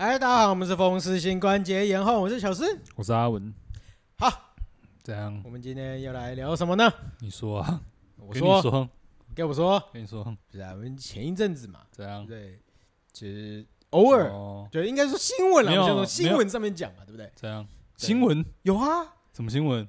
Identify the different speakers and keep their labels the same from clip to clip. Speaker 1: 嗨，哎大家好，我们是风湿性关节炎后，我是小诗。
Speaker 2: 我是阿文。
Speaker 1: 好，
Speaker 2: 怎样？
Speaker 1: 我们今天要来聊什么呢？
Speaker 2: 你说 啊？
Speaker 1: 我
Speaker 2: 跟
Speaker 1: 说，
Speaker 2: 你说，
Speaker 1: 给我说，
Speaker 2: 跟你说，
Speaker 1: 不是、啊、我们前一阵子嘛，
Speaker 2: 怎样？
Speaker 1: 对，其实偶尔、
Speaker 2: 哦，
Speaker 1: 对，应该说新闻啦，
Speaker 2: 没
Speaker 1: 我
Speaker 2: 有
Speaker 1: 们先从新闻上面讲嘛，对不对？
Speaker 2: 怎样？
Speaker 1: 对
Speaker 2: 新闻？
Speaker 1: 有啊，
Speaker 2: 什么新闻？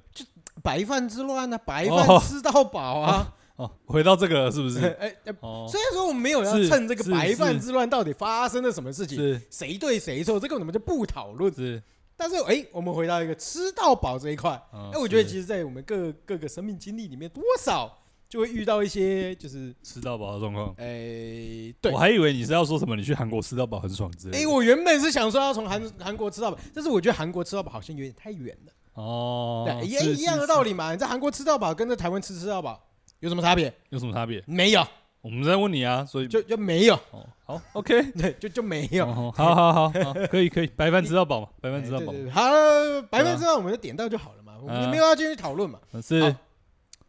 Speaker 1: 白饭之乱啊，白
Speaker 2: 哦
Speaker 1: 饭吃到饱啊，
Speaker 2: 哦，回到这个了，是不是？
Speaker 1: 哎、哎
Speaker 2: 哦，
Speaker 1: 虽然说我们没有要
Speaker 2: 是
Speaker 1: 趁这个
Speaker 2: 是
Speaker 1: 白饭
Speaker 2: 是
Speaker 1: 之乱到底发生了什么事情，
Speaker 2: 是
Speaker 1: 谁对谁错，这个我们就不讨论。
Speaker 2: 是，
Speaker 1: 但是，哎、我们回到一个吃到饱这一块，
Speaker 2: 哎
Speaker 1: 哎、我觉得其实，在我们各各个生命经历里面，多少就会遇到一些，就是，
Speaker 2: 吃到饱的状况。
Speaker 1: 哎、对
Speaker 2: 我，还以为你是要说什么，你去韩国吃到饱很爽之
Speaker 1: 哎、
Speaker 2: 类的。
Speaker 1: 我原本是想说要从韩韩国吃到饱，但是我觉得韩国吃到饱好像有点太远了，
Speaker 2: 哦，
Speaker 1: 对，
Speaker 2: 是
Speaker 1: 也一样的，啊
Speaker 2: 是
Speaker 1: 道理嘛。你在韩国吃到饱跟在台湾吃吃到饱有什么差别？
Speaker 2: 是有什么差别？
Speaker 1: 没有，
Speaker 2: 我们在问你啊，所以
Speaker 1: 就就没有，
Speaker 2: 哦，好，OK，
Speaker 1: 对，就就没有。
Speaker 2: 哦好好好 好，可以可以，白饭吃到饱嘛，白
Speaker 1: 哎
Speaker 2: 饭
Speaker 1: 对
Speaker 2: 吃到饱啊嗯
Speaker 1: 对，对好了，白饭之道我们就点到就好了嘛，我们没有要继续讨论嘛。
Speaker 2: 呃是
Speaker 1: 好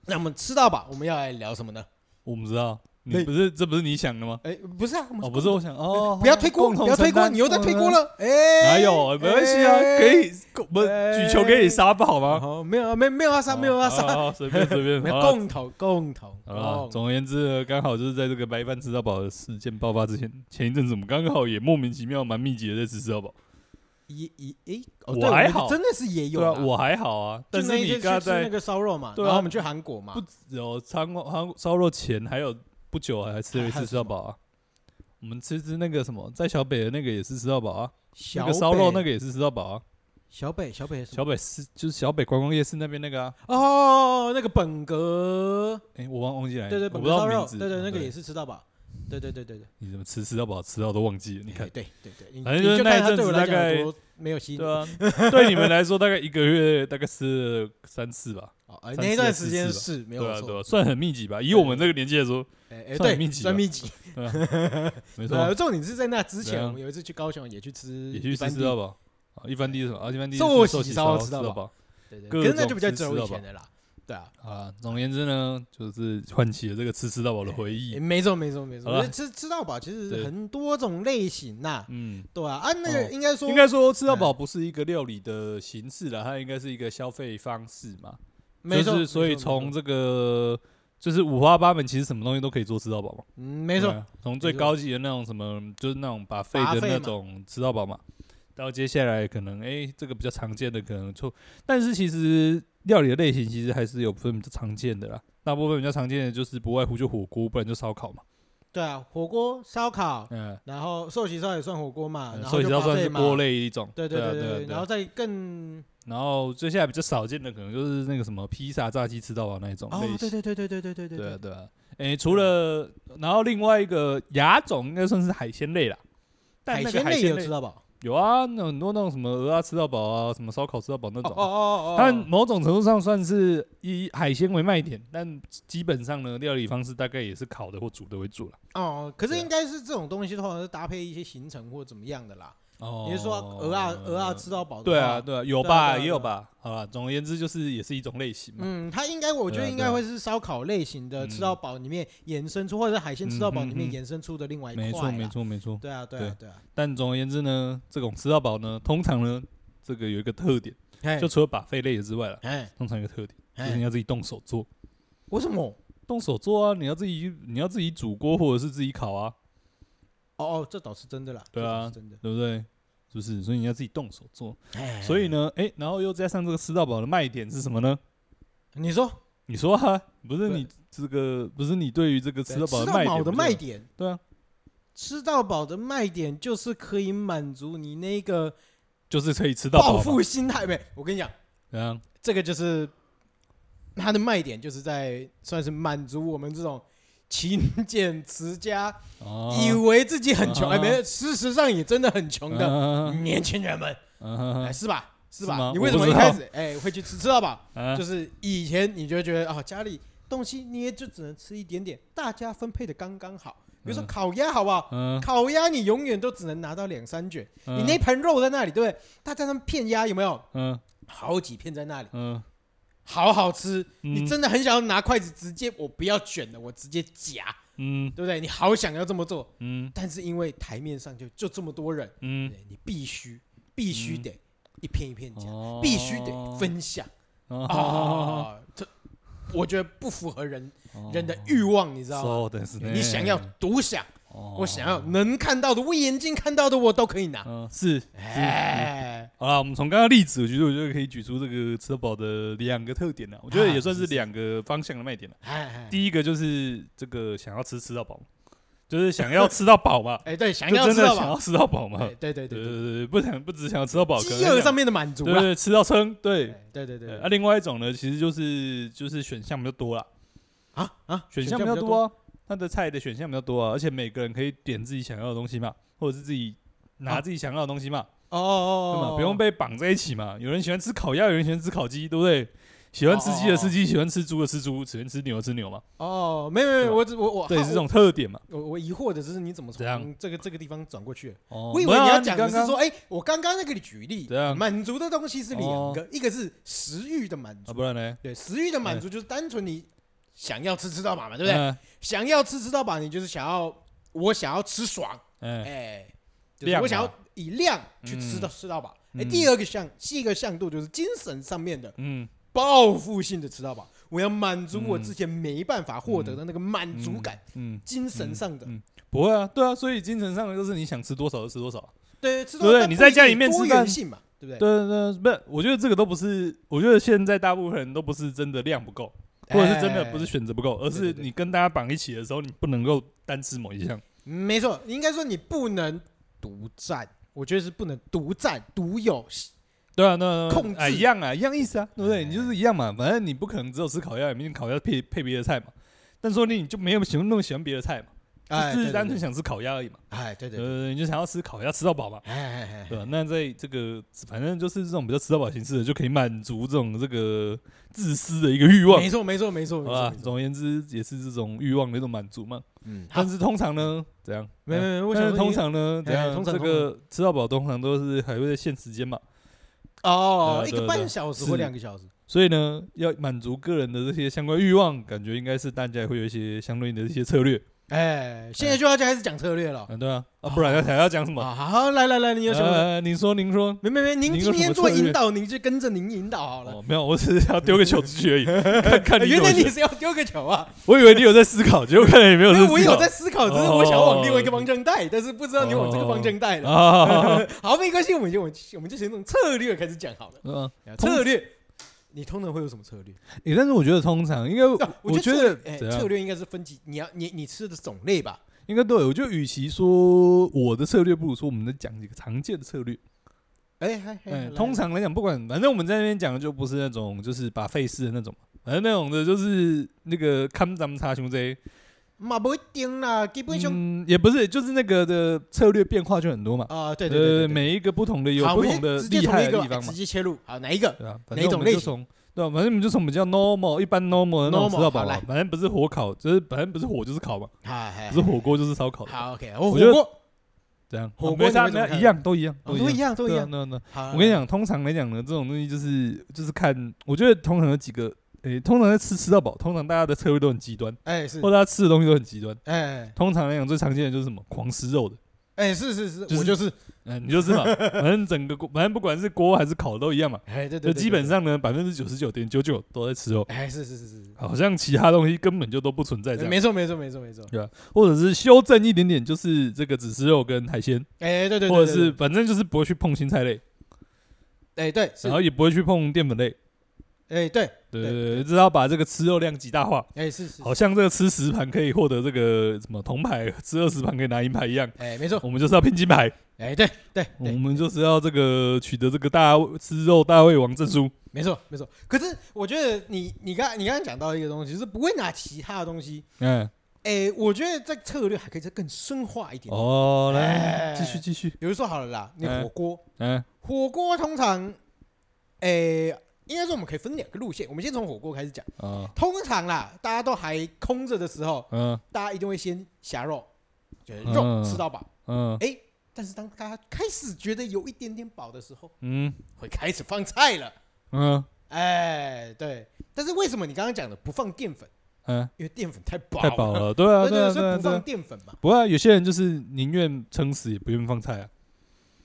Speaker 1: 那我们吃到饱，我们要来聊什么呢？
Speaker 2: 我们知道，
Speaker 1: 对
Speaker 2: 你不是这不是你想的吗？
Speaker 1: 哎，不是啊，我们
Speaker 2: 哦，不是我想哦，
Speaker 1: 不要推锅，
Speaker 2: 共同
Speaker 1: 不要推锅，
Speaker 2: 承担
Speaker 1: 你又在推锅。
Speaker 2: 共同承担
Speaker 1: 了，哎，
Speaker 2: 哪有？没关系啊，
Speaker 1: 哎
Speaker 2: 可以，不举球给你杀不好吗？
Speaker 1: 哦，没有啊，没没有要杀，没有要
Speaker 2: 好好
Speaker 1: 杀，
Speaker 2: 好随便随 便。
Speaker 1: 没
Speaker 2: 好
Speaker 1: 有
Speaker 2: 啦
Speaker 1: 共同共同
Speaker 2: 好了，
Speaker 1: 共同
Speaker 2: 哦总而言之呢，刚好就是在这个白饭吃到饱的事件爆发之前，前一阵子我们刚好也莫名其妙蛮密集的在吃吃到饱。
Speaker 1: 也也诶，哦
Speaker 2: 我
Speaker 1: 对
Speaker 2: 还
Speaker 1: 们
Speaker 2: 好
Speaker 1: 真的是也有
Speaker 2: 对啊，
Speaker 1: 啦
Speaker 2: 我还好啊，但
Speaker 1: 就是那一
Speaker 2: 你
Speaker 1: 天
Speaker 2: 刚
Speaker 1: 去吃那
Speaker 2: 在
Speaker 1: 个烧肉嘛，
Speaker 2: 对啊
Speaker 1: 然后我们去韩国嘛
Speaker 2: 不，有餐餐烧肉前还有不久还吃了一次吃到饱啊。
Speaker 1: 哎
Speaker 2: 我们吃吃那个什么，在小北的那个也是吃到饱啊，那
Speaker 1: 小
Speaker 2: 个烧肉
Speaker 1: 北
Speaker 2: 那个也是吃到饱啊。
Speaker 1: 小北小北什么
Speaker 2: 小北是就是小北观光夜市那边那个啊，
Speaker 1: 哦，那个本格，
Speaker 2: 哎，我忘忘记来，
Speaker 1: 对对，
Speaker 2: 我不
Speaker 1: 本
Speaker 2: 知
Speaker 1: 格
Speaker 2: 道
Speaker 1: 烧
Speaker 2: 名
Speaker 1: 肉，
Speaker 2: 字，
Speaker 1: 对对，那个也
Speaker 2: 是。
Speaker 1: 是吃到饱，对对对对对，
Speaker 2: 你怎么吃吃到饱，吃到都忘记了？你 看
Speaker 1: 哎，对对对，你
Speaker 2: 反正
Speaker 1: 你
Speaker 2: 就是
Speaker 1: 就
Speaker 2: 那一
Speaker 1: 看他
Speaker 2: 阵
Speaker 1: 对
Speaker 2: 子
Speaker 1: 我来
Speaker 2: 大
Speaker 1: 讲有
Speaker 2: 概
Speaker 1: 多没有吸引力
Speaker 2: 对啊， 对你们来说大概一个月大概吃了三次吧，
Speaker 1: 哦，哎
Speaker 2: 三
Speaker 1: 那一
Speaker 2: 四
Speaker 1: 段
Speaker 2: 四
Speaker 1: 时
Speaker 2: 次
Speaker 1: 间
Speaker 2: 吧
Speaker 1: 是没
Speaker 2: 对
Speaker 1: 有
Speaker 2: 啊
Speaker 1: 错
Speaker 2: 对，啊，算很密集吧。以我们这个年纪来说，
Speaker 1: 哎哎，
Speaker 2: 算
Speaker 1: 对，
Speaker 2: 密集
Speaker 1: 算
Speaker 2: 吧
Speaker 1: 密集。
Speaker 2: 对啊，没
Speaker 1: 呃，
Speaker 2: 错，
Speaker 1: 重点是在那之
Speaker 2: 对
Speaker 1: 前，
Speaker 2: 啊
Speaker 1: 我们有一次去高雄也去吃，
Speaker 2: 也去吃吃到，饱。啊，一番地是什么？啊，一番地
Speaker 1: 寿
Speaker 2: 是
Speaker 1: 喜
Speaker 2: 寿喜
Speaker 1: 烧
Speaker 2: 烧
Speaker 1: 吃到
Speaker 2: 到
Speaker 1: 饱
Speaker 2: 饱
Speaker 1: 对对，
Speaker 2: 各
Speaker 1: 可是那
Speaker 2: 种
Speaker 1: 就比较
Speaker 2: 吃吃
Speaker 1: 久以
Speaker 2: 到
Speaker 1: 前
Speaker 2: 饱
Speaker 1: 的啦，对啊，
Speaker 2: 啊。总而言之呢，就是唤起了这个吃吃到饱的回
Speaker 1: 诶
Speaker 2: 忆。
Speaker 1: 没错没错没错，
Speaker 2: 好
Speaker 1: 我
Speaker 2: 啦
Speaker 1: 觉得吃吃到饱其实
Speaker 2: 对
Speaker 1: 很多种类型呐，
Speaker 2: 嗯，
Speaker 1: 对啊，啊那个
Speaker 2: 哦
Speaker 1: 应该说
Speaker 2: 应该说吃到饱不是一个料理的形式啦，它应该是一个消费方式嘛。
Speaker 1: 没
Speaker 2: 就
Speaker 1: 错，
Speaker 2: 是所以
Speaker 1: 没错没
Speaker 2: 从
Speaker 1: 错
Speaker 2: 这个就是五花八门，其实什么东西都可以做吃到饱嘛。
Speaker 1: 嗯没
Speaker 2: 对
Speaker 1: 错，
Speaker 2: 啊，从最
Speaker 1: 没错
Speaker 2: 高级的那种什么，就是那种把费的
Speaker 1: Buffet 嘛
Speaker 2: 那种吃到饱嘛，到接下来可能哎、这个比较常见的可能就，但是其实料理的类型其实还是有分比较常见的啦。大部分比较常见的就是不外乎就火锅，不然就烧烤嘛。
Speaker 1: 对啊，火锅、烧烤，
Speaker 2: 嗯，
Speaker 1: 然后寿喜烧也算火锅嘛，啊然后
Speaker 2: 所以
Speaker 1: 就
Speaker 2: 要
Speaker 1: 巴
Speaker 2: 算
Speaker 1: 菲
Speaker 2: 是
Speaker 1: 嘛
Speaker 2: 锅，类一种。
Speaker 1: 对
Speaker 2: 对啊
Speaker 1: 对
Speaker 2: 对啊
Speaker 1: 对，
Speaker 2: 对
Speaker 1: 然
Speaker 2: 啊
Speaker 1: 后。再更
Speaker 2: 然后接下来比较少见的可能就是那个什么披萨、炸鸡吃到饱那一种类
Speaker 1: 哦
Speaker 2: 型。，
Speaker 1: 对对对对对对对对啊
Speaker 2: 对啊，
Speaker 1: 对，
Speaker 2: 对啊。诶，除了然后另外一个牙种应该算是海鲜类啦，但
Speaker 1: 海
Speaker 2: 那个
Speaker 1: 鲜
Speaker 2: 海
Speaker 1: 类也
Speaker 2: 鲜
Speaker 1: 有
Speaker 2: 类
Speaker 1: 吃到饱，
Speaker 2: 有啊，那很多那种什么鹅啊吃到饱啊，什么烧烤吃到饱那
Speaker 1: 哦
Speaker 2: 种
Speaker 1: 哦
Speaker 2: 啊。
Speaker 1: 哦哦，
Speaker 2: 但某种程度上算是以海鲜为卖点，但基本上呢，料理方式大概也是烤的或煮的为主了。
Speaker 1: 哦，可是
Speaker 2: 对啊
Speaker 1: 应该是这种东西通常是搭配一些行程或怎么样的啦。
Speaker 2: 哦
Speaker 1: 你是说鹅啊鹅啊吃到饱的
Speaker 2: 对
Speaker 1: 话
Speaker 2: 啊，对啊，有
Speaker 1: 对啊
Speaker 2: 吧，
Speaker 1: 对啊
Speaker 2: 也有
Speaker 1: 对
Speaker 2: 吧。好了，总而言之就是也是一种类型嘛。
Speaker 1: 嗯，它应该，我觉得
Speaker 2: 对啊
Speaker 1: 应
Speaker 2: 对
Speaker 1: 该
Speaker 2: 啊
Speaker 1: 会是烧烤类型的
Speaker 2: 嗯
Speaker 1: 吃到饱里面衍生出，或者是海鲜吃到饱里
Speaker 2: 嗯
Speaker 1: 面
Speaker 2: 嗯嗯
Speaker 1: 衍生出的另外一块。
Speaker 2: 没错，没。错，没错。
Speaker 1: 对啊，对啊，对啊。
Speaker 2: 但总而言之呢，这种吃到饱呢，通常呢，这个有一个特点，
Speaker 1: 哎
Speaker 2: 就除了把费类的之外了，
Speaker 1: 哎
Speaker 2: 通常有一个特点就是你
Speaker 1: 哎，
Speaker 2: 要自己动手做，
Speaker 1: 为什么？
Speaker 2: 动手做啊，你要自己你要自己煮锅或者是自己烤啊，
Speaker 1: 哦哦，这倒是真的啦。
Speaker 2: 对
Speaker 1: 这
Speaker 2: 啊
Speaker 1: 倒是真的。
Speaker 2: 对不对？是不是？所以你要自己动手做。
Speaker 1: 哎，
Speaker 2: 所以呢，哎，然后又加上这个吃到饱的卖点是什么呢？
Speaker 1: 你说
Speaker 2: 你说啊，不是
Speaker 1: 对
Speaker 2: 你这个不是你对于这个吃到饱的卖点，
Speaker 1: 的卖，点，
Speaker 2: 对啊，
Speaker 1: 吃到饱的卖点就是可以满足你那个
Speaker 2: 就是可以吃到
Speaker 1: 报
Speaker 2: 饱嘛。
Speaker 1: 复心态。没，我跟你讲，
Speaker 2: 对啊，
Speaker 1: 这个就是它的卖点，就是在算是满足我们这种勤俭持家。
Speaker 2: 哦
Speaker 1: 以为自己很穷，哎，
Speaker 2: 啊
Speaker 1: 没有，事实上也真的很穷的
Speaker 2: 的，
Speaker 1: 年轻人们，哎，
Speaker 2: 嗯
Speaker 1: 是吧？是
Speaker 2: 是
Speaker 1: 吧
Speaker 2: 吗？
Speaker 1: 你为什么
Speaker 2: 我
Speaker 1: 一
Speaker 2: 不知道
Speaker 1: 开始哎会去吃吃到饱？
Speaker 2: 嗯
Speaker 1: 就是以前你就会觉得啊，家里东西你也就只能吃一点点，大家分配的刚刚好。比如说
Speaker 2: 嗯
Speaker 1: 烤鸭，好不好？
Speaker 2: 嗯，
Speaker 1: 烤鸭你永远都只能拿到两三卷，你
Speaker 2: 嗯
Speaker 1: 那盘肉在那里，对不对？大家那片鸭有没有
Speaker 2: 嗯
Speaker 1: 好几片在那里，
Speaker 2: 嗯，
Speaker 1: 好好吃，你
Speaker 2: 嗯
Speaker 1: 真的很想要拿筷子直接，我不要卷了，我直接夹，
Speaker 2: 嗯
Speaker 1: 对不对？你好想要这么做，
Speaker 2: 嗯
Speaker 1: 但是因为台面上就就这么多人，
Speaker 2: 嗯，
Speaker 1: 对你必须必须
Speaker 2: 嗯
Speaker 1: 得一片一片讲，
Speaker 2: 哦
Speaker 1: 必须得分享
Speaker 2: 哦，
Speaker 1: 啊。这我觉得不符合人
Speaker 2: 哦
Speaker 1: 人的欲望，你知道吗？
Speaker 2: So ですね
Speaker 1: 你想要独享，
Speaker 2: 哦
Speaker 1: 我想要能看到的，我眼睛看到的我都可以拿。
Speaker 2: 嗯是
Speaker 1: 哎，
Speaker 2: 好了，我们从刚刚的例子，我觉得我觉得可以举出这个吃得饱的两个特点啊了，我觉得
Speaker 1: 啊
Speaker 2: 也算是两个方向的卖点了。
Speaker 1: 哎哎，
Speaker 2: 嗯第一个就是这个想要吃吃到饱，就是想要吃到饱嘛
Speaker 1: 哎， 对，想
Speaker 2: 就
Speaker 1: 要
Speaker 2: 真
Speaker 1: 吃
Speaker 2: 的
Speaker 1: 到
Speaker 2: 想要
Speaker 1: 饱，
Speaker 2: 吃到饱嘛，
Speaker 1: 哎对对
Speaker 2: 对
Speaker 1: 对
Speaker 2: 对
Speaker 1: 对，
Speaker 2: 对，不想不只想要吃到饱，可能
Speaker 1: 饥饿
Speaker 2: 想
Speaker 1: 上面的满足
Speaker 2: 对
Speaker 1: 啦。
Speaker 2: 对吃到撑，对
Speaker 1: 哎对对对
Speaker 2: 对。
Speaker 1: 对
Speaker 2: 啊，另外一种呢，其实就是就是选项比较多啦，
Speaker 1: 啊啊，
Speaker 2: 选项比较多，啊，它的菜的选项比较多啊，而且每个人可以点自己想要的东西嘛，或者是自己拿
Speaker 1: 啊
Speaker 2: 自己想要的东西嘛，
Speaker 1: 哦
Speaker 2: 对
Speaker 1: 哦
Speaker 2: 嘛，
Speaker 1: 哦，
Speaker 2: 不用被绑在一起嘛。有人喜欢吃烤鸭，有人喜欢吃烤鸡，对不对？喜欢吃鸡的吃鸡，喜欢吃猪的吃猪，喜欢吃牛的吃牛嘛。
Speaker 1: 哦，没有没有没
Speaker 2: 对吧
Speaker 1: 有，我只我我
Speaker 2: 对，
Speaker 1: 好
Speaker 2: 是这种特点嘛。
Speaker 1: 我我疑惑的是你怎么
Speaker 2: 怎样
Speaker 1: 从这个这个地方转过去的？
Speaker 2: 哦
Speaker 1: 我以为你要讲的
Speaker 2: 刚
Speaker 1: 是
Speaker 2: 刚
Speaker 1: 说，哎，我刚刚那个举例
Speaker 2: 怎样，
Speaker 1: 满足的东西是两
Speaker 2: 哦
Speaker 1: 个，一个是食欲的满
Speaker 2: 啊，
Speaker 1: 足，
Speaker 2: 不然呢？
Speaker 1: 对，食欲的满足就是单纯你想要吃吃到饱嘛，对不对？
Speaker 2: 哎嗯？
Speaker 1: 想要吃吃到饱，你就是想要我想要吃爽，
Speaker 2: 嗯，
Speaker 1: 哎，就
Speaker 2: 量
Speaker 1: 是
Speaker 2: 嘛
Speaker 1: 我想要以量去吃到吃到饱。哎，
Speaker 2: 嗯
Speaker 1: 第二个项，第一个向度就是精神上面的
Speaker 2: 嗯，
Speaker 1: 报复性的吃到饱，我要满足我
Speaker 2: 嗯
Speaker 1: 之前没办法获得的那个满足感，
Speaker 2: 嗯，嗯，
Speaker 1: 精神上的
Speaker 2: 嗯。不会啊，对啊，所以精神上的就是你想吃多少就吃多少啊。
Speaker 1: 对，吃
Speaker 2: 对不对你在家里面吃
Speaker 1: 多
Speaker 2: 饭
Speaker 1: 元性嘛，对不对？
Speaker 2: 对对，对不是，我觉得这个都不是，我觉得现在大部分人都不是真的量不够，或者是真的不是
Speaker 1: 哎，
Speaker 2: 选择不够，而
Speaker 1: 对
Speaker 2: 是
Speaker 1: 对对
Speaker 2: 你跟大家绑一起的时候，你不能够单吃某一项。
Speaker 1: 没错，应该说你不能独占，我觉得是不能独占独有。
Speaker 2: 对啊，那
Speaker 1: 控
Speaker 2: 啊
Speaker 1: 制
Speaker 2: 一样啊，一样意思啊，对不对？
Speaker 1: 哎
Speaker 2: 你就是一样嘛，反正你不可能只有吃烤鸭，也没有烤鸭配配别的菜嘛。但说不定你就没有喜欢那么喜欢别的菜嘛，
Speaker 1: 哎，
Speaker 2: 就
Speaker 1: 对
Speaker 2: 是
Speaker 1: 对
Speaker 2: 单纯
Speaker 1: 对
Speaker 2: 想吃烤鸭而已嘛。
Speaker 1: 哎，对对
Speaker 2: 对
Speaker 1: 对，
Speaker 2: 对对，你就想要吃烤鸭吃到饱嘛，
Speaker 1: 哎哎哎
Speaker 2: 对吧？那在这个反正就是这种比较吃到饱形式的，就可以满足这种这个自私的一个欲
Speaker 1: 哎，
Speaker 2: 望
Speaker 1: 没，错没错没错没
Speaker 2: 好
Speaker 1: 错
Speaker 2: 吧
Speaker 1: 没？错，
Speaker 2: 总而言之，也是这种欲望的一种满足嘛。
Speaker 1: 嗯，好啊
Speaker 2: 但，是通常呢，怎样？
Speaker 1: 没没没，我
Speaker 2: 但
Speaker 1: 想
Speaker 2: 是
Speaker 1: 说
Speaker 2: 通
Speaker 1: 你
Speaker 2: 常呢，怎
Speaker 1: 哎
Speaker 2: 样？
Speaker 1: 通常
Speaker 2: 这个吃到饱通常都是还会在限时间嘛。
Speaker 1: 哦
Speaker 2: 对啊，
Speaker 1: 一
Speaker 2: 对
Speaker 1: 个
Speaker 2: 啊对啊
Speaker 1: 半小时
Speaker 2: 是
Speaker 1: 或两个小时，
Speaker 2: 所以呢，要满足个人的这些相关欲望，感觉应该是大家也会有一些相对应的一些策略，
Speaker 1: 哎，现在就要开始讲策略了。
Speaker 2: 啊，对啊，啊，不然要还要讲什么？
Speaker 1: 啊，好，来来来，您有什么？
Speaker 2: 呃，您说，您说，
Speaker 1: 没没没，您
Speaker 2: 您有
Speaker 1: 今
Speaker 2: 什
Speaker 1: 天
Speaker 2: 么
Speaker 1: 做
Speaker 2: 策略
Speaker 1: 引导，您就跟着您引导好了。
Speaker 2: 哦，没有，我只是要丢个球出去而 已，看看
Speaker 1: 哎
Speaker 2: 你
Speaker 1: 原
Speaker 2: 怎么
Speaker 1: 来你
Speaker 2: 选。
Speaker 1: 是要丢个球啊！
Speaker 2: 我以为你有在思考，结果看来你 没有
Speaker 1: 因为
Speaker 2: 思
Speaker 1: 我有
Speaker 2: 考
Speaker 1: 在。思考，只是
Speaker 2: 哦
Speaker 1: 我想要往另外一个方向带，但是不知道你往这个方向带了。
Speaker 2: 啊，
Speaker 1: 好，没关系，我们就我们我们就先从策略开始讲好 了。
Speaker 2: 嗯，通
Speaker 1: 策略，你通常会有什么策略？
Speaker 2: 诶但是我觉得通常应该，
Speaker 1: 啊
Speaker 2: 我觉
Speaker 1: 策
Speaker 2: 得
Speaker 1: 略哎
Speaker 2: 怎
Speaker 1: 策
Speaker 2: 样，
Speaker 1: 略应该是分级，你要你你吃的种类吧？
Speaker 2: 应该对我就与其说我的策略，不如说我们再讲几个常见的策略。
Speaker 1: 哎，还还
Speaker 2: 哎
Speaker 1: 来，
Speaker 2: 通常来讲，不管反正我们在那边讲的就不是那种就是把费事的那种嘛，反正那种的就是那个看咱们查熊贼，
Speaker 1: 嘛不一定啦，基本上
Speaker 2: 嗯，也不是，就是那个的策略变化就很多嘛。
Speaker 1: 啊，对
Speaker 2: 对
Speaker 1: 对对对，
Speaker 2: 每一个不同的有
Speaker 1: 好，
Speaker 2: 不
Speaker 1: 我
Speaker 2: 同的
Speaker 1: 们直接
Speaker 2: 厉
Speaker 1: 从
Speaker 2: 害
Speaker 1: 一
Speaker 2: 的
Speaker 1: 个哎
Speaker 2: 地方
Speaker 1: 直
Speaker 2: 嘛，
Speaker 1: 接切入，好，哪一个？
Speaker 2: 对吧？反
Speaker 1: 哪
Speaker 2: 正
Speaker 1: 种
Speaker 2: 我们
Speaker 1: 类
Speaker 2: 就
Speaker 1: 型
Speaker 2: 从对吧？啊反正我们就从比较 normal 一般 normal 的那种
Speaker 1: normal，
Speaker 2: 吃到饱
Speaker 1: 好
Speaker 2: 嘛
Speaker 1: 来，
Speaker 2: 反正不是火烤，就是反正不是火就是烤嘛，
Speaker 1: 哎
Speaker 2: 不是火锅就是烧烤的，
Speaker 1: 好，OK，我哦
Speaker 2: 我觉得
Speaker 1: 火锅
Speaker 2: 这样
Speaker 1: 火锅
Speaker 2: 没差
Speaker 1: 你会怎么
Speaker 2: 没差啊
Speaker 1: 看
Speaker 2: 一样都一样
Speaker 1: 哦都一
Speaker 2: 样
Speaker 1: 样，都一
Speaker 2: 对啊
Speaker 1: 样。
Speaker 2: 对啊对啊
Speaker 1: 好
Speaker 2: 我跟你，讲，通常来讲呢，这种东西就是就是看，我觉得通常有几个，诶、通常在吃吃到饱，通常大家的策略都很极端，
Speaker 1: 哎是
Speaker 2: 或，者他吃的东西都很极端。
Speaker 1: 哎
Speaker 2: 通常来讲，最常见的就是什么狂吃肉的，
Speaker 1: 哎是是是，
Speaker 2: 就是
Speaker 1: 我就是，
Speaker 2: 嗯、你就是嘛，反正整个锅，反正不管是锅还是烤都一样嘛。
Speaker 1: 哎对
Speaker 2: 就
Speaker 1: 对，对
Speaker 2: 基本，上呢，百分之九十九点九九都在吃肉
Speaker 1: 对，哎是是是是是。
Speaker 2: 好像其他东西根本就都不存在这样。
Speaker 1: 没错，没错，没错，没错。
Speaker 2: 或者是修正一点点，就是这个只吃肉跟海鲜，
Speaker 1: 哎，对对对，
Speaker 2: 或者
Speaker 1: 对
Speaker 2: 是反正就是不会去碰青菜类，
Speaker 1: 对哎，对，是
Speaker 2: 然，后也不会去碰淀粉类。
Speaker 1: 哎，对，
Speaker 2: 对
Speaker 1: 对
Speaker 2: 对对，只要把这个吃肉量极大化。
Speaker 1: 哎，是是，
Speaker 2: 好像这个吃十盘可以获得这个什么铜牌，吃二十盘可以拿银牌一样。
Speaker 1: 哎，没错，
Speaker 2: 我们就是要拼金牌，
Speaker 1: 哎，对对
Speaker 2: 我
Speaker 1: 对，
Speaker 2: 们就是要这个取得这个大吃肉大胃王证书。
Speaker 1: 没错没错。可是我觉得你你刚你刚刚讲到一个东西，就是不会拿其他的东西。
Speaker 2: 嗯，
Speaker 1: 哎，我觉得在策略还可以再更深化一点。
Speaker 2: 哦，来
Speaker 1: 哎
Speaker 2: 继续继续，
Speaker 1: 比如说好了啦，你
Speaker 2: 哎
Speaker 1: 火锅，
Speaker 2: 嗯
Speaker 1: 火锅通常，哎，应该说我们可以分两个路线。我们先从火锅开始讲。
Speaker 2: 哦，
Speaker 1: 通常啦，大家都还空着的时候，
Speaker 2: 嗯
Speaker 1: 大家一定会先夹肉，就是
Speaker 2: 嗯
Speaker 1: 肉吃到饱。
Speaker 2: 嗯
Speaker 1: 哎，但是当他开始觉得有一点点饱的时候，
Speaker 2: 嗯
Speaker 1: 会开始放菜了。
Speaker 2: 嗯
Speaker 1: 哎，对。但是为什么你刚刚讲的不放淀粉？
Speaker 2: 嗯，
Speaker 1: 因为淀粉太饱
Speaker 2: 太饱，了，对啊，
Speaker 1: 对
Speaker 2: 对
Speaker 1: 对，
Speaker 2: 啊，对
Speaker 1: 所
Speaker 2: 啊，
Speaker 1: 以不
Speaker 2: 对
Speaker 1: 放
Speaker 2: 啊。
Speaker 1: 淀粉嘛，
Speaker 2: 不过啊有些人就是宁愿撑死也不愿意放菜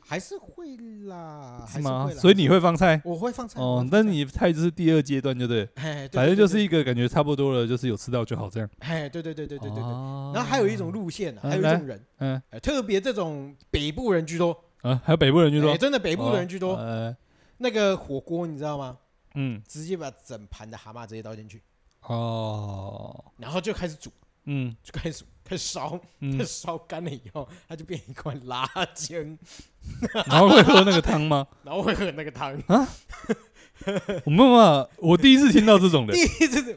Speaker 1: 还是会啦，
Speaker 2: 啊，
Speaker 1: 还
Speaker 2: 是
Speaker 1: 是
Speaker 2: 吗？
Speaker 1: 会啦
Speaker 2: 所以你会放菜
Speaker 1: 我会放菜
Speaker 2: 哦，但你菜就是第二阶段，就对了，
Speaker 1: 哎，对
Speaker 2: 反正就是
Speaker 1: 对
Speaker 2: 一个感觉差不多了，就是有吃到就好这样。
Speaker 1: 对哎，对对对对对对对。
Speaker 2: 哦
Speaker 1: 然后还有一种，路线啊，
Speaker 2: 嗯
Speaker 1: 还有一
Speaker 2: 来
Speaker 1: 种人，
Speaker 2: 嗯
Speaker 1: 哎特别这种北部人居多，
Speaker 2: 啊，还有北部人居多
Speaker 1: 哎，真的北
Speaker 2: 北
Speaker 1: 部的人居多。
Speaker 2: 呃，
Speaker 1: 那个火锅你知道吗？
Speaker 2: 嗯，
Speaker 1: 直接把整盘的蛤蟆直接倒进去，
Speaker 2: 哦，
Speaker 1: 然后就开始煮，
Speaker 2: 嗯
Speaker 1: 就开始煮开始烧，
Speaker 2: 嗯
Speaker 1: 它， 烧干了以后，它就变一块辣精，
Speaker 2: 然后会喝那个汤 吗？
Speaker 1: 然后会喝那个汤。
Speaker 2: 我没有办法，我第一次听到这种的
Speaker 1: 第， 一次，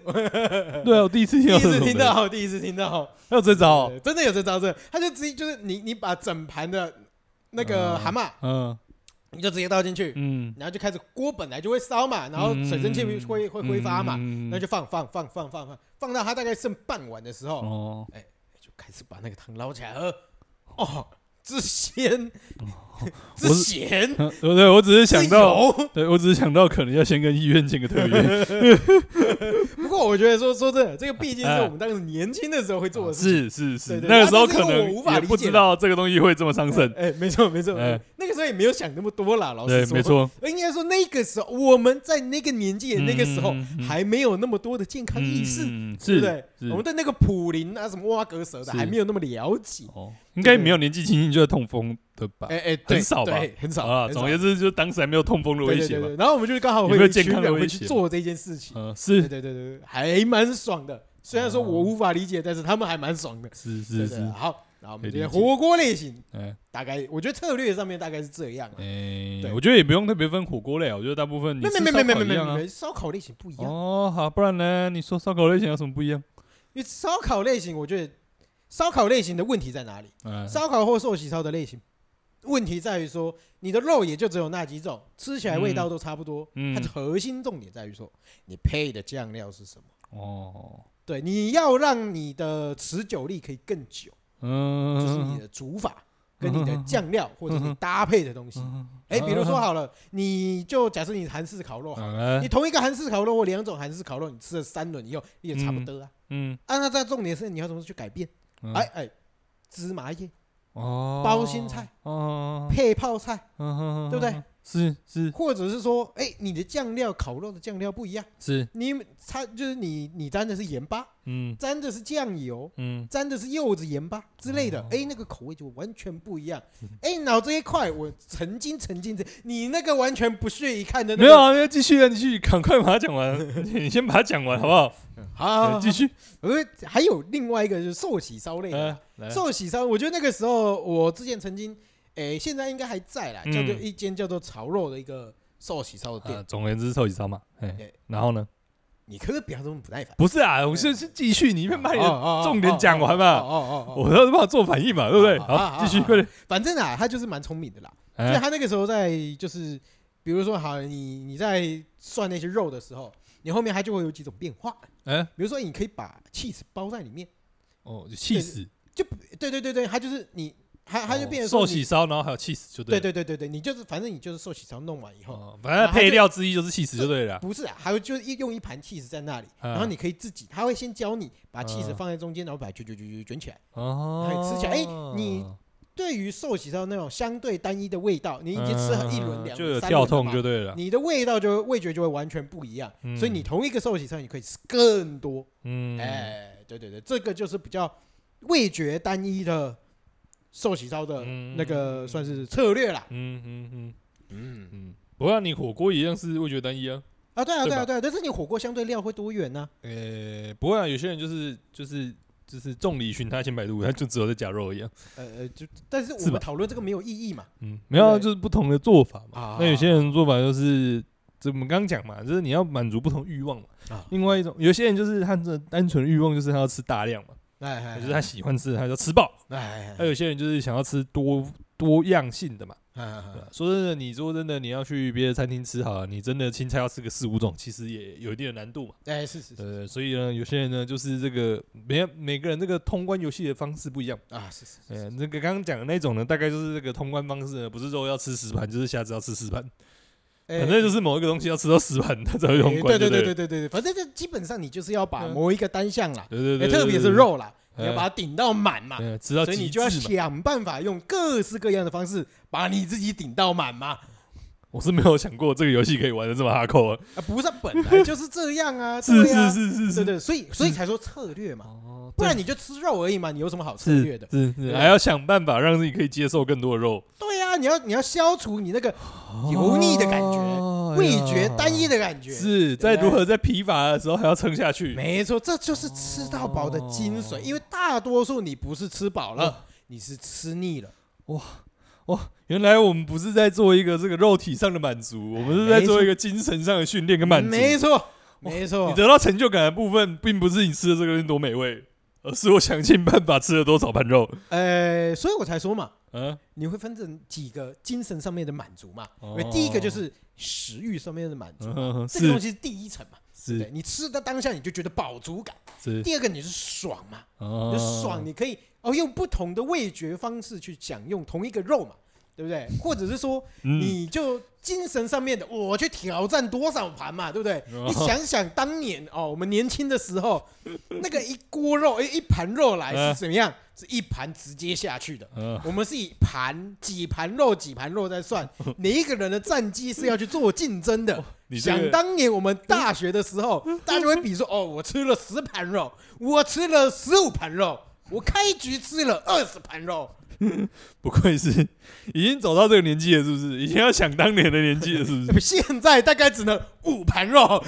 Speaker 2: 对啊，我第一次听
Speaker 1: 第
Speaker 2: 到
Speaker 1: 一
Speaker 2: 这
Speaker 1: 次
Speaker 2: 种
Speaker 1: 听
Speaker 2: 的，
Speaker 1: 到，第一次听到，
Speaker 2: 还有这招哦，
Speaker 1: 对真的有这招，真的，他就直接就是你你把整盘的那个
Speaker 2: 嗯
Speaker 1: 蛤蟆，
Speaker 2: 嗯
Speaker 1: 你就直接倒进去，
Speaker 2: 嗯，
Speaker 1: 然后就开始锅本来就会烧嘛，然后水蒸气
Speaker 2: 嗯
Speaker 1: 会会挥发嘛，
Speaker 2: 嗯
Speaker 1: 那就放放放放放放，放到它大概剩半碗的时候，
Speaker 2: 哦，
Speaker 1: 就开始把那个汤捞起来喝，哦，之鲜，之
Speaker 2: 我是
Speaker 1: 咸，
Speaker 2: 嗯对对，我只是想
Speaker 1: 之
Speaker 2: 到，
Speaker 1: 油
Speaker 2: 对我只是想到可能要先跟医院请个 特约，
Speaker 1: 不过我觉得说说真的，这个毕竟是我们当时年轻的时候会做的事。
Speaker 2: 哎是是
Speaker 1: 对，
Speaker 2: 是
Speaker 1: 对
Speaker 2: 那个
Speaker 1: 啊
Speaker 2: 时候
Speaker 1: 这是
Speaker 2: 可
Speaker 1: 因为
Speaker 2: 能
Speaker 1: 我无法
Speaker 2: 也
Speaker 1: 理
Speaker 2: 不
Speaker 1: 解
Speaker 2: 知
Speaker 1: 的
Speaker 2: 道这个东西会这么伤肾，
Speaker 1: 哎，没错没错，
Speaker 2: 哎
Speaker 1: 哎那个时候也没有想那么多啦，老
Speaker 2: 对
Speaker 1: 实，说，
Speaker 2: 没。错，
Speaker 1: 应该说那个时候，我们在那个年纪的那个时候
Speaker 2: 嗯嗯嗯嗯
Speaker 1: 还没有那么多的健康意识，
Speaker 2: 嗯
Speaker 1: 对
Speaker 2: 是
Speaker 1: 不对？
Speaker 2: 是
Speaker 1: 我们对那个普林啊、什么挖格蛇的
Speaker 2: 是
Speaker 1: 还没有那么了解。
Speaker 2: 哦，应该
Speaker 1: 对
Speaker 2: 没有年纪轻轻就在痛风的吧？
Speaker 1: 哎哎，
Speaker 2: 很
Speaker 1: 对
Speaker 2: 少吧
Speaker 1: 对很少
Speaker 2: 啊，
Speaker 1: 很
Speaker 2: 总
Speaker 1: 少
Speaker 2: 而言之，就当时还没有痛风的
Speaker 1: 对
Speaker 2: 威
Speaker 1: 对
Speaker 2: 胁
Speaker 1: 对
Speaker 2: 嘛。
Speaker 1: 对。然后我们就是刚好
Speaker 2: 有
Speaker 1: 会
Speaker 2: 没有
Speaker 1: 有一群
Speaker 2: 健康的
Speaker 1: 人
Speaker 2: 威
Speaker 1: 会去
Speaker 2: 胁
Speaker 1: 做这件事情，
Speaker 2: 嗯，
Speaker 1: 对
Speaker 2: 是
Speaker 1: 对对对，对还蛮爽的。虽然说我无法理解，但是他们还蛮爽的。啊
Speaker 2: 是
Speaker 1: 对
Speaker 2: 是
Speaker 1: 对
Speaker 2: 是，
Speaker 1: 好，那我
Speaker 2: 可
Speaker 1: 们
Speaker 2: 以
Speaker 1: 今天
Speaker 2: 理解
Speaker 1: 火锅类型
Speaker 2: 哎
Speaker 1: 大概，我觉得策略上面大概是这样啊。
Speaker 2: 哎，
Speaker 1: 对
Speaker 2: 我觉得也不用特别分火锅类啊，我觉得大部分你
Speaker 1: 没没
Speaker 2: 吃
Speaker 1: 没
Speaker 2: 烧
Speaker 1: 没没
Speaker 2: 烤
Speaker 1: 没
Speaker 2: 一样
Speaker 1: 没
Speaker 2: 啊。
Speaker 1: 没，烧烤类型不一样，
Speaker 2: 哦，好，不然呢？你说烧烤类型有什么不一样？
Speaker 1: 因为烧烤类型，我觉得烧烤类型的问题在哪里？
Speaker 2: 嗯，
Speaker 1: 烧烤或寿喜烧的类型，问题在于说你的肉也就只有那几种，吃起来味道都差不多。
Speaker 2: 嗯
Speaker 1: 它的核心重点在于说你配的酱料是什么。
Speaker 2: 哦，
Speaker 1: 对，你要让你的持久力可以更久，
Speaker 2: 嗯，
Speaker 1: 就是你的煮法跟你的酱料或者
Speaker 2: 嗯
Speaker 1: 你
Speaker 2: 哼
Speaker 1: 搭配的东西。
Speaker 2: 嗯
Speaker 1: 哎，比如说，好了，你就假设你韩式烤肉好了，
Speaker 2: 嗯
Speaker 1: 你同一个韩式烤肉或两种韩式烤肉，你吃了三轮以后你也差不多啊。
Speaker 2: 嗯，
Speaker 1: 啊，那在重点是你要怎么去改变？
Speaker 2: 嗯
Speaker 1: 哎，哎，芝麻叶
Speaker 2: 哦，
Speaker 1: 包心菜
Speaker 2: 哦，
Speaker 1: 配泡菜，
Speaker 2: 嗯
Speaker 1: 对不对？
Speaker 2: 是是
Speaker 1: 或者是说，哎，你的酱料烤肉的酱料不一样，
Speaker 2: 是，
Speaker 1: 你它就是你你沾的是盐巴，
Speaker 2: 嗯
Speaker 1: 沾的是酱油，
Speaker 2: 嗯，
Speaker 1: 沾的是柚子盐巴之类的
Speaker 2: 哦，
Speaker 1: 哎、那个口味就完全不一样。哎、脑这一块我曾经曾经这，你那个完全不屑一看的、那
Speaker 2: 没
Speaker 1: 个，
Speaker 2: 有啊，要继续啊，你去赶快把它讲完， 你先把它讲完好不好？
Speaker 1: 好。好，好
Speaker 2: 对继。续，
Speaker 1: 呃，还有另外一个就是寿喜烧类的
Speaker 2: 嗯
Speaker 1: 啦，，
Speaker 2: 来，
Speaker 1: 寿、喜烧，我觉得那个时候我之前曾经，哎、现在应该还在啦，
Speaker 2: 嗯
Speaker 1: 叫做一间叫做潮肉的一个寿喜烧的店。
Speaker 2: 啊，总而言之，寿喜烧嘛，哎
Speaker 1: 哎，
Speaker 2: 然后呢？
Speaker 1: 你可不可以不要这么不耐烦？
Speaker 2: 不是啊，我是是继续，你
Speaker 1: 你
Speaker 2: 先把你的重点讲完
Speaker 1: 哦
Speaker 2: 嘛，
Speaker 1: 哦啊哦哦，
Speaker 2: 我要是怕做反应嘛，对不对？
Speaker 1: 好好好
Speaker 2: 好，继续，
Speaker 1: 好
Speaker 2: 快点，
Speaker 1: 反正啊，他就是蛮聪明的啦。所以
Speaker 2: 哎，
Speaker 1: 他那个时候在就是，比如说好，你你在涮那些肉的时候，你后面它就会有几种变化，
Speaker 2: 哎，
Speaker 1: 比如说你可以把 cheese 包在里面，
Speaker 2: 哦，就气死，
Speaker 1: 就对对对对，它就是你它它就变
Speaker 2: 哦
Speaker 1: 成说
Speaker 2: 寿
Speaker 1: 你
Speaker 2: 喜，烧，然后还有气死，就
Speaker 1: 对
Speaker 2: 对
Speaker 1: 对对对对，你就是反正你就是寿喜烧弄完以后，
Speaker 2: 哦，反正配料之一就是气死，
Speaker 1: 然
Speaker 2: 就
Speaker 1: 后
Speaker 2: 对了啊。
Speaker 1: 不是啊，还有就是一用一盘 cheese 在那里，
Speaker 2: 嗯
Speaker 1: 然后你可以自己，他会先教你把
Speaker 2: 嗯
Speaker 1: cheese 放在中间，然后把它卷卷卷卷卷起来。
Speaker 2: 哦，
Speaker 1: 吃起来哎你对于寿喜烧那种相对单一的味道，你
Speaker 2: 你
Speaker 1: 已经吃了一轮、两
Speaker 2: 嗯就有
Speaker 1: 轮、三
Speaker 2: 跳
Speaker 1: 轮了
Speaker 2: 痛就
Speaker 1: 嘛，
Speaker 2: 对了。
Speaker 1: 你的味道就味觉就会完全不一样。
Speaker 2: 嗯
Speaker 1: 所以你同一个寿喜烧，你可以吃更多。
Speaker 2: 嗯，
Speaker 1: 哎、对对对，这个就是比较味觉单一的寿喜烧的
Speaker 2: 嗯
Speaker 1: 那个算是策略啦。
Speaker 2: 嗯嗯嗯
Speaker 1: 嗯
Speaker 2: 嗯，不过你火锅一样是味觉单一啊。
Speaker 1: 啊，对啊，
Speaker 2: 对
Speaker 1: 对
Speaker 2: 吧
Speaker 1: 啊，对啊，但是你火锅相对料会多元呢、
Speaker 2: 呃，不过啊，有些人就是就是就是众里寻他千百度，他就只有在夹肉一样。
Speaker 1: 呃呃，就但是我
Speaker 2: 是吧
Speaker 1: 们讨论这个没有意义嘛。
Speaker 2: 嗯，没有啊，
Speaker 1: 对
Speaker 2: 就是不同的做法嘛
Speaker 1: 啊。
Speaker 2: 那有些人做法就是。这我们刚刚讲嘛，就是你要满足不同欲望嘛。
Speaker 1: 啊，
Speaker 2: 另外一种，有些人就是他的单纯欲望就是他要吃大量嘛，
Speaker 1: 哎哎，
Speaker 2: 就是他喜欢吃的他就吃饱。
Speaker 1: 哎哎
Speaker 2: 那有些人就是想要吃多多样性的嘛，
Speaker 1: 哎
Speaker 2: 对啊
Speaker 1: 哎，
Speaker 2: 说真的，你说真的，你要去别的餐厅吃好了，你真的青菜要吃个四五种，其实也有一定的难度嘛。
Speaker 1: 哎，是是是
Speaker 2: 呃，所以呢，有些人呢，就是这个每每个人这个通关游戏的方式不一样。
Speaker 1: 啊，是是
Speaker 2: 呃，那个刚刚讲的那种呢，大概就是这个通关方式呢，不是说要吃十盘，就是虾子要吃十盘。
Speaker 1: 哎
Speaker 2: 反正就是某一个东西要吃到死板，它才会
Speaker 1: 哎
Speaker 2: 通关，
Speaker 1: 对对
Speaker 2: 对
Speaker 1: 对对对对，反正这基本上你就是要把
Speaker 2: 嗯
Speaker 1: 某一个单项啦，
Speaker 2: 对对
Speaker 1: 哎
Speaker 2: 对，
Speaker 1: 特别是，肉啦，
Speaker 2: 哎
Speaker 1: 你要把它顶到满嘛，
Speaker 2: 对，吃到
Speaker 1: 所以你
Speaker 2: 极致
Speaker 1: 就要
Speaker 2: 嘛。
Speaker 1: 想办法用各式各样的方式把你自己顶到满嘛。
Speaker 2: 我是没有想过这个游戏可以玩的这么哈扣啊，
Speaker 1: 啊，不是本来就是这样啊，
Speaker 2: 是
Speaker 1: 对啊
Speaker 2: 是是是
Speaker 1: 对
Speaker 2: 是，
Speaker 1: 对，所以所以才说策略嘛，
Speaker 2: 哦，
Speaker 1: 不然你就吃肉而已嘛，你有什么好策
Speaker 2: 是
Speaker 1: 略的？
Speaker 2: 是
Speaker 1: 对
Speaker 2: 是，
Speaker 1: 啊
Speaker 2: 还要想办法让自己可以接受更多的肉，
Speaker 1: 对啊，你要你要消除你那个油腻的感觉
Speaker 2: 哦
Speaker 1: 味觉单一
Speaker 2: 的
Speaker 1: 的感觉，
Speaker 2: 是
Speaker 1: 对
Speaker 2: 在
Speaker 1: 不对
Speaker 2: 如何在疲乏的时候还要撑下去，
Speaker 1: 没错，这就是吃到饱的精髓。
Speaker 2: 哦
Speaker 1: 因为大多数你不是吃饱了，你是吃腻了。
Speaker 2: 原来我们不是在做一个这个肉体上的满足，我们是在做一个精神上的训练跟满足。
Speaker 1: 没错，没错
Speaker 2: 哦你，得到成就感的部分，并不是你吃的这个东西多美味，而是我想尽办法吃了多少盘肉。
Speaker 1: 呃，所以我才说嘛，
Speaker 2: 嗯、
Speaker 1: 你会分成几个精神上面的满足嘛？因
Speaker 2: 哦
Speaker 1: 为第一个就是食欲上面的满足，
Speaker 2: 嗯
Speaker 1: 这个东
Speaker 2: 是
Speaker 1: 西是第一层嘛。对
Speaker 2: 是
Speaker 1: 你吃的当下你就觉得饱足感，
Speaker 2: 是，
Speaker 1: 第二个你是爽嘛，
Speaker 2: 哦
Speaker 1: 你就爽，你可以哦用不同的味觉方式去享用同一个肉嘛，对不对？或者是说
Speaker 2: 嗯
Speaker 1: 你就精神上面的，我去挑战多少盘嘛，对不对？
Speaker 2: 哦
Speaker 1: 你想想当年哦，我们年轻的时候，那个一锅肉，哎一盘肉来
Speaker 2: 嗯
Speaker 1: 是怎么样？是一盘直接下去的。
Speaker 2: 嗯
Speaker 1: 我们是以盘几盘肉几盘肉在 算，每一个人的战绩是要去做竞争的。
Speaker 2: 哦你这
Speaker 1: 想
Speaker 2: 个
Speaker 1: 当年我们大学的时候，大家就会比说：“哦，我吃了十盘肉，我吃了十五盘肉，我开局吃了二十盘肉。
Speaker 2: 不愧是已经走到这个年纪了，是不是？已经要想当年的年纪了，是 不是？
Speaker 1: 现在大概只能五盘肉。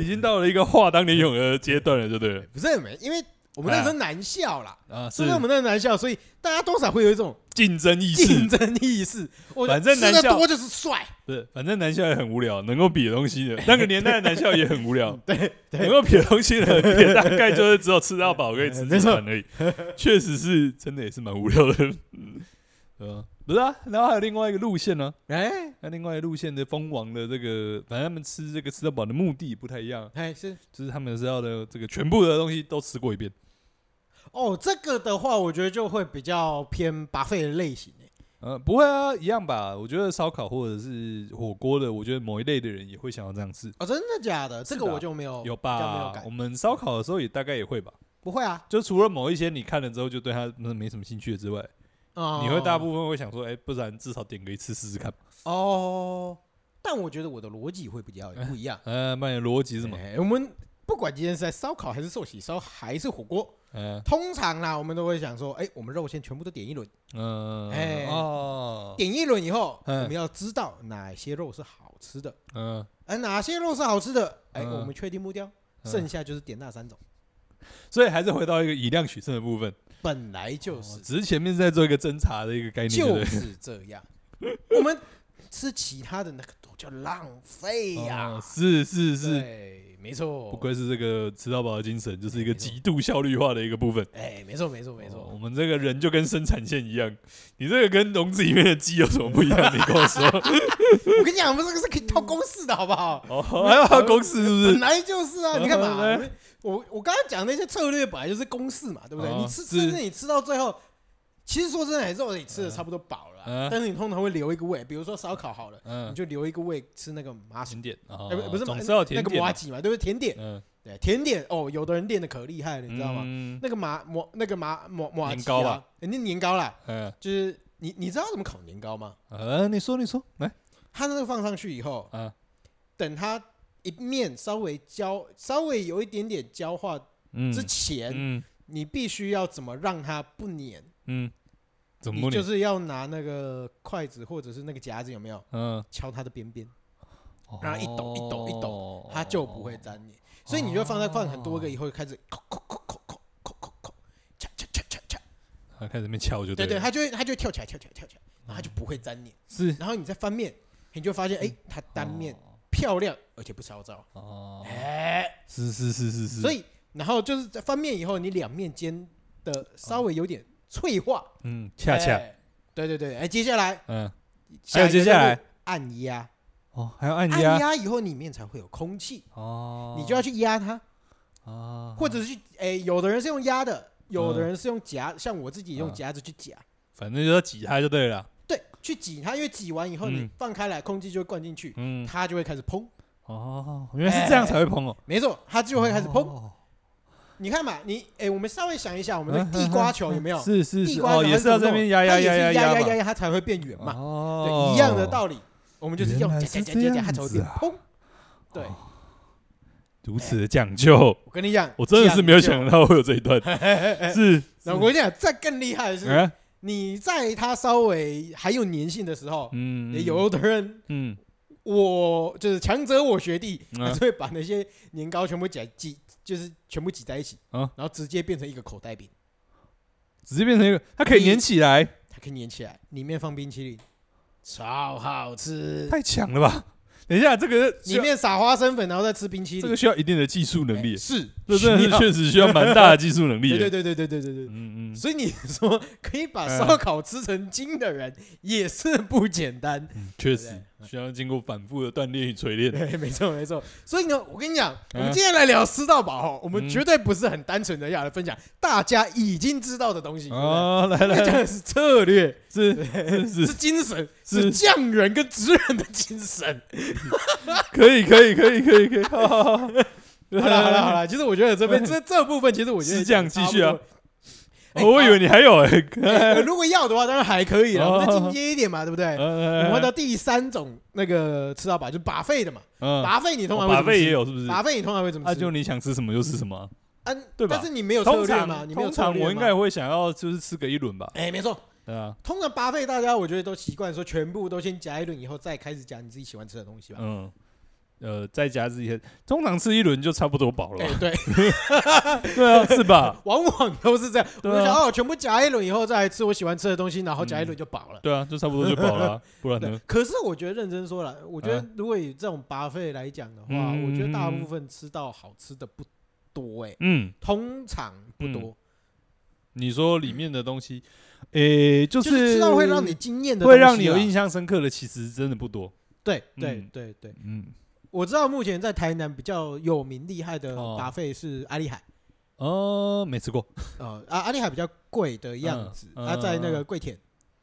Speaker 2: 已经到了一个话当年勇的阶段了，对不对？”
Speaker 1: 不是没，因为我们那时
Speaker 2: 哎
Speaker 1: 候男校啦，
Speaker 2: 啊，
Speaker 1: 是因为我们那时候男校，所以大家多少会有一种
Speaker 2: 竞争意识
Speaker 1: 竞，争意识。我
Speaker 2: 反正
Speaker 1: 吃
Speaker 2: 男
Speaker 1: 的
Speaker 2: 校
Speaker 1: 多就是帅，
Speaker 2: 对，反正男校也很无聊，能够比的东西的，那个年代的男校也很无聊，
Speaker 1: 对
Speaker 2: 能够比的东西的，也大概就是只有吃到饱可以吃
Speaker 1: 没
Speaker 2: 几
Speaker 1: 错
Speaker 2: 餐而已，确实是真的也是蛮无 聊的，嗯对吧？不是啊，然后还有另外一个路线呢、
Speaker 1: 哎
Speaker 2: 那另外一个路线的蜂王的这个，反正他们吃这个吃到饱的目的不太一样，
Speaker 1: 哎是
Speaker 2: 就是他们是要的这个全部的东西都吃过一遍，
Speaker 1: 哦，这个的话，我觉得就会比较偏拔费类型欸
Speaker 2: 呃，不会啊，一样吧？我觉得烧烤或者是火锅的，我觉得某一类的人也会想要这样吃，
Speaker 1: 哦，真的假的？这个我就没有
Speaker 2: 有
Speaker 1: 哦比较没有
Speaker 2: 吧？
Speaker 1: 感
Speaker 2: 我们烧烤的时候也大概也会吧。
Speaker 1: 不会啊，
Speaker 2: 就除了某一些你看了之后就对他那没什么兴趣的之外，
Speaker 1: 哦
Speaker 2: 你会大部分会想说，哎，不然至少点个一次试试看。
Speaker 1: 哦，但我觉得我的逻辑会比较不一样。
Speaker 2: 呃，那你的逻辑 是什么？
Speaker 1: 哎我们不管今天是在烧烤还是寿喜烧还是火锅，
Speaker 2: 嗯
Speaker 1: 通常啦，我们都会想说，哎，我们肉先全部都点一轮，
Speaker 2: 嗯
Speaker 1: 哎
Speaker 2: 哦
Speaker 1: 点一轮以后，我
Speaker 2: 嗯
Speaker 1: 们要知道哪些肉是好吃的，
Speaker 2: 嗯，
Speaker 1: 而哪些肉是好吃的，哎，
Speaker 2: 嗯
Speaker 1: 我们确定目标，
Speaker 2: 嗯
Speaker 1: 剩下就是点那三种，
Speaker 2: 所以还是回到一个以量取胜的部分，
Speaker 1: 本来就是
Speaker 2: 哦只是前面是在做一个侦查的一个概念，对
Speaker 1: 就
Speaker 2: 不对？
Speaker 1: 是这样， 我们吃其他的那个都叫浪费呀
Speaker 2: 哦， 是是是，
Speaker 1: 对，没错，
Speaker 2: 不愧是这个吃到饱的精神，就是一个
Speaker 1: 没错
Speaker 2: 极度效率化的一个部分。
Speaker 1: 哎，没错，没错，没
Speaker 2: 哦
Speaker 1: 错
Speaker 2: 我。们这个人就跟生产线一样，你这个跟笼子里面的鸡有什么不一样？你跟我说，
Speaker 1: 我跟你讲，我们这个是可以套公式的，好不好？
Speaker 2: 哦，还有还有公式是不是
Speaker 1: 本？来就是 啊，你看嘛，我
Speaker 2: 嗯
Speaker 1: 们我我刚刚讲那些策略本来就是公式嘛，对不对？
Speaker 2: 哦
Speaker 1: 你吃，
Speaker 2: 是
Speaker 1: 甚至你吃到最后，其实说真的，肉你吃的差不多饱了啊
Speaker 2: 嗯，
Speaker 1: 但是你通常会留一个胃，比如说烧烤好了，
Speaker 2: 嗯
Speaker 1: 你，就留一个胃吃那个麻薯
Speaker 2: 甜，点啊
Speaker 1: 哎，不不是麻
Speaker 2: 总是要
Speaker 1: 那
Speaker 2: 甜
Speaker 1: 个
Speaker 2: 点
Speaker 1: 麻
Speaker 2: 嘛，
Speaker 1: 吉嘛，对不对？甜点，
Speaker 2: 嗯，
Speaker 1: 对，甜点哦，有的人练的可厉害了，你知道吗？
Speaker 2: 吗？
Speaker 1: 那个麻麻那个麻麻麻
Speaker 2: 嗯年糕吧，
Speaker 1: 吉啊那年糕啦，
Speaker 2: 嗯，
Speaker 1: 就是你你知道怎么烤年糕吗？
Speaker 2: 呃，你说你说，来，
Speaker 1: 它那个放上去以后，
Speaker 2: 啊，
Speaker 1: 等它一面稍微焦，稍微有一点点焦化
Speaker 2: 嗯
Speaker 1: 之前，
Speaker 2: 嗯
Speaker 1: 你必须要怎么让它不粘？
Speaker 2: 嗯，怎么
Speaker 1: 你
Speaker 2: 不
Speaker 1: 就
Speaker 2: 粘？
Speaker 1: 是要拿那个筷子或者是那个夹子，有没有
Speaker 2: 嗯，
Speaker 1: 敲它的边边，让
Speaker 2: 然
Speaker 1: 它
Speaker 2: 后
Speaker 1: 一抖一抖一抖，
Speaker 2: 哦
Speaker 1: 它就不会粘黏。所以你就放在放很多个以后，开始扣扣扣扣扣扣扣扣，恰恰恰恰恰，
Speaker 2: 它开始变翘就
Speaker 1: 对对，
Speaker 2: 对了，
Speaker 1: 它就会它就会跳起来，跳起来，跳起来，然后它就不会粘黏。
Speaker 2: 是
Speaker 1: 然后你再翻面，你就发现哎，它单面漂亮而且不烧焦，
Speaker 2: 哦，
Speaker 1: 哎。
Speaker 2: 是是是是是，
Speaker 1: 所以然后就是在翻面以后，你两面煎的稍微有点脆化，
Speaker 2: 嗯，恰恰，
Speaker 1: 哎对对对，哎，接下来
Speaker 2: 嗯，
Speaker 1: 下一个
Speaker 2: 接下来
Speaker 1: 任务按压，
Speaker 2: 哦，还要按
Speaker 1: 按
Speaker 2: 压，
Speaker 1: 压以后里面才会有空气，
Speaker 2: 哦，
Speaker 1: 你就要去压它，
Speaker 2: 啊，
Speaker 1: 或者是去哎，有的人是用压的，有的人是用夹，像我自己用
Speaker 2: 嗯
Speaker 1: 夹子去夹，
Speaker 2: 反正就要挤它就对了，
Speaker 1: 对，去挤它，因为挤完以后你
Speaker 2: 嗯
Speaker 1: 放开来，空气就会灌进去，
Speaker 2: 嗯，
Speaker 1: 它就会开始砰。
Speaker 2: 哦，原来是这样才会碰哦，
Speaker 1: 没错，它就会开始砰。
Speaker 2: 哦，
Speaker 1: 你看嘛，你哎，我们稍微想一下，我们的地瓜球有没有？
Speaker 2: 是是
Speaker 1: 地
Speaker 2: 是，
Speaker 1: 瓜球
Speaker 2: 哦，也
Speaker 1: 它
Speaker 2: 是
Speaker 1: 怎
Speaker 2: 要
Speaker 1: 么
Speaker 2: 这
Speaker 1: 弄
Speaker 2: 边压
Speaker 1: 它
Speaker 2: 压
Speaker 1: 也是
Speaker 2: 压压
Speaker 1: 压压
Speaker 2: 嘛，
Speaker 1: 压，它才会变圆嘛。
Speaker 2: 哦
Speaker 1: 对，一样的道理，我们就是用
Speaker 2: 原来
Speaker 1: 夹
Speaker 2: 是
Speaker 1: 夹夹夹
Speaker 2: 这
Speaker 1: 夹，
Speaker 2: 样
Speaker 1: 它才会
Speaker 2: 子
Speaker 1: 变
Speaker 2: 啊哦
Speaker 1: 砰。对，
Speaker 2: 如此的讲究，
Speaker 1: 我跟你讲，
Speaker 2: 我真的是没有
Speaker 1: 讲究。
Speaker 2: 想到会有这一段，是，
Speaker 1: 那我跟你讲，这更厉害的是，
Speaker 2: 啊，
Speaker 1: 你在它稍微还有粘性的时候，
Speaker 2: 嗯，嗯，
Speaker 1: 有的人
Speaker 2: 嗯，
Speaker 1: 我就是强者我学弟，
Speaker 2: 嗯
Speaker 1: 还是会把那些年糕全部挤挤，就是全部挤在一起，
Speaker 2: 啊
Speaker 1: 然后直接变成一个口袋饼，
Speaker 2: 直接变成一个，它可以粘起来，
Speaker 1: 它可以粘起来，里面放冰淇淋，超好吃。
Speaker 2: 太强了吧？等一下，这个
Speaker 1: 里
Speaker 2: 需要
Speaker 1: 面撒花生粉，然后再吃冰淇
Speaker 2: 啊这
Speaker 1: 淋
Speaker 2: 个，需要一定的技术能力
Speaker 1: 哎，是，
Speaker 2: 这真的
Speaker 1: 需
Speaker 2: 是
Speaker 1: 要
Speaker 2: 确实需要蛮大的技术能力
Speaker 1: 对
Speaker 2: 的。
Speaker 1: 对对对对对对对。
Speaker 2: 嗯嗯，哎
Speaker 1: 所以你说可以把烧烤吃成精的人也是不简单，
Speaker 2: 确
Speaker 1: 对
Speaker 2: 实需要经过反复的锻炼与锤炼。
Speaker 1: 对，没错没错。所以呢，我跟你讲，我们今天来聊吃到饱哦，我们
Speaker 2: 嗯
Speaker 1: 绝对不是很单纯的要来分享大家已经知道的东西，对不对
Speaker 2: 哦，来
Speaker 1: 我们讲
Speaker 2: 来，
Speaker 1: 的是策略，
Speaker 2: 是是
Speaker 1: 是
Speaker 2: 是，
Speaker 1: 精神，
Speaker 2: 是
Speaker 1: 是匠人跟职人的精神。
Speaker 2: 可以可以可以可以可以，好好好，好
Speaker 1: 好了好了好了，其实我觉得这 边这这部分，其实我觉得
Speaker 2: 是这样继续啊
Speaker 1: 差不多。哎
Speaker 2: 哦我以为你还有哎，
Speaker 1: 呃 如果要的话，当然还可以了，
Speaker 2: 哦
Speaker 1: 我们
Speaker 2: 呃
Speaker 1: 再进阶一点嘛，对不对？我们
Speaker 2: 我
Speaker 1: 换到第三种那个吃到饱，就是把费的嘛。
Speaker 2: 把
Speaker 1: 把费你通常会
Speaker 2: 把
Speaker 1: 怎么吃
Speaker 2: 哦费也有是不是？
Speaker 1: 把费你通常会怎么
Speaker 2: 啊，
Speaker 1: 吃？
Speaker 2: 就你想吃什么就吃什么啊。
Speaker 1: 嗯，
Speaker 2: 对吧
Speaker 1: 但是你没有策
Speaker 2: 通
Speaker 1: 略吗？
Speaker 2: 常
Speaker 1: 你没有
Speaker 2: 通
Speaker 1: 策
Speaker 2: 常
Speaker 1: 略吗
Speaker 2: 我应该会想要就是吃个一轮吧，
Speaker 1: 哎，没错。
Speaker 2: 对啊，
Speaker 1: 通常巴菲大家我觉得都习惯说全部都先夹一轮，以后再开始夹你自己喜欢吃的东西吧。
Speaker 2: 嗯。呃，再加之前，通常吃一轮就差不多饱了
Speaker 1: 哎
Speaker 2: 吧，，
Speaker 1: 对，
Speaker 2: 对啊，是吧？
Speaker 1: 往往都是这样。我
Speaker 2: 对啊
Speaker 1: 就想哦，全部夹一轮以后再来吃我喜欢吃的东西，然后夹一轮就饱了。
Speaker 2: 对啊，就差不多就饱了啊，不然
Speaker 1: 对
Speaker 2: 呢？，
Speaker 1: 可是我觉得认真说了，我觉得
Speaker 2: 哎
Speaker 1: 如果以这种巴菲来讲的话，
Speaker 2: 嗯
Speaker 1: 我觉得大部分吃到好吃的不多，哎，
Speaker 2: 嗯，
Speaker 1: 通常不多，
Speaker 2: 你说里面的东西，诶、就
Speaker 1: 就是
Speaker 2: 是
Speaker 1: 吃到会让你惊艳的东
Speaker 2: 会
Speaker 1: 西啊，
Speaker 2: 让你有印象深刻的，其实真的不多。
Speaker 1: 对对
Speaker 2: 嗯
Speaker 1: 对对，
Speaker 2: 嗯，
Speaker 1: 我知道目前在台南比较有名厉害的
Speaker 2: 哦
Speaker 1: 巴菲是阿里海，
Speaker 2: 哦，没吃过。
Speaker 1: 呃，啊阿里海比较贵的样子，
Speaker 2: 嗯
Speaker 1: 它在那
Speaker 2: 嗯
Speaker 1: 个桂田，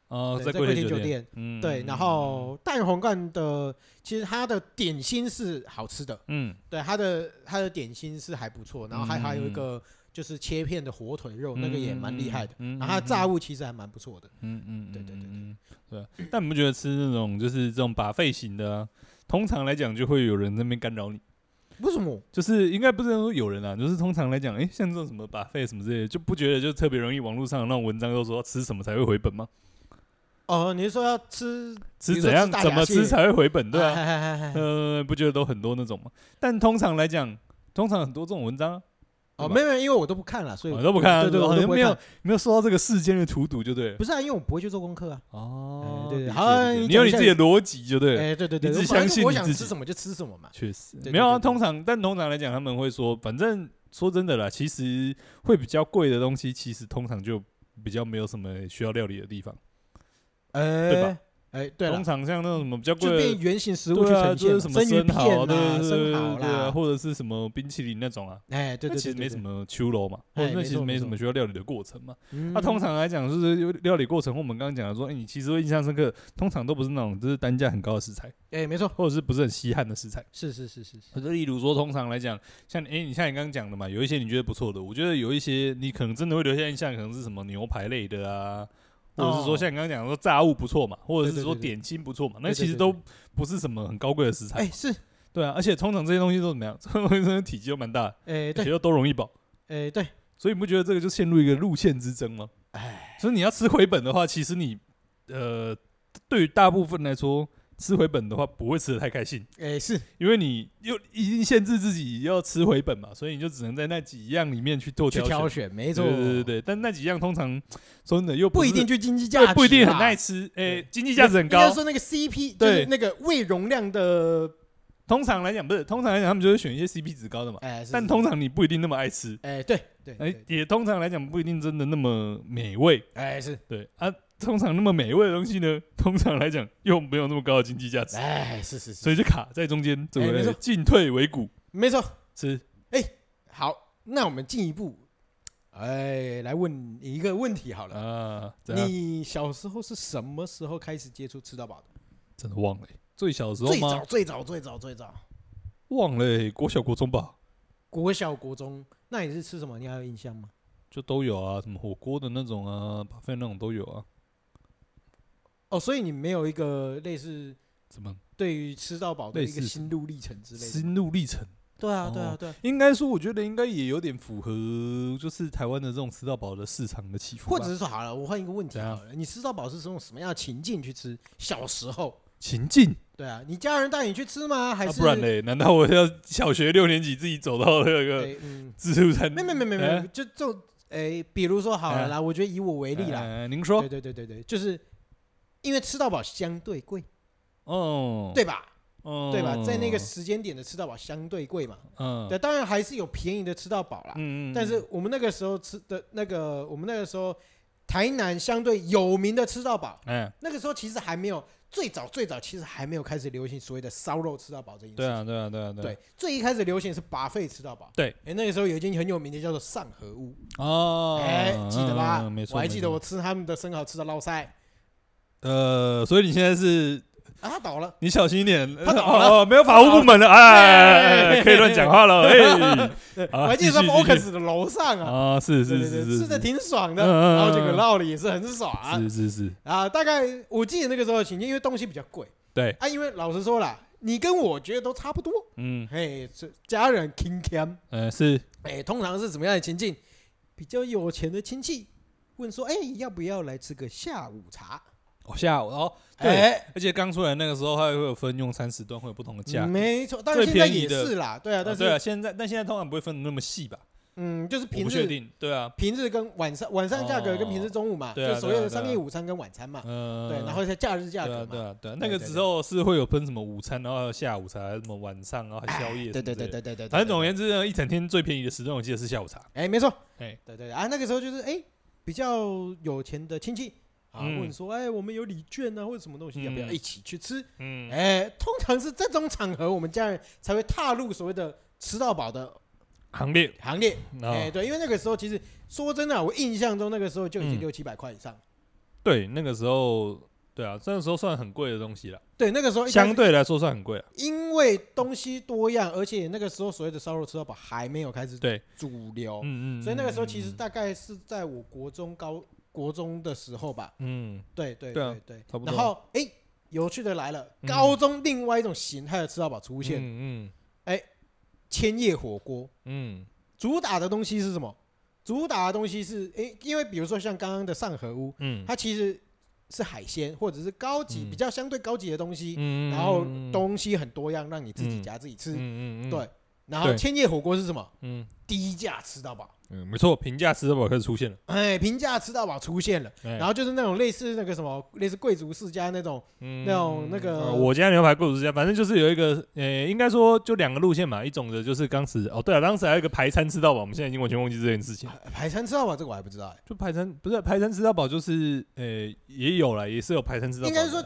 Speaker 2: 哦，
Speaker 1: 对
Speaker 2: 在
Speaker 1: 在
Speaker 2: 贵
Speaker 1: 贵
Speaker 2: 酒
Speaker 1: 酒店，
Speaker 2: 嗯，
Speaker 1: 对，然后蛋黄罐的其实它的点心是好吃的，
Speaker 2: 嗯，
Speaker 1: 对，它的它的点心是还不错，然后还
Speaker 2: 嗯
Speaker 1: 还有一个就是切片的火腿肉，
Speaker 2: 嗯
Speaker 1: 那个也蛮厉害的，
Speaker 2: 嗯
Speaker 1: 然后它的炸，物其实还蛮不错的，
Speaker 2: 嗯嗯，嗯
Speaker 1: 对对对对
Speaker 2: 嗯对啊。但你不觉得吃那种就是这种把费型的啊、通常来讲就会有人在那边干扰你。
Speaker 1: 为什么？
Speaker 2: 就是应该不是说有人啊，就是通常来讲，诶，像这种什么把费什么之类的，就不觉得就特别容易网络上有那种文章都说要吃什么才会回本吗？
Speaker 1: 哦，你是说要吃？
Speaker 2: 吃
Speaker 1: 比如说
Speaker 2: 怎样
Speaker 1: 吃大
Speaker 2: 怎
Speaker 1: 闸
Speaker 2: 么
Speaker 1: 蟹
Speaker 2: 吃才会回本？对啊，
Speaker 1: 啊
Speaker 2: 呃，不觉得都很多那种吗？但通常来讲，通常很多这种文章啊
Speaker 1: 哦，没有，没有因为我都不看了，所以
Speaker 2: 我都不看啊，
Speaker 1: 对对，我
Speaker 2: 好
Speaker 1: 都
Speaker 2: 像
Speaker 1: 不会
Speaker 2: 没有
Speaker 1: 看
Speaker 2: 没有受到这个世间的荼毒，就对了
Speaker 1: 不。是啊，因为我不会去做功课啊。哎
Speaker 2: 哦
Speaker 1: 对对
Speaker 2: 理解
Speaker 1: 好
Speaker 2: 理解
Speaker 1: 你
Speaker 2: 你
Speaker 1: 讲
Speaker 2: 有你
Speaker 1: 一下
Speaker 2: 自己的逻辑，就对了。
Speaker 1: 哎，对对对，
Speaker 2: 你只
Speaker 1: 我反正
Speaker 2: 相信
Speaker 1: 我
Speaker 2: 你
Speaker 1: 想
Speaker 2: 自
Speaker 1: 吃
Speaker 2: 己
Speaker 1: 什么就吃什么嘛。
Speaker 2: 确实
Speaker 1: 对对
Speaker 2: 没有啊，
Speaker 1: 对对
Speaker 2: 通常但通常来讲，他们会说，反正说真的啦，其实会比较贵的东西，其实通常就比较没有什么需要料理的地方。
Speaker 1: 哎，
Speaker 2: 对吧？
Speaker 1: 哎，对
Speaker 2: 通
Speaker 1: 了，
Speaker 2: 常像那种什么比较
Speaker 1: 就
Speaker 2: 贵
Speaker 1: 变
Speaker 2: 的。
Speaker 1: 原型食物去
Speaker 2: 对啊，
Speaker 1: 呈
Speaker 2: 就
Speaker 1: 现
Speaker 2: 是
Speaker 1: 嘛，
Speaker 2: 什么
Speaker 1: 鱼
Speaker 2: 蚝
Speaker 1: 片
Speaker 2: 对
Speaker 1: 啦、
Speaker 2: 对对
Speaker 1: 生蚝
Speaker 2: 对对啊，
Speaker 1: 啦，
Speaker 2: 或者是什么冰淇淋那种啊，
Speaker 1: 哎，对
Speaker 2: 那
Speaker 1: 对，
Speaker 2: 其实没什
Speaker 1: 么。
Speaker 2: 么秋楼嘛，或
Speaker 1: 哎
Speaker 2: 者那
Speaker 1: 没
Speaker 2: 其实
Speaker 1: 错
Speaker 2: 没
Speaker 1: 没
Speaker 2: 什么
Speaker 1: 错
Speaker 2: 需要料理的过程嘛。
Speaker 1: 嗯
Speaker 2: 那、啊通常来讲，就是料理过程，或我们刚刚讲的说，哎、你其实会印象深刻，通常都不是那种就是单价很高的食材，
Speaker 1: 哎，没错，
Speaker 2: 或者是不是很稀罕的食材。
Speaker 1: 是是是是是，
Speaker 2: 就例如说，通常来讲，像哎、你像你刚刚讲的嘛，有一些你觉得不错的，我觉得有一些你可能真的会留下印象，可能是什么牛排类的啊，或者是说
Speaker 1: 哦
Speaker 2: 像你刚刚讲的说炸物不错嘛，或
Speaker 1: 对
Speaker 2: 者是
Speaker 1: 对
Speaker 2: 说
Speaker 1: 对对
Speaker 2: 点心不错嘛，
Speaker 1: 对
Speaker 2: 那
Speaker 1: 对
Speaker 2: 其实
Speaker 1: 对
Speaker 2: 都
Speaker 1: 对
Speaker 2: 不是什么很高贵的食材。
Speaker 1: 哎是，
Speaker 2: 对啊，而且通常这些东西都怎么样？这些东西真的体积又蛮大的，
Speaker 1: 哎
Speaker 2: 而且
Speaker 1: 对，
Speaker 2: 又都容易饱。
Speaker 1: 哎对，
Speaker 2: 所以你不觉得这个就陷入一个路线之争吗？
Speaker 1: 哎，
Speaker 2: 所以你要吃回本的话，其实你呃，对于大部分来说，吃回本的话不会吃的太开心，
Speaker 1: 哎是，
Speaker 2: 因为你又已经限制自己要吃回本嘛，所以你就只能在那几样里面去做
Speaker 1: 去
Speaker 2: 挑选。
Speaker 1: 挑选，没
Speaker 2: 对
Speaker 1: 错，
Speaker 2: 对对对对，但那几样通常说真的又
Speaker 1: 不
Speaker 2: 是
Speaker 1: 一定去经济价
Speaker 2: 对
Speaker 1: 值，啊
Speaker 2: 不一定啊很耐，吃，诶、
Speaker 1: 对
Speaker 2: 经济价值很高
Speaker 1: 要。说那个 CP，就是
Speaker 2: 对
Speaker 1: 那个胃容量的，
Speaker 2: 通常来讲不是，通常来讲他们就会选一些 CP 值高的嘛，
Speaker 1: 哎，是
Speaker 2: 但
Speaker 1: 是
Speaker 2: 通
Speaker 1: 是
Speaker 2: 常你不一定那么爱吃，
Speaker 1: 哎对对，
Speaker 2: 哎、
Speaker 1: 对
Speaker 2: 也通常来讲不一定真的那么美味。
Speaker 1: 哎是，
Speaker 2: 对啊，通常那么美味的东西呢，通常来讲又没有那么高的经济价值，
Speaker 1: 哎是是是，
Speaker 2: 所以就卡在中间，这
Speaker 1: 哎没错
Speaker 2: 个进退维谷
Speaker 1: 没错。
Speaker 2: 是
Speaker 1: 好，那我们进一步，哎，来问你一个问题好了，
Speaker 2: 啊，怎样
Speaker 1: 你小时候是什么时候开始接触吃到饱的？
Speaker 2: 真的忘了欸、最小的时候
Speaker 1: 最早
Speaker 2: 吗？
Speaker 1: 最早最早最早，
Speaker 2: 忘了欸、国小国中吧，
Speaker 1: 国小国中，那你是吃什么？你还有印象吗？
Speaker 2: 就都有啊，什么火锅的那种啊，巴菲那种都有啊。
Speaker 1: 哦，所以你没有一个类似
Speaker 2: 怎么
Speaker 1: 对于吃到饱的一
Speaker 2: 类
Speaker 1: 个
Speaker 2: 似
Speaker 1: 心路历程之类的。
Speaker 2: 心路历程？
Speaker 1: 对啊，对啊，
Speaker 2: 哦
Speaker 1: 对啊。
Speaker 2: 应该说，我觉得应该也有点符合，就是台湾的这种吃到饱的市场的起伏吧，
Speaker 1: 或者是说好了，我换一个问题
Speaker 2: 怎样
Speaker 1: 好了，你吃到饱是用什么样的情境去吃？小时候，
Speaker 2: 情境。
Speaker 1: 对啊，你家人带你去吃吗？还
Speaker 2: 啊、
Speaker 1: 是、
Speaker 2: 不然嘞？难道我要小学六年级自己走到那个
Speaker 1: 哎？嗯，
Speaker 2: 自助餐？
Speaker 1: 没没没没
Speaker 2: 哎
Speaker 1: 没，就就哎，比如说好了
Speaker 2: 哎
Speaker 1: 啦，我觉得以我为例啦，
Speaker 2: 哎您
Speaker 1: 对
Speaker 2: 说，
Speaker 1: 对对对对，就是因为吃到饱相对贵，
Speaker 2: 哦，
Speaker 1: 对吧？
Speaker 2: 哦，
Speaker 1: 对吧？在那个时间点的吃到饱相对贵嘛，
Speaker 2: 嗯，
Speaker 1: 对，当然还是有便宜的吃到饱啦，
Speaker 2: 嗯，嗯，
Speaker 1: 但是我们那个时候吃的那个，我们那个时候台南相对有名的吃到饱，
Speaker 2: 哎，
Speaker 1: 那个时候其实还没有最早最早其实还没有开始流行所谓的烧肉吃到饱这件事情。
Speaker 2: 对啊，对啊，对啊，
Speaker 1: 对，最一开始流行是拔费吃到饱。
Speaker 2: 对，
Speaker 1: 哎，那个时候有一间很有名的叫做上河屋，
Speaker 2: 哦，
Speaker 1: 哎，记得吧？
Speaker 2: 嗯没错，
Speaker 1: 我还记得
Speaker 2: 没
Speaker 1: 我
Speaker 2: 错。
Speaker 1: 吃他们的生蚝吃到落腮，
Speaker 2: 呃，所以你现在是，
Speaker 1: 啊，他倒了。
Speaker 2: 你小心一点，
Speaker 1: 他倒了
Speaker 2: 哦，哦没有法务部门了，哎，
Speaker 1: 哎
Speaker 2: 可以乱讲话了， 哎，
Speaker 1: 我还记得
Speaker 2: 继
Speaker 1: 在
Speaker 2: 续继续
Speaker 1: Focus 的楼上啊，
Speaker 2: 啊，
Speaker 1: 对
Speaker 2: 是是
Speaker 1: 对
Speaker 2: 是
Speaker 1: 对，
Speaker 2: 是，
Speaker 1: 吃的挺爽的，
Speaker 2: 嗯嗯嗯
Speaker 1: 然后这个绕的也是很爽啊。
Speaker 2: 是是是，
Speaker 1: 啊，大概我记得那个时候的情境，因为东西比较贵
Speaker 2: 对，
Speaker 1: 啊，因为老实说啦，你跟我觉得都差不多，
Speaker 2: 嗯，
Speaker 1: 嘿，这家人 king cam，
Speaker 2: 呃，是，
Speaker 1: 哎，通常是怎么样的情境？比较有钱的亲戚问说，哎，要不要来吃个下午茶？
Speaker 2: 哦，下午哦，对，
Speaker 1: 哎，
Speaker 2: 而且刚出来那个时候，它会有分用餐时段，会有不同的价格。
Speaker 1: 没错，当然现在也是啦，对啊，
Speaker 2: 啊
Speaker 1: 但
Speaker 2: 对啊，
Speaker 1: 是
Speaker 2: 现在但现在通常不会分得那么细吧？
Speaker 1: 嗯，就是
Speaker 2: 我
Speaker 1: 平
Speaker 2: 不确
Speaker 1: 日
Speaker 2: 定，对啊，
Speaker 1: 平日跟晚上晚上价格跟平日中午嘛，
Speaker 2: 哦对啊
Speaker 1: 就所谓
Speaker 2: 对
Speaker 1: 的
Speaker 2: 啊对啊
Speaker 1: 商业午餐跟晚餐嘛，
Speaker 2: 嗯，
Speaker 1: 对，然后在假日价
Speaker 2: 对
Speaker 1: 格
Speaker 2: 啊，对
Speaker 1: 嘛，
Speaker 2: 啊，对啊，
Speaker 1: 对
Speaker 2: 那个
Speaker 1: 对
Speaker 2: 时候是会有分什么午餐，然后还有下午茶，还有什么晚上，然后还宵夜，
Speaker 1: 对对对，对对对，
Speaker 2: 反正总而言之呢，一整天最便宜的时段，我记得是下午茶。
Speaker 1: 哎，没错，
Speaker 2: 哎，
Speaker 1: 对对对啊，那个时候就是哎、比较有钱的亲戚啊，
Speaker 2: 嗯
Speaker 1: 问说，哎、我们有礼券啊，或者什么东西，
Speaker 2: 嗯
Speaker 1: 要不要一起去吃？
Speaker 2: 嗯，
Speaker 1: 哎、通常是这种场合，我们家人才会踏入所谓的吃到饱的
Speaker 2: 行列，
Speaker 1: 行列。哎、
Speaker 2: 啊，
Speaker 1: 对，因为那个时候其实说真的啊、我印象中那个时候就已经
Speaker 2: 嗯
Speaker 1: 六七百块以上。
Speaker 2: 对，那个时候，对啊，那个时候算很贵的东西了，
Speaker 1: 对，那个时候一开始
Speaker 2: 相，对来说算很贵了。
Speaker 1: 因为东西多样，而且那个时候所谓的烧肉吃到饱还没有开始
Speaker 2: 对，
Speaker 1: 主流，
Speaker 2: 嗯嗯，
Speaker 1: 所以那个时候其实
Speaker 2: 嗯，
Speaker 1: 大概是在我国中高国中的时候吧。
Speaker 2: 嗯，
Speaker 1: 对对
Speaker 2: 对啊
Speaker 1: 对对，
Speaker 2: 差不
Speaker 1: 然
Speaker 2: 多
Speaker 1: 后哎、诶有趣的来了，
Speaker 2: 嗯
Speaker 1: 高中另外一种形态的吃到饱出
Speaker 2: 无
Speaker 1: 现，
Speaker 2: 嗯
Speaker 1: 千叶火锅
Speaker 2: 嗯
Speaker 1: 主打的东西是什么？主打的东西是哎、诶因为比如说像刚刚的上河屋，
Speaker 2: 嗯
Speaker 1: 它其实是海鲜或者是高级、
Speaker 2: 嗯
Speaker 1: 比较相对高级的东西，
Speaker 2: 嗯，
Speaker 1: 然后
Speaker 2: 嗯，
Speaker 1: 东西很多样，让你自己
Speaker 2: 嗯
Speaker 1: 夹自己吃。
Speaker 2: 嗯嗯嗯，
Speaker 1: 对，然后
Speaker 2: 对
Speaker 1: 千叶火锅是什么？
Speaker 2: 嗯
Speaker 1: 低价吃到饱，
Speaker 2: 嗯，没错，平价吃到饱开始出现了。
Speaker 1: 哎，平价吃到饱出现了，
Speaker 2: 哎
Speaker 1: 然后就是那种类似那个什么，类似贵族世家那种，
Speaker 2: 嗯
Speaker 1: 那种那个
Speaker 2: 呃我家牛排贵族之家，反正就是有一个，呃、应该说就两个路线嘛，一种的就是当时哦，对了、当时还有一个排餐吃到饱，我们现在已经完全忘记这件事情了。
Speaker 1: 哎海参吃到饱这个我还不知道哎、
Speaker 2: 就排餐不是排餐吃到饱，就是呃、也有了，也是有排餐吃到饱
Speaker 1: 应
Speaker 2: 的。
Speaker 1: 该说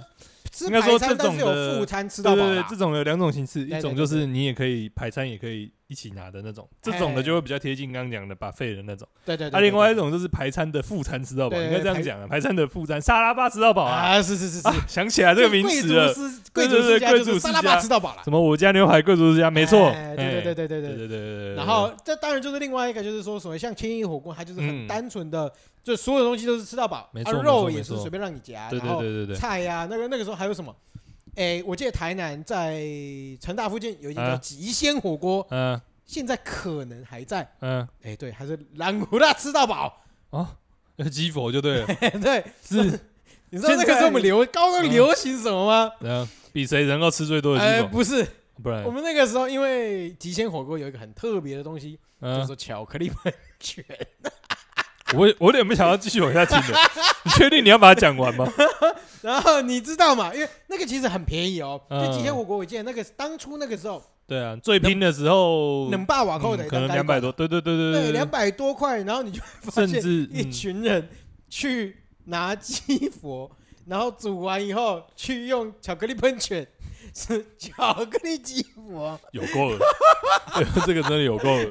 Speaker 1: 吃
Speaker 2: 应该说
Speaker 1: 排餐，
Speaker 2: 这
Speaker 1: 但
Speaker 2: 种
Speaker 1: 是
Speaker 2: 的
Speaker 1: 有副餐吃
Speaker 2: 对
Speaker 1: 到饱
Speaker 2: 对对
Speaker 1: 啦，
Speaker 2: 这种有两种形式，
Speaker 1: 对
Speaker 2: 一种就是你也可以排餐，也可以一起拿的那种，这种的
Speaker 1: 哎
Speaker 2: 就会比较贴近刚刚讲的把费的那种。
Speaker 1: 对对对。
Speaker 2: 啊，
Speaker 1: 对
Speaker 2: 另外一种就是排餐的副餐吃到饱，
Speaker 1: 对
Speaker 2: 应
Speaker 1: 对
Speaker 2: 该这样
Speaker 1: 排
Speaker 2: 讲啊，排餐的副餐沙拉吧吃到饱啊，
Speaker 1: 啊，是是是是
Speaker 2: 啊，，想起来这个名
Speaker 1: 贵
Speaker 2: 词
Speaker 1: 族
Speaker 2: 了，
Speaker 1: 是贵
Speaker 2: 对
Speaker 1: 族
Speaker 2: 对
Speaker 1: 世
Speaker 2: 对
Speaker 1: 家就
Speaker 2: 贵
Speaker 1: 是
Speaker 2: 族
Speaker 1: 沙
Speaker 2: 世
Speaker 1: 拉吧
Speaker 2: 家
Speaker 1: 吃到饱了，
Speaker 2: 什么我家牛排贵族之家，没错，
Speaker 1: 哎对对对对对
Speaker 2: 对
Speaker 1: 对。
Speaker 2: 对对对。
Speaker 1: 然后再当然就是另外一个，就是说所谓像千亿火锅，它就是很
Speaker 2: 嗯
Speaker 1: 单纯的，就所有东西都是吃到饱，
Speaker 2: 没
Speaker 1: 啊
Speaker 2: 错没
Speaker 1: 肉
Speaker 2: 错
Speaker 1: 也
Speaker 2: 没
Speaker 1: 是
Speaker 2: 错
Speaker 1: 随便让你夹，
Speaker 2: 对
Speaker 1: 然
Speaker 2: 对
Speaker 1: 后
Speaker 2: 对对对，
Speaker 1: 菜呀，那个那个时候还有什么？哎，我记得台南在成大附近有一间叫
Speaker 2: 啊
Speaker 1: 极鲜火锅，
Speaker 2: 嗯
Speaker 1: 现在可能还在。
Speaker 2: 嗯
Speaker 1: 哎，对，还是蓝胡辣吃到饱。
Speaker 2: 哦，要基佛就对了，
Speaker 1: 哎对，
Speaker 2: 是，
Speaker 1: 你知道那个时候我们流高中流行什么吗？
Speaker 2: 嗯，比谁能够吃最多的
Speaker 1: 哎，
Speaker 2: 基佛，
Speaker 1: 不是，
Speaker 2: 不然
Speaker 1: 我，们那个时候因为极鲜火锅有一个很特别的东西，叫
Speaker 2: 嗯，
Speaker 1: 做巧克力喷泉。
Speaker 2: 我我有点没想要继续往下听了，你确定你要把它讲完吗？
Speaker 1: 然后你知道嘛？因为那个其实很便宜哦，
Speaker 2: 嗯
Speaker 1: 就极鲜火锅，我记得那个当初那个时候
Speaker 2: 对啊，最拼的时候，
Speaker 1: 冷霸瓦扣的
Speaker 2: 嗯可能两百多，，对对对
Speaker 1: 对，
Speaker 2: 对
Speaker 1: 两，百多块，然后你就会发
Speaker 2: 甚
Speaker 1: 现
Speaker 2: 至嗯
Speaker 1: 一群人去拿鸡佛，然后煮完以后去用巧克力喷泉，是巧克力鸡 脖，
Speaker 2: 有够了，这个真的有够了。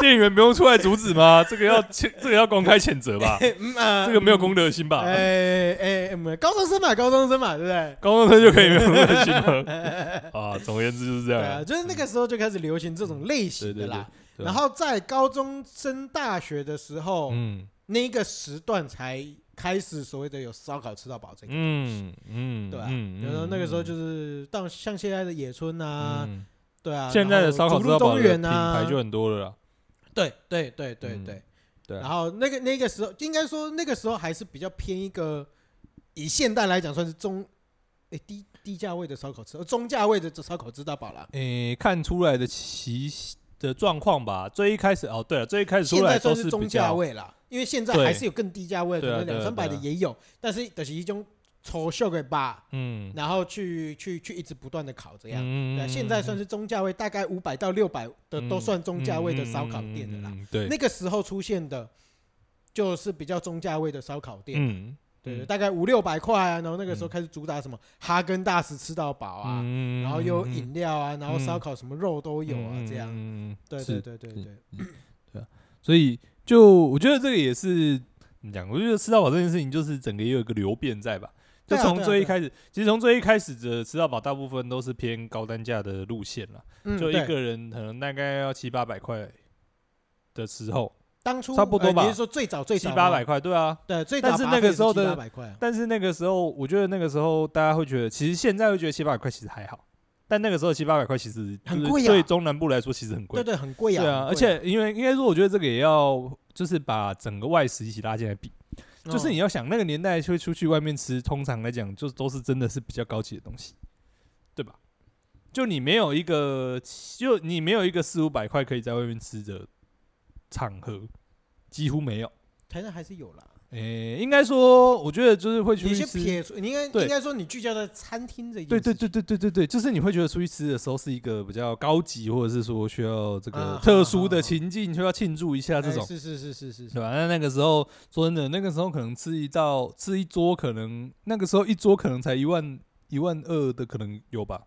Speaker 2: 店员不用出来阻止吗？ 这个要谴，这个要公开谴 责吧？
Speaker 1: 嗯啊，
Speaker 2: 这个没有公德心吧？
Speaker 1: 哎哎，哎没高中生嘛，高中生嘛，对不对？
Speaker 2: 高中生就可以没有公德心了 啊！总而言之就是这
Speaker 1: 对啊，
Speaker 2: 样。
Speaker 1: 就是那个时候就开始流行这种类型的啦。
Speaker 2: 对对对对
Speaker 1: 然后在高中升大学的时候，
Speaker 2: 嗯
Speaker 1: 那个时段才开始所谓的有烧烤吃到饱这个，
Speaker 2: 嗯嗯，
Speaker 1: 对啊。
Speaker 2: 嗯嗯
Speaker 1: 然后那个时候就是是到像现在的野村啊，对啊，
Speaker 2: 现在的烧烤
Speaker 1: 然
Speaker 2: 吃
Speaker 1: 后
Speaker 2: 到
Speaker 1: 竹鹿
Speaker 2: 饱
Speaker 1: 公
Speaker 2: 的品
Speaker 1: 园啊，
Speaker 2: 牌就很多了啦。
Speaker 1: 对对对对
Speaker 2: 嗯
Speaker 1: 对。
Speaker 2: 对
Speaker 1: 然
Speaker 2: 啊，
Speaker 1: 后那个那个时候，应该说那个时候还是比较偏一个，以现代来讲算是中，诶低低价位的烧烤吃，呃中价位的烧烤吃到饱了。
Speaker 2: 诶，看出来的其的状况吧。最一开始哦，对了，最一开始
Speaker 1: 现
Speaker 2: 出
Speaker 1: 在
Speaker 2: 来都
Speaker 1: 算
Speaker 2: 是
Speaker 1: 中
Speaker 2: 比
Speaker 1: 价
Speaker 2: 较
Speaker 1: 位啦，因为现在
Speaker 2: 对
Speaker 1: 还是有更低价位，可
Speaker 2: 对啊
Speaker 1: 能
Speaker 2: 对啊
Speaker 1: 两三百的
Speaker 2: 对啊
Speaker 1: 也有，但是就是一种抽秀给吧，
Speaker 2: 嗯
Speaker 1: 然后去去去一直不断的烤这样。
Speaker 2: 嗯
Speaker 1: 对啊，现在算是中价位，大概五百到六百的都算中价
Speaker 2: 嗯
Speaker 1: 位的烧烤店的啦。。
Speaker 2: 对，
Speaker 1: 那个时候出现的，就是比较中价位的烧烤店。
Speaker 2: 嗯，
Speaker 1: 对对，
Speaker 2: 嗯
Speaker 1: 大概五六百块啊，然后那个时候开始主打什么哈根达斯吃到饱啊，
Speaker 2: 嗯嗯
Speaker 1: 然后又有饮料啊，然后烧烤什么肉都有啊，这样，
Speaker 2: 样
Speaker 1: 对对对对对，
Speaker 2: 所以就我觉得这个也是怎么讲？我觉得吃到饱这件事情，就是整个也有一个流变在吧。就
Speaker 1: 对啊
Speaker 2: 从
Speaker 1: 对啊
Speaker 2: 最
Speaker 1: 对
Speaker 2: 一
Speaker 1: 啊
Speaker 2: 开始，其实从最一开始的吃到饱，大部分都是偏高单价的路线啦。
Speaker 1: 嗯，
Speaker 2: 就一
Speaker 1: 对
Speaker 2: 个人可能大概要七八百块的时候，
Speaker 1: 当初
Speaker 2: 差不多
Speaker 1: 呃
Speaker 2: 吧
Speaker 1: 你是说最早最
Speaker 2: 七
Speaker 1: 早
Speaker 2: 八
Speaker 1: 吗
Speaker 2: 百？块，对啊。
Speaker 1: 对，最早
Speaker 2: 但是那个时候的
Speaker 1: 八百块啊，
Speaker 2: 但是那个时候，我觉得那个时候大家会觉得，其实现在会觉得七八百块其实还好，但那个时候七八百块其实就是
Speaker 1: 很贵啊
Speaker 2: 对中南部来说其实很贵
Speaker 1: 对。对，很贵啊，
Speaker 2: 对
Speaker 1: 很
Speaker 2: 啊，
Speaker 1: 贵
Speaker 2: 而且因为应该说，我觉得这个也要就是把整个外食一起拉进来比，就是你
Speaker 1: 嗯
Speaker 2: 要想那个年代会出去外面吃，通常来讲就都是真的是比较高级的东西，对吧？就你没有一个，就你没有一个四五百块可以在外面吃的场合，几乎没有。
Speaker 1: 台上还是有啦。
Speaker 2: 诶、应该说，我觉得就是会出
Speaker 1: 你
Speaker 2: 去
Speaker 1: 先
Speaker 2: 吃，
Speaker 1: 撇除，你应该
Speaker 2: 对
Speaker 1: 应该说你聚焦在餐厅这一
Speaker 2: 对对对对对对对，就是你会觉得出去吃的时候是一个比较高级，或者是说需要这个
Speaker 1: 啊
Speaker 2: 特殊的
Speaker 1: 好好好
Speaker 2: 情境，需要庆祝一下这
Speaker 1: 哎
Speaker 2: 种。
Speaker 1: 是是是是是是
Speaker 2: 对，吧？那那个时候说真的，那个时候可能吃一道吃一桌，可能那个时候一桌可能才一万一万二的，可能有吧，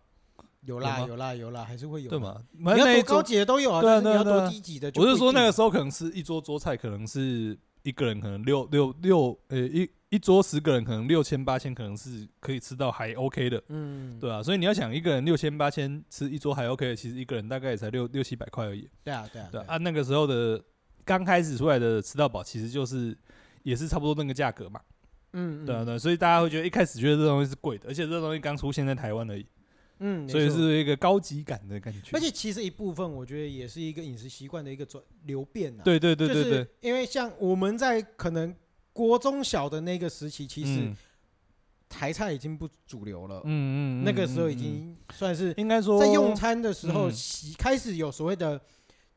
Speaker 1: 有啦
Speaker 2: 有吗
Speaker 1: 有啦有啦，还是会有
Speaker 2: 对
Speaker 1: 啦？
Speaker 2: 吗？
Speaker 1: 你
Speaker 2: 反
Speaker 1: 要
Speaker 2: 正那
Speaker 1: 多
Speaker 2: 一
Speaker 1: 高
Speaker 2: 桌，
Speaker 1: 级的都有啊，
Speaker 2: 对啊
Speaker 1: 但是你
Speaker 2: 对啊
Speaker 1: 要
Speaker 2: 对啊
Speaker 1: 多低级的就
Speaker 2: 我
Speaker 1: 不一定
Speaker 2: 是
Speaker 1: 了，
Speaker 2: 说那个时候可能是一桌桌菜，可能是一个人可能六六六，呃，一一桌十个人可能六千八千，可能是可以吃到还 OK 的，
Speaker 1: 嗯，
Speaker 2: 对啊。所以你要想一个人六千八千吃一桌还 OK 的，其实一个人大概也才六六七百块而已，
Speaker 1: 对啊对啊对
Speaker 2: 对啊
Speaker 1: 啊。
Speaker 2: 啊。那个时候的刚开始出来的吃到饱，其实就是也是差不多那个价格嘛。
Speaker 1: 嗯，嗯
Speaker 2: 对啊，对啊，所以大家会觉得一开始觉得这东西是贵的，而且这东西刚出现在台湾而已，
Speaker 1: 嗯，
Speaker 2: 所
Speaker 1: 没
Speaker 2: 以
Speaker 1: 错。
Speaker 2: 是一个高级感的感觉。
Speaker 1: 而且其实一部分，我觉得也是一个饮食习惯的一个转流变呐、，
Speaker 2: 对对对对
Speaker 1: 就
Speaker 2: 对
Speaker 1: 是，因为像我们在可能国中小的那个时期，其实
Speaker 2: 嗯
Speaker 1: 台菜已经不主流了，
Speaker 2: 嗯嗯，
Speaker 1: 那个时候已
Speaker 2: 嗯嗯
Speaker 1: 经算是
Speaker 2: 应该说
Speaker 1: 在用餐的时候
Speaker 2: 嗯
Speaker 1: 习，开始有所谓的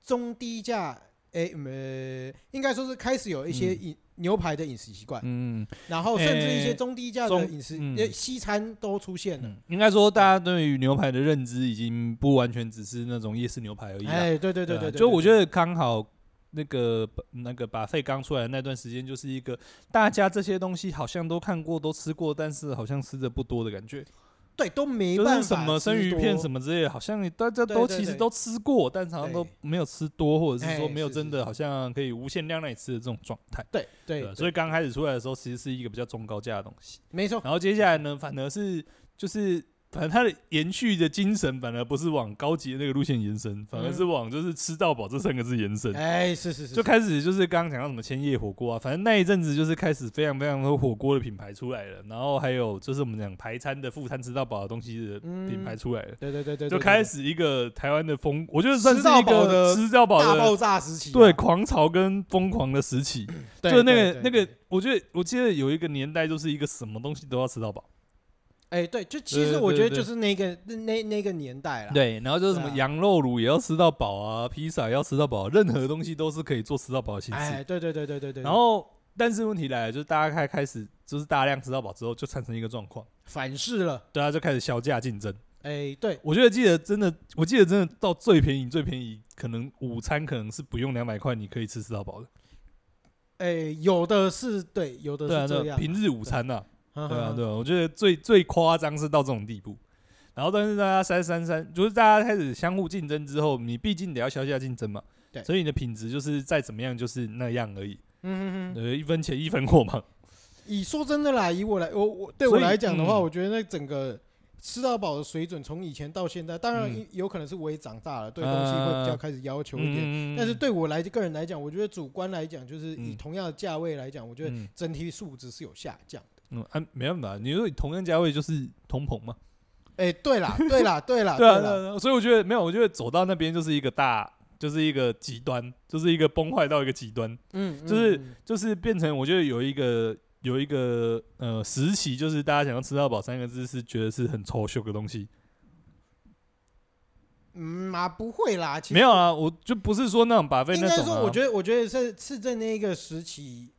Speaker 1: 中低价，哎、呃，应该说是开始有一些
Speaker 2: 嗯
Speaker 1: 饮、牛排的饮食习惯，
Speaker 2: 嗯
Speaker 1: 然后甚至一些
Speaker 2: 诶
Speaker 1: 中低价的
Speaker 2: 中
Speaker 1: 饮食、
Speaker 2: 嗯
Speaker 1: 呃西餐都出现了。
Speaker 2: 嗯，应该说大家对于牛排的认知已经不完全只是那种夜市牛排而已啊。
Speaker 1: 哎、对对对
Speaker 2: 啊
Speaker 1: 对对，
Speaker 2: 就我觉
Speaker 1: 得
Speaker 2: 得刚好那个那个把费刚出来的那段时间，就是一个大家这些东西好像都看过、都吃过，但是好像吃的不多的感觉。
Speaker 1: 对都没
Speaker 2: 就
Speaker 1: 办
Speaker 2: 是
Speaker 1: 法
Speaker 2: 什么生鱼片什
Speaker 1: 么，
Speaker 2: 么之类的，好像你大家
Speaker 1: 对
Speaker 2: 都
Speaker 1: 对
Speaker 2: 其实
Speaker 1: 对
Speaker 2: 都吃过，但常常都
Speaker 1: 对
Speaker 2: 没有吃多，或者是
Speaker 1: 哎
Speaker 2: 说没有
Speaker 1: 是
Speaker 2: 真
Speaker 1: 是
Speaker 2: 的
Speaker 1: 是
Speaker 2: 好像可以无限量让你吃的这种状态。
Speaker 1: 对对
Speaker 2: 对啊吧，所以刚开始出来的时候，其实是一个比较中高价的东西。
Speaker 1: 没错，
Speaker 2: 然后接下来呢，反而是就是反正它的延续的精神，反而不是往高级的那个路线延伸，反而
Speaker 1: 嗯
Speaker 2: 是往就是吃到饱这三个字延伸。
Speaker 1: 哎，是是是，
Speaker 2: 嗯就开始就是刚刚讲到什么千叶火锅啊，反正那一阵子就是开始非常非常多火锅的品牌出来了，然后还有就是我们讲排餐的副餐吃到饱的东西的品牌出来了，
Speaker 1: 嗯对对对对，
Speaker 2: 就
Speaker 1: 对
Speaker 2: 开
Speaker 1: 对
Speaker 2: 始一个台湾的风，我觉得算是
Speaker 1: 吃到
Speaker 2: 一
Speaker 1: 饱
Speaker 2: 个
Speaker 1: 的
Speaker 2: 吃到饱
Speaker 1: 大
Speaker 2: 的
Speaker 1: 爆炸时期啊，
Speaker 2: 对狂潮跟疯狂的时期，
Speaker 1: 对，
Speaker 2: 就那
Speaker 1: 对
Speaker 2: 个
Speaker 1: 对
Speaker 2: 那个
Speaker 1: 对，
Speaker 2: 我记得我记得有一个年代就是一个什么东西都要吃到饱，
Speaker 1: 哎，对，就其实
Speaker 2: 对
Speaker 1: 我
Speaker 2: 对
Speaker 1: 觉得
Speaker 2: 对
Speaker 1: 就是那个那那那个年代啦，
Speaker 2: 对，然后就是什么
Speaker 1: 对啊
Speaker 2: 羊肉卤也要吃到饱啊，披萨也要吃到饱，任何东西都是可以做吃到饱的形式
Speaker 1: 哎，。对对对对对对，
Speaker 2: 然后，但是问题来了，就是大家开开始就是大量吃到饱之后，就产生一个状况，
Speaker 1: 反噬了，
Speaker 2: 大家就开始销价竞争。
Speaker 1: 哎，对，
Speaker 2: 我觉得记得真的，我记得真的到最便宜最便宜，可能午餐可能是不用两百块，你可以吃吃到饱的。
Speaker 1: 哎，有的是对，有的
Speaker 2: 对啊，
Speaker 1: 是这
Speaker 2: 对啊，
Speaker 1: 样，嗯
Speaker 2: 平日午餐呐、啊，
Speaker 1: 对
Speaker 2: 对啊，对啊，我觉得最最夸张是到这种地步。然后但是大家三三三，就是大家开始相互竞争之后，你毕竟得要消下竞争嘛，
Speaker 1: 对
Speaker 2: 所以你的品质就是再怎么样就是那样而已，
Speaker 1: 嗯哼哼，
Speaker 2: 呃，一分钱一分货嘛，
Speaker 1: 以说真的啦，以我来，我我对我
Speaker 2: 所以
Speaker 1: 来讲的话，
Speaker 2: 嗯
Speaker 1: 我觉得那整个吃到饱的水准，从以前到现在，当然
Speaker 2: 嗯
Speaker 1: 有可能是我也长大了，对东西会比较
Speaker 2: 啊
Speaker 1: 开始要求一点。
Speaker 2: 嗯，
Speaker 1: 但是对我来个人来讲，我觉得主观来讲，就是以
Speaker 2: 嗯
Speaker 1: 同样的价位来讲，我觉得
Speaker 2: 嗯
Speaker 1: 整体素质是有下降。
Speaker 2: 嗯啊，没办法，你说你同样价位就是同棚嘛，
Speaker 1: 哎，对啦，对啦，对啦，
Speaker 2: 对啊，
Speaker 1: 啦，
Speaker 2: 对啊所以我觉得没有，我觉得走到那边就是一个大，就是一个极端，就是一个崩坏到一个极端，
Speaker 1: 嗯，
Speaker 2: 就是
Speaker 1: 嗯
Speaker 2: 就是变成我觉得有一个有一个呃时期，就是大家想要吃到饱三个字是觉得是很丑秀的东西，
Speaker 1: 嗯啊，不会啦，其实
Speaker 2: 没有啊，我就不是说那种把费
Speaker 1: 应
Speaker 2: 那
Speaker 1: 该
Speaker 2: 种、
Speaker 1: 说，
Speaker 2: 啊，
Speaker 1: 我觉得，我觉得是是在那一个时期，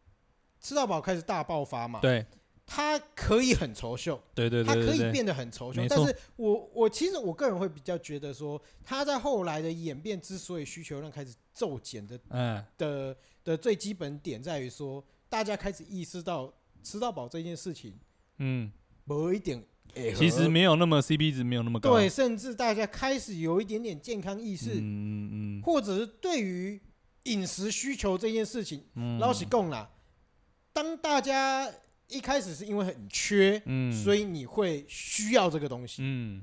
Speaker 1: 吃到饱开始大爆发嘛。
Speaker 2: 对
Speaker 1: 它可以很愁秀，
Speaker 2: 对对
Speaker 1: 它
Speaker 2: 对
Speaker 1: 可以
Speaker 2: 对对，
Speaker 1: 变得很愁秀
Speaker 2: 没，
Speaker 1: 但
Speaker 2: 错
Speaker 1: 是我我其实我个人会比较觉得说，它在后来的演变之所以需求量开始骤减的
Speaker 2: 嗯
Speaker 1: 的的最基本点在于说，大家开始意识到吃到饱这件事情
Speaker 2: 嗯，
Speaker 1: 某一点会合，
Speaker 2: 其实没有那么 CP 值没有那么高，
Speaker 1: 呃对，甚至大家开始有一点点健康意识，
Speaker 2: 嗯嗯
Speaker 1: 或者是对于饮食需求这件事情。
Speaker 2: 嗯，
Speaker 1: 老实讲啦，当大家一开始是因为很缺，
Speaker 2: 嗯，
Speaker 1: 所
Speaker 2: 以
Speaker 1: 以你会需要这个东西。
Speaker 2: 嗯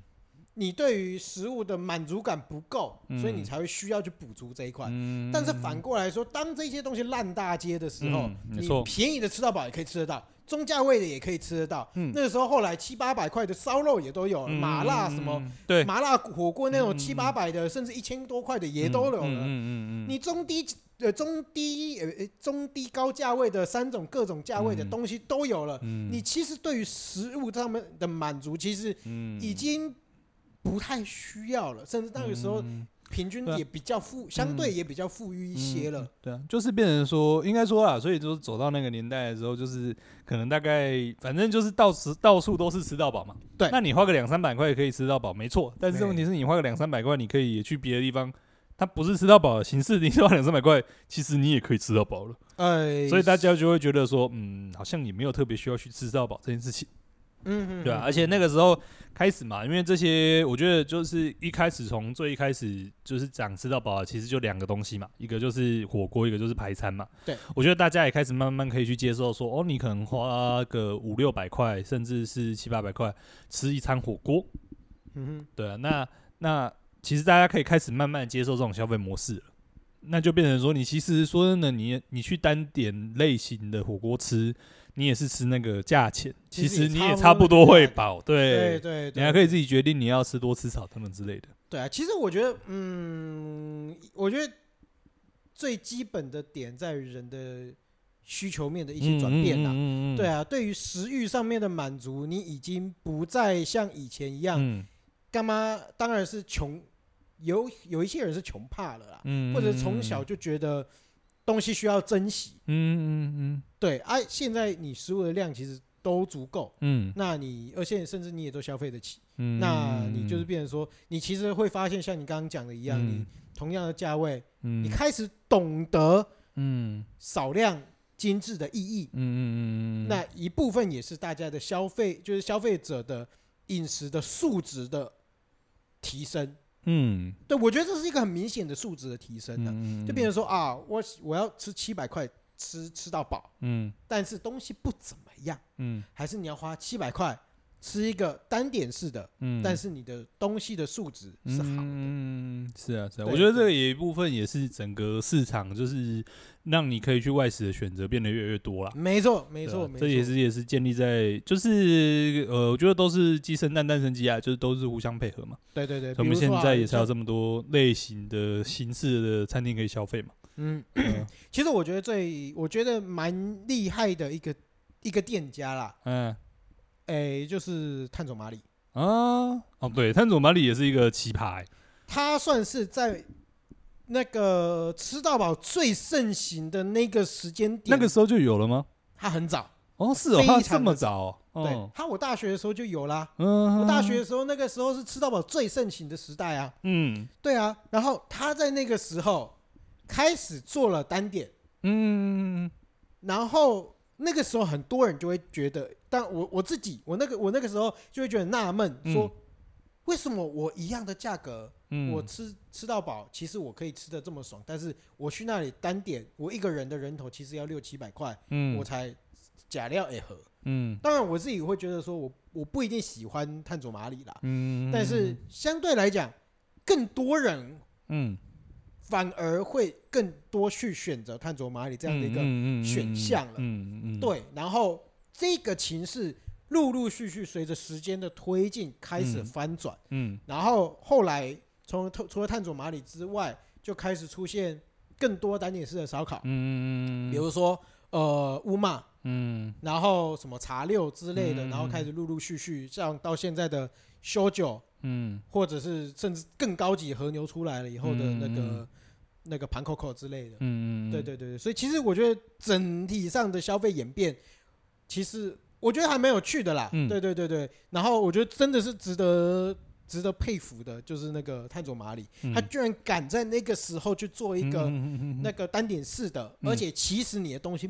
Speaker 1: 你对于食物的满足感不够，
Speaker 2: 嗯
Speaker 1: 所以你才会需要去补足这一块。
Speaker 2: 嗯，
Speaker 1: 但是反过来说，当这些东西烂大街的时候
Speaker 2: 嗯，没
Speaker 1: 你
Speaker 2: 错
Speaker 1: 便宜的吃到饱也可以吃得到，中价位的也可以吃得到。
Speaker 2: 嗯
Speaker 1: 那个时候后来七八百块的烧肉也都有了，
Speaker 2: 嗯
Speaker 1: 麻辣什么
Speaker 2: 嗯对
Speaker 1: 麻辣火锅那种
Speaker 2: 嗯
Speaker 1: 七八百的，甚至一千多块的也都有
Speaker 2: 嗯
Speaker 1: 了
Speaker 2: 嗯。嗯嗯嗯，
Speaker 1: 你中低呃中低呃呃中低高价位的三种各种价位的
Speaker 2: 嗯
Speaker 1: 东西都有了，
Speaker 2: 嗯
Speaker 1: 你其实对于食物上面的满足，其实
Speaker 2: 嗯
Speaker 1: 已经不太需要了，甚至那个时候
Speaker 2: 嗯
Speaker 1: 平均
Speaker 2: 对啊
Speaker 1: 也比较富，相对也比较富裕一些了。
Speaker 2: 对啊，就是变成说，应该说啊，所以就是走到那个年代的时候，就是可能大概反正就是到时到处都是吃到饱嘛。
Speaker 1: 对
Speaker 2: 那你花个两三百块也可以吃到饱，没错。但是问题是你花个两三百块，你可以也去别的地方，它不是吃到饱的形式，你花两三百块，其实你也可以吃到饱了。
Speaker 1: 哎
Speaker 2: 嗯所以大家就会觉得说，嗯，好像也没有特别需要去吃到饱这件事情。
Speaker 1: 嗯嗯
Speaker 2: 对啊，
Speaker 1: 嗯
Speaker 2: 而且那个时候开始嘛，因为这些我觉得就是一开始从最一开始就是讲吃到饱，其实就两个东西嘛，一个就是火锅，一个就是排餐嘛。
Speaker 1: 对，
Speaker 2: 我觉得大家也开始慢慢可以去接受说，哦，你可能花个五六百块，甚至是七八百块吃一餐火锅。
Speaker 1: 嗯
Speaker 2: 对啊，那那其实大家可以开始慢慢地接受这种消费模式了。那就变成说，你其实说真的，你你去单点类型的火锅吃，你也是吃那个价钱，
Speaker 1: 其
Speaker 2: 其
Speaker 1: 实也
Speaker 2: 实你也
Speaker 1: 差
Speaker 2: 差
Speaker 1: 不
Speaker 2: 不
Speaker 1: 多那个
Speaker 2: 多会
Speaker 1: 价格
Speaker 2: 饱，
Speaker 1: 哼，对，
Speaker 2: 对
Speaker 1: 对
Speaker 2: 你
Speaker 1: 对，
Speaker 2: 还可以自己决定你要吃多吃少等等之类的。
Speaker 1: 对啊，其实我觉得，嗯，我觉得最基本的点在于人的需求面的一些转变啦。
Speaker 2: 嗯
Speaker 1: 对，啊，对于食欲上面的满足，你已经不再像以前一样，
Speaker 2: 嗯
Speaker 1: 干嘛？当然是穷，有有一些人是穷怕了啦，
Speaker 2: 嗯
Speaker 1: 或者从小，就觉得东西需要珍惜。
Speaker 2: 嗯嗯
Speaker 1: 对啊，现在你食物的量其实都足够，
Speaker 2: 嗯嗯
Speaker 1: 那你而且甚至你也都消费得起，
Speaker 2: 嗯，
Speaker 1: 那你就是变成说，你其实会发现像你刚刚讲的一样，
Speaker 2: 嗯
Speaker 1: 你同样的价位，
Speaker 2: 嗯，
Speaker 1: 你开始懂得
Speaker 2: 嗯
Speaker 1: 少量精致的意义。
Speaker 2: 嗯嗯嗯，
Speaker 1: 那一部分也是大家的消费，就是消费者的饮食的素质的提升。
Speaker 2: 嗯，
Speaker 1: 对我觉得这是一个很明显的素质的提升的，就变成说啊，我我要吃七百块吃吃到饱，
Speaker 2: 嗯
Speaker 1: 但是东西不怎么样，
Speaker 2: 嗯
Speaker 1: 还是你要花七百块吃一个单点式的，
Speaker 2: 嗯，
Speaker 1: 但是你的东西的素质是好的。
Speaker 2: 嗯，是啊，是
Speaker 1: 对
Speaker 2: 啊，我觉得这个也一部分也是整个市场，就是让你可以去外食的选择变得越来越多啦。
Speaker 1: 没错，没
Speaker 2: 对
Speaker 1: 错，
Speaker 2: 啊
Speaker 1: 没错，
Speaker 2: 这也是也是建立在就是呃，我觉得都是鸡生蛋，蛋生鸡啊，就是都是互相配合嘛。
Speaker 1: 对对对。
Speaker 2: 所以
Speaker 1: 比
Speaker 2: 我们
Speaker 1: 如
Speaker 2: 现
Speaker 1: 说啊
Speaker 2: 在也才有
Speaker 1: 像
Speaker 2: 这么多类型的形式的餐厅可以消费嘛。
Speaker 1: 嗯，
Speaker 2: 嗯
Speaker 1: 其实我觉得最我觉得蛮厉害的一个一个店家啦，
Speaker 2: 嗯
Speaker 1: 诶，哎就是碳种马里，
Speaker 2: 啊，哦对，碳佐马里也是一个奇葩欸、
Speaker 1: 他算是在那个吃到饱最盛行的那个时间点，
Speaker 2: 那个时候就有了吗？
Speaker 1: 他很早，
Speaker 2: 哦，是哦，
Speaker 1: 非
Speaker 2: 它
Speaker 1: 常
Speaker 2: 这么早哦，
Speaker 1: 对
Speaker 2: 哦，
Speaker 1: 他我大学的时候就有啦。
Speaker 2: 嗯，
Speaker 1: 我大学的时候，那个时候是吃到饱最盛行的时代啊，
Speaker 2: 嗯
Speaker 1: 对啊。然后他在那个时候开始做了单点，
Speaker 2: 嗯
Speaker 1: 然后那个时候很多人就会觉得，但我我自己，我那个我那个时候就会觉得纳闷，说、
Speaker 2: 嗯
Speaker 1: 为什么我一样的价格，
Speaker 2: 嗯，
Speaker 1: 我吃吃到饱，其实我可以吃的这么爽，但是我去那里单点，我一个人的人头其实要六七百块，
Speaker 2: 嗯
Speaker 1: 我才假料哎喝。
Speaker 2: 嗯
Speaker 1: 当然我自己会觉得说我我不一定喜欢碳佐马里啦，
Speaker 2: 嗯，
Speaker 1: 但是相对来讲，更多人
Speaker 2: 嗯
Speaker 1: 反而会更多去选择碳佐马里这样的一个
Speaker 2: 个
Speaker 1: 选项了
Speaker 2: 嗯嗯，嗯，
Speaker 1: 对，然后这个情势陆陆续续随着时间的推进开始
Speaker 2: 嗯
Speaker 1: 翻转，
Speaker 2: 嗯
Speaker 1: 然后后来从除除了探索马里之外，就开始出现更多单点式的烧烤，
Speaker 2: 嗯嗯，
Speaker 1: 比如说呃乌马，
Speaker 2: 嗯
Speaker 1: 然后什么茶六之类的，
Speaker 2: 嗯
Speaker 1: 然后开始陆陆续续像到现在的修酒，
Speaker 2: 嗯
Speaker 1: 或者是甚至更高级和牛出来了以后的那个、
Speaker 2: 嗯
Speaker 1: 那个盘口口之类的。
Speaker 2: 嗯嗯，
Speaker 1: 对对对对，所以其实我觉得整体上的消费演变，其实我觉得还蛮有趣的啦。
Speaker 2: 嗯
Speaker 1: 对对对对，然后我觉得真的是值得值得佩服的，就是那个探索马里，
Speaker 2: 嗯
Speaker 1: 他居然敢在那个时候去做一个那个单点式的，
Speaker 2: 嗯
Speaker 1: 而且其实你的东西。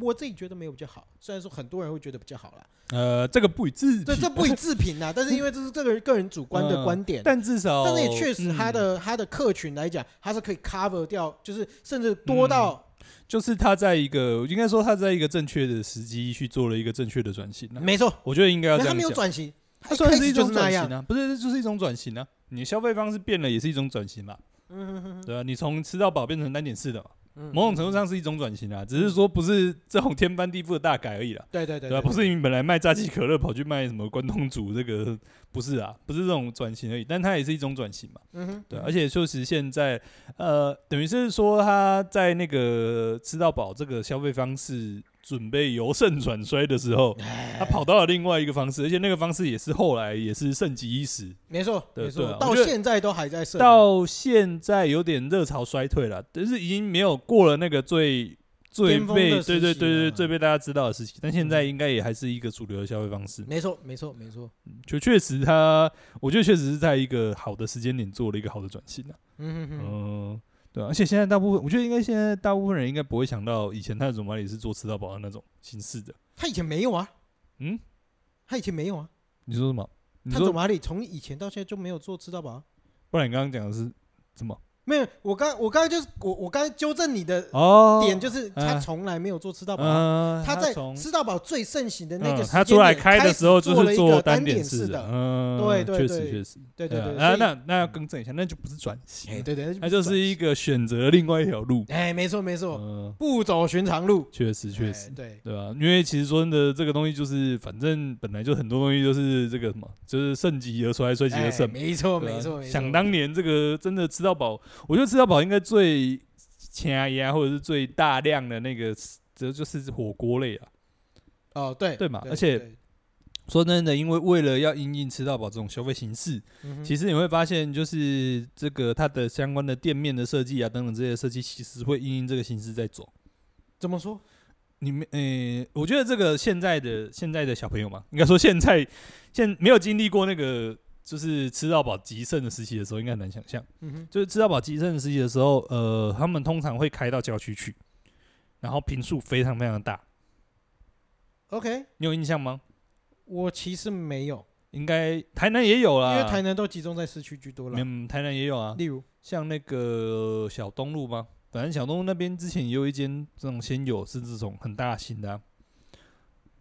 Speaker 1: 我自己觉得没有比较好，虽然说很多人会觉得比较好 啦，
Speaker 2: 呃，这个不予置
Speaker 1: 这这不以置评 啦，但是因为这是这个人个人主观的
Speaker 2: 嗯
Speaker 1: 观点，
Speaker 2: 但哦至少，嗯
Speaker 1: 但是也确实，他的、他的客群来讲，他是可以 cover 掉，就是甚至多到
Speaker 2: 就是他在一个，应该说他在一个正确的时机去做了一个正确的转型呢。
Speaker 1: 没错，
Speaker 2: 我觉得应嗯该要
Speaker 1: 但
Speaker 2: 这
Speaker 1: 他
Speaker 2: 样
Speaker 1: 没有
Speaker 2: 讲，
Speaker 1: 转型，
Speaker 2: 它
Speaker 1: 他
Speaker 2: 算
Speaker 1: 开
Speaker 2: 是一
Speaker 1: 始就
Speaker 2: 种
Speaker 1: 是那
Speaker 2: 转
Speaker 1: 样
Speaker 2: 型。啊，不是，这就是一种转型啊。你的消费方式变了，也是一种转型嘛，
Speaker 1: 嗯
Speaker 2: 对啊，你从吃到饱变成单点式的嘛，
Speaker 1: 嗯
Speaker 2: 某种程度上是一种转型啊，只是说不是这种天翻地覆的大改而已啦。
Speaker 1: 对对对
Speaker 2: 对啊，不是你本来卖炸鸡可乐跑去卖什么关东煮，这个不是啊，不是这种转型而已，但它也是一种转型嘛。
Speaker 1: 嗯哼，
Speaker 2: 对啊、而且确实现在，呃，等于是说他在那个吃到饱这个消费方式准备由盛转衰的时候，
Speaker 1: 哎
Speaker 2: 他跑到了另外一个方式，而且那个方式也是后来也是盛极一时，
Speaker 1: 没错
Speaker 2: 对
Speaker 1: 没
Speaker 2: 对
Speaker 1: 错
Speaker 2: 啊，我
Speaker 1: 到
Speaker 2: 觉得
Speaker 1: 现在都还在设，
Speaker 2: 到现在有点热潮衰退了，但是已经没有过了那个最。最
Speaker 1: 巅峰的
Speaker 2: 被
Speaker 1: 时期
Speaker 2: 对对对对
Speaker 1: 了嗯
Speaker 2: 最被大家知道的事情，但现在应该也还是一个主流的消费方式。
Speaker 1: 没错没错没错，
Speaker 2: 就确实他，我觉得确实是在一个好的时间点做了一个好的转型啊。
Speaker 1: 嗯哼
Speaker 2: 嗯、
Speaker 1: 哼，
Speaker 2: 对啊、而且现在大部分，我觉得应该现在大部分人应该不会想到以前他的总管理是做吃到饱的那种形式的。
Speaker 1: 他以前没有啊，
Speaker 2: 嗯，
Speaker 1: 他以前没有啊，
Speaker 2: 你说什么？你
Speaker 1: 他走
Speaker 2: 说
Speaker 1: 马里从以前到现在就没有做吃到饱啊，
Speaker 2: 不然你刚刚讲的是什么？
Speaker 1: 没有，我刚我刚刚就是我我刚刚纠正你的
Speaker 2: 哦，
Speaker 1: 点就是他
Speaker 2: 嗯
Speaker 1: 从来没有做吃到饱啊。
Speaker 2: 嗯，
Speaker 1: 他在
Speaker 2: 从
Speaker 1: 吃到饱最盛行的那
Speaker 2: 嗯
Speaker 1: 个时
Speaker 2: 他
Speaker 1: 间
Speaker 2: 出来
Speaker 1: 点
Speaker 2: 开的时候就
Speaker 1: 开
Speaker 2: 是
Speaker 1: 始做了一个
Speaker 2: 单
Speaker 1: 单
Speaker 2: 点
Speaker 1: 式
Speaker 2: 的，
Speaker 1: 的，
Speaker 2: 嗯，
Speaker 1: 对对
Speaker 2: 确实
Speaker 1: 对
Speaker 2: 确实，
Speaker 1: 对对对，
Speaker 2: 啊，
Speaker 1: 所以
Speaker 2: 那那要更正一下，那就不是转
Speaker 1: 哎
Speaker 2: 型，
Speaker 1: 对对，
Speaker 2: 那就是一个选择另外一条路。
Speaker 1: 哎没错没错，
Speaker 2: 嗯，
Speaker 1: 不走寻常路，
Speaker 2: 确实确
Speaker 1: 哎
Speaker 2: 实。
Speaker 1: 对，
Speaker 2: 对啊，因为其实说真的，这个东西就是，反正本来就很多东西就是这个什么，就是盛极而衰，衰极而
Speaker 1: 哎
Speaker 2: 盛嘛。
Speaker 1: 没错
Speaker 2: 对啊
Speaker 1: 没错没错，
Speaker 2: 想当年这个真的吃到饱，我觉得吃到饱应该最掐压啊或者是最大量的那个，这就是火锅类啊。
Speaker 1: 哦对
Speaker 2: 对嘛而且
Speaker 1: 对
Speaker 2: 说真的，因为为了要因应吃到饱这种消费形式，
Speaker 1: 嗯哼
Speaker 2: 其实你会发现，就是这个它的相关的店面的设计啊等等这些设计，其实会因应这个形式在走。
Speaker 1: 怎么说？
Speaker 2: 你们呃、我觉得这个现在的现在的小朋友嘛，应该说现在现没有经历过那个就是吃到饱极盛的时期的时候，应该很难想象。
Speaker 1: 嗯哼，
Speaker 2: 就是吃到饱极盛的时期的时候，呃，他们通常会开到郊区去，然后坪数非常非常大。
Speaker 1: OK，
Speaker 2: 你有印象吗？
Speaker 1: 我其实没有，
Speaker 2: 应该台南也有
Speaker 1: 因
Speaker 2: 啦，
Speaker 1: 为台南都集中在市区居多了。
Speaker 2: 嗯台南也有啊，
Speaker 1: 例如，
Speaker 2: 像那个小东路吗？反正小东路那边之前也有一间这种先有是这种很大型的啊、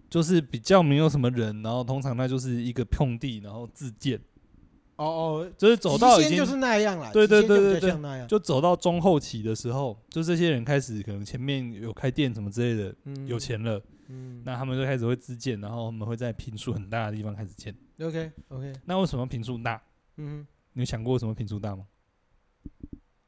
Speaker 2: 就是比较没有什么人，然后通常它就是一个空地，然后自建，
Speaker 1: 哦哦，
Speaker 2: 就是走到
Speaker 1: 极
Speaker 2: 已
Speaker 1: 限就
Speaker 2: 经
Speaker 1: 是那样啦，
Speaker 2: 对对
Speaker 1: 极限就
Speaker 2: 对
Speaker 1: 比较
Speaker 2: 对对
Speaker 1: 像那样，
Speaker 2: 就走到中后期的时候，就这些人开始可能前面有开店什么之类的，
Speaker 1: 嗯
Speaker 2: 有，钱了，
Speaker 1: 嗯，
Speaker 2: 那他们就开始会自建，然后他们会在平数很大的地方开始建。
Speaker 1: OK OK，
Speaker 2: 那为什么平数大？
Speaker 1: 嗯哼，
Speaker 2: 你有想过为什么平数大吗？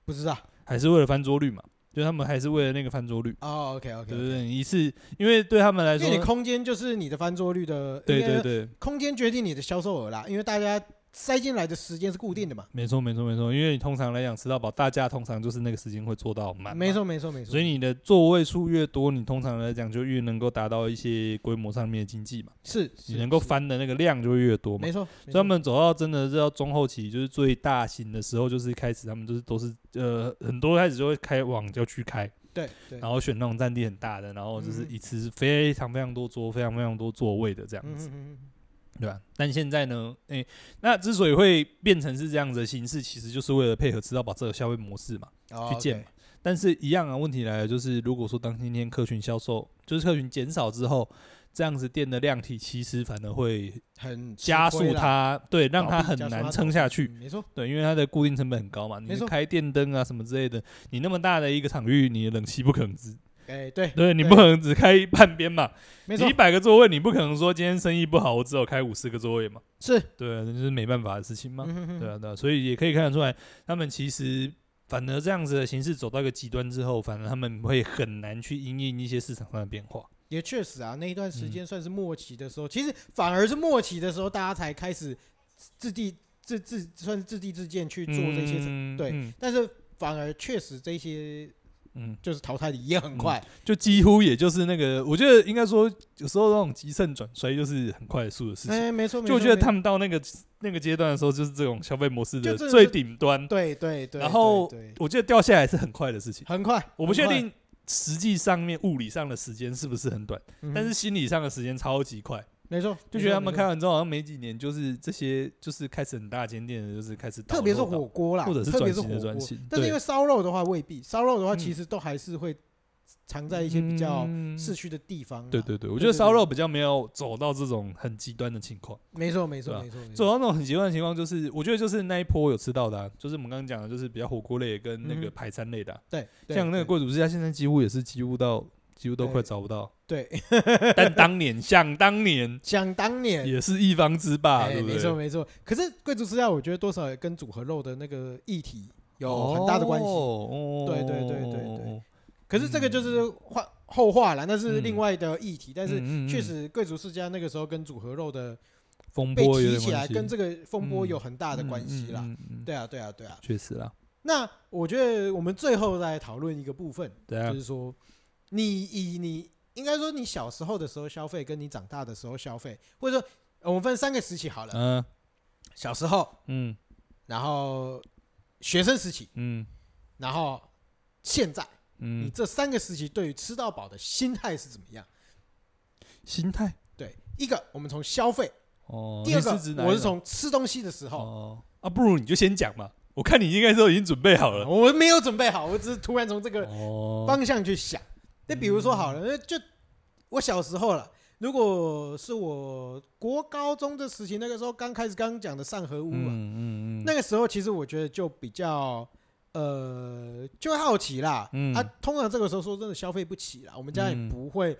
Speaker 1: 不啊知道，
Speaker 2: 还是为了翻桌率嘛？就他们还是为了那个翻桌率。
Speaker 1: 哦 OK
Speaker 2: 对不
Speaker 1: OK，
Speaker 2: 对？一次，因为对他们来
Speaker 1: 因为你
Speaker 2: 说，
Speaker 1: 空间就是你的翻桌率的，
Speaker 2: 对
Speaker 1: 应该
Speaker 2: 对对，
Speaker 1: 空间决定你的销售额啦，因为大家塞进来的时间是固定的嘛，
Speaker 2: 没错没错没错，因为你通常来讲吃到饱，大家通常就是那个时间会做到满，
Speaker 1: 没。错没错没错，
Speaker 2: 所以你的座位数越多，你通常来讲就越能够达到一些规模上面的经济嘛，
Speaker 1: 是
Speaker 2: 你能够，翻的那个量就会越多
Speaker 1: 是
Speaker 2: 嘛
Speaker 1: 没。错，没
Speaker 2: 所
Speaker 1: 错
Speaker 2: 以他们走到真的是到中后期，就是最大型的时候，就是开始他们就是都是呃很多开始就会开往郊区开，
Speaker 1: 对对，
Speaker 2: 然后选那种占地很大的，然后就是
Speaker 1: 嗯
Speaker 2: 一次是非常非常多桌，非常非常多座位的这样
Speaker 1: 嗯
Speaker 2: 子。
Speaker 1: 嗯嗯
Speaker 2: 对吧？但现在呢，诶、那之所以会变成是这样子的形式，其实就是为了配合吃到饱这个消费模式嘛。
Speaker 1: 哦
Speaker 2: 去见嘛。但是，一样啊，问题来了，就是如果说当今天客群销售，就是客群减少之后，这样子店的量体其实反而会
Speaker 1: OK，很吃
Speaker 2: 加
Speaker 1: 亏
Speaker 2: 速
Speaker 1: 啦，
Speaker 2: 它，对，让它
Speaker 1: 倒闭
Speaker 2: 很
Speaker 1: 加速
Speaker 2: 难
Speaker 1: 它
Speaker 2: 撑
Speaker 1: 倒
Speaker 2: 下去
Speaker 1: 嗯。没错，
Speaker 2: 对，因为它的固定成本很高嘛，你
Speaker 1: 没错
Speaker 2: 开电灯啊什么之类的，你那么大的一个场域，你的冷气不可能只，
Speaker 1: 哎，对，
Speaker 2: 对你不可能只开半边嘛，
Speaker 1: 没
Speaker 2: 你
Speaker 1: 错
Speaker 2: 一，百个座位，你不可能说今天生意不好，我只有开五十个座位嘛，
Speaker 1: 是，
Speaker 2: 对啊，这就是没办法的事情嘛，
Speaker 1: 嗯哼哼
Speaker 2: 对啊，对啊，所以也可以看得出来，他们其实反而这样子的形式走到一个极端之后，反而他们会很难去因应一些市场上的变化，
Speaker 1: 也确实啊，那一段时
Speaker 2: 嗯
Speaker 1: 间算是末期的时候，其实反而是末期的时候，大家才开始自地自自算是自地自建去做这些事，
Speaker 2: 嗯
Speaker 1: 对
Speaker 2: 嗯
Speaker 1: 但是反而确实这些
Speaker 2: 嗯，
Speaker 1: 就是淘汰的也很快，
Speaker 2: 就几乎也就是那个，我觉得应该说有时候那种极盛转衰就是很快速的事情。
Speaker 1: 哎，没错，没错
Speaker 2: 就我觉得
Speaker 1: 没
Speaker 2: 他们到那个那个阶段的时候，就是这种消费模式的
Speaker 1: 就真的是
Speaker 2: 最顶端。
Speaker 1: 对对对，
Speaker 2: 然后
Speaker 1: 对对
Speaker 2: 我记得掉下来是很快的事情，
Speaker 1: 很快，
Speaker 2: 我不确
Speaker 1: 很快，
Speaker 2: 定实际上面物理上的时间是不是很短，
Speaker 1: 嗯
Speaker 2: 但是心理上的时间超级快，
Speaker 1: 没错，
Speaker 2: 就
Speaker 1: 没
Speaker 2: 觉得
Speaker 1: 错
Speaker 2: 他们
Speaker 1: 没错
Speaker 2: 开完之后好像没几年，就是这些就是开始很大间店的，就是开始倒
Speaker 1: 特别是
Speaker 2: 落到
Speaker 1: 火锅啦，
Speaker 2: 或者是
Speaker 1: 特别
Speaker 2: 转
Speaker 1: 是火
Speaker 2: 型的
Speaker 1: 锅
Speaker 2: 转，型，
Speaker 1: 但是因为烧肉的话未必，烧肉的话
Speaker 2: 嗯
Speaker 1: 其实都还是会藏在一些比较市
Speaker 2: 是，
Speaker 1: 区的地方啊。
Speaker 2: 嗯对对对，我
Speaker 1: 对
Speaker 2: 觉得
Speaker 1: 对
Speaker 2: 烧
Speaker 1: 对
Speaker 2: 肉比较没有走到这种很极端的情况。
Speaker 1: 没错没
Speaker 2: 对啊
Speaker 1: 错没错，没
Speaker 2: 走
Speaker 1: 错
Speaker 2: 到那种很极端的情况，就是我觉得就是那一波有吃到的、啊，就是我们刚刚讲的，就是比较火锅类跟那个
Speaker 1: 嗯哼
Speaker 2: 排餐类的啊、
Speaker 1: 对，对
Speaker 2: 像那个
Speaker 1: 对
Speaker 2: 贵族之家，现在几乎也是几乎到几乎都快找不到。
Speaker 1: 对，哎
Speaker 2: 但当年，想当年
Speaker 1: 想当年
Speaker 2: 也是一方之霸，
Speaker 1: 哎
Speaker 2: 对不
Speaker 1: 没错
Speaker 2: 对？
Speaker 1: 没错。可是贵族之家，我觉得多少也跟组合肉的那个议题有很大的关系。
Speaker 2: 哦
Speaker 1: 对对对对对
Speaker 2: 嗯
Speaker 1: 可是这个就是话后话了，那是另外的议题。但
Speaker 2: 嗯
Speaker 1: 是确实，贵族世家那个时候跟组合肉的
Speaker 2: 风
Speaker 1: 被
Speaker 2: 波有
Speaker 1: 提
Speaker 2: 点
Speaker 1: 起来，
Speaker 2: 关系
Speaker 1: 跟这个风波有很大的
Speaker 2: 嗯
Speaker 1: 关系啦。
Speaker 2: 嗯嗯嗯
Speaker 1: 对啊，对啊，对啊。
Speaker 2: 确实啦。
Speaker 1: 那我觉得我们最后再讨论一个部分，
Speaker 2: 对啊
Speaker 1: 就，是说，你以你应该说你小时候的时候消费，跟你长大的时候消费，或者说呃我们分三个时期好了，
Speaker 2: 嗯
Speaker 1: 小时候，
Speaker 2: 嗯
Speaker 1: 然后学生时期，
Speaker 2: 嗯
Speaker 1: 然后现在，你
Speaker 2: 嗯，
Speaker 1: 这三个时期对于吃到饱的心态是怎么样？
Speaker 2: 心态
Speaker 1: 对，一个我们从消费，
Speaker 2: 哦。
Speaker 1: 第二个
Speaker 2: 你指哪一
Speaker 1: 我是
Speaker 2: 种
Speaker 1: 从吃东西的时候，
Speaker 2: 哦啊，不如你就先讲嘛，我看你应该都已经准备好了。
Speaker 1: 我没有准备好，我只是突然从这个
Speaker 2: 哦，嗯
Speaker 1: 方向去想。那比如说好了，那就我小时候了。如果是我国高中的时期，那个时候刚开始刚讲的上河屋啊，
Speaker 2: 嗯嗯嗯，
Speaker 1: 那个时候其实我觉得就比较呃，就会好奇啦。
Speaker 2: 嗯
Speaker 1: 啊，通常这个时候说真的消费不起啦，我们家也
Speaker 2: 嗯
Speaker 1: 不会、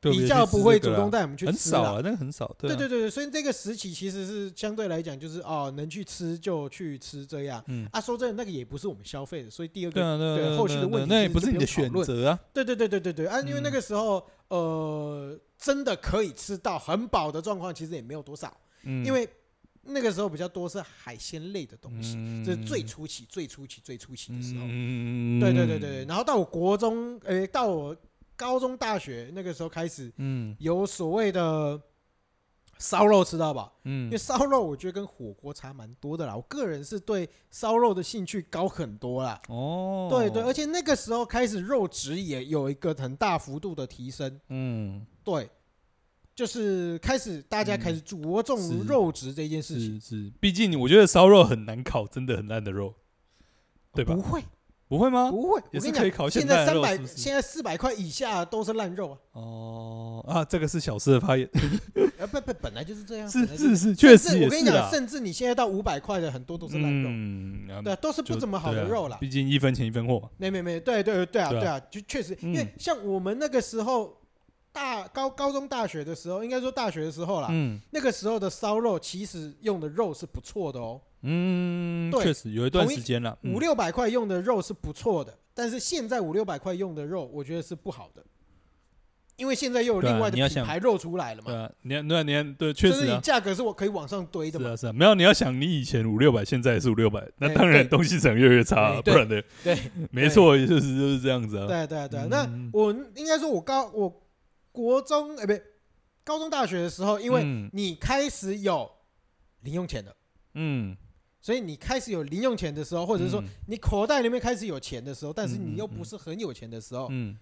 Speaker 2: 特别
Speaker 1: 比
Speaker 2: 去
Speaker 1: 较
Speaker 2: 吃
Speaker 1: 不
Speaker 2: 这
Speaker 1: 会
Speaker 2: 个
Speaker 1: 主
Speaker 2: 啦
Speaker 1: 动带我们去
Speaker 2: 很
Speaker 1: 吃
Speaker 2: 少
Speaker 1: 啦。
Speaker 2: 啊，那个很少，对
Speaker 1: 对
Speaker 2: 啊
Speaker 1: 对对对，所以这个时期其实是相对来讲，就是哦，能去吃就去吃这样。
Speaker 2: 嗯
Speaker 1: 啊，说真的，那个也不是我们消费的，所以第二
Speaker 2: 对
Speaker 1: 个，
Speaker 2: 啊，对啊
Speaker 1: 对
Speaker 2: 对啊
Speaker 1: 后续的
Speaker 2: 对啊
Speaker 1: 问题
Speaker 2: 那也
Speaker 1: 其实
Speaker 2: 不
Speaker 1: 就是
Speaker 2: 你
Speaker 1: 不
Speaker 2: 的
Speaker 1: 用
Speaker 2: 选
Speaker 1: 讨论
Speaker 2: 择啊，
Speaker 1: 对对对对对对啊，因为那
Speaker 2: 嗯
Speaker 1: 个时候呃，真的可以吃到很饱的状况，其实也没有多少，
Speaker 2: 嗯，
Speaker 1: 因为那个时候比较多是海鲜类的东西，
Speaker 2: 嗯
Speaker 1: 这是最初期、最初期、最初期的时候。
Speaker 2: 嗯
Speaker 1: 对对对对，，然后到我国中，呃，到我高中、大学那个时候开始
Speaker 2: 嗯
Speaker 1: 有所谓的烧肉吃到饱，因
Speaker 2: 嗯
Speaker 1: 为，烧肉我觉得跟火锅差蛮多的啦。我个人是对烧肉的兴趣高很多啦。
Speaker 2: 哦，
Speaker 1: 对对，而且那个时候开始肉质也有一个很大幅度的提升，
Speaker 2: 嗯，
Speaker 1: 对，就是开始大家开始着
Speaker 2: 嗯是
Speaker 1: 重肉质这件事情，
Speaker 2: 是是，毕竟我觉得烧肉很难烤，真的很烂的肉，对吧
Speaker 1: 不？会
Speaker 2: 不会吗？
Speaker 1: 不会，
Speaker 2: 也
Speaker 1: 我
Speaker 2: 是
Speaker 1: 跟你
Speaker 2: 可以
Speaker 1: 讲，
Speaker 2: 烤
Speaker 1: 现
Speaker 2: 现代
Speaker 1: 在
Speaker 2: 的
Speaker 1: 三
Speaker 2: 肉
Speaker 1: 百
Speaker 2: 是不是
Speaker 1: 现在四百块以下都是烂肉啊，
Speaker 2: 哦啊，这个是小吃的发言，
Speaker 1: 呃不不本来就是这样，
Speaker 2: 是
Speaker 1: 本来就是
Speaker 2: 是，确
Speaker 1: 甚
Speaker 2: 实
Speaker 1: 至
Speaker 2: 也
Speaker 1: 我跟
Speaker 2: 是
Speaker 1: 你讲，
Speaker 2: 啦，
Speaker 1: 甚至你现在到五百块的很多都是烂肉，
Speaker 2: 嗯，啊
Speaker 1: 对啊，都是不
Speaker 2: 就
Speaker 1: 怎么好的
Speaker 2: 对啊
Speaker 1: 肉啦。
Speaker 2: 毕竟一分钱一分货嘛，
Speaker 1: 没没没，对对对啊
Speaker 2: 对啊
Speaker 1: 对啊，就确实，因为
Speaker 2: 嗯
Speaker 1: 像我们那个时候大高高中大学的时候，应该说大学的时候啦，
Speaker 2: 嗯
Speaker 1: 那个时候的烧肉其实用的肉是不错的哦，
Speaker 2: 嗯，
Speaker 1: 对
Speaker 2: 确实有一段
Speaker 1: 同一
Speaker 2: 时间了，嗯
Speaker 1: 五六百块用的肉是不错的，但是现在五六百块用的肉，我觉得是不好的，因为现在又有
Speaker 2: 对啊
Speaker 1: 另外的
Speaker 2: 你要
Speaker 1: 品
Speaker 2: 想
Speaker 1: 牌肉出来了
Speaker 2: 对
Speaker 1: 嘛，
Speaker 2: 啊，你看，对啊，你看，对，确
Speaker 1: 就是
Speaker 2: 实
Speaker 1: 你
Speaker 2: 啊，
Speaker 1: 价格是我可以往上堆的
Speaker 2: 是
Speaker 1: 嘛，
Speaker 2: 啊，是啊，没有，你要想，你以前五六百，现在也是五六百，那
Speaker 1: 哎
Speaker 2: 当然
Speaker 1: 对
Speaker 2: 东西城越来越差啊，
Speaker 1: 哎
Speaker 2: 不
Speaker 1: 对
Speaker 2: 然的，
Speaker 1: 对，
Speaker 2: 没错，就是就是这样子啊。
Speaker 1: 对啊对啊对啊，那
Speaker 2: 嗯
Speaker 1: 我应该说，我高我国中哎，不、对，高中大学的时候，因为
Speaker 2: 嗯
Speaker 1: 你开始有零用钱了，
Speaker 2: 嗯，
Speaker 1: 所以你开始有零用钱的时候，或者是说
Speaker 2: 嗯
Speaker 1: 你口袋里面开始有钱的时候，但是
Speaker 2: 嗯
Speaker 1: 你
Speaker 2: 嗯
Speaker 1: 又
Speaker 2: 嗯
Speaker 1: 哦不是很有钱的时候，
Speaker 2: 嗯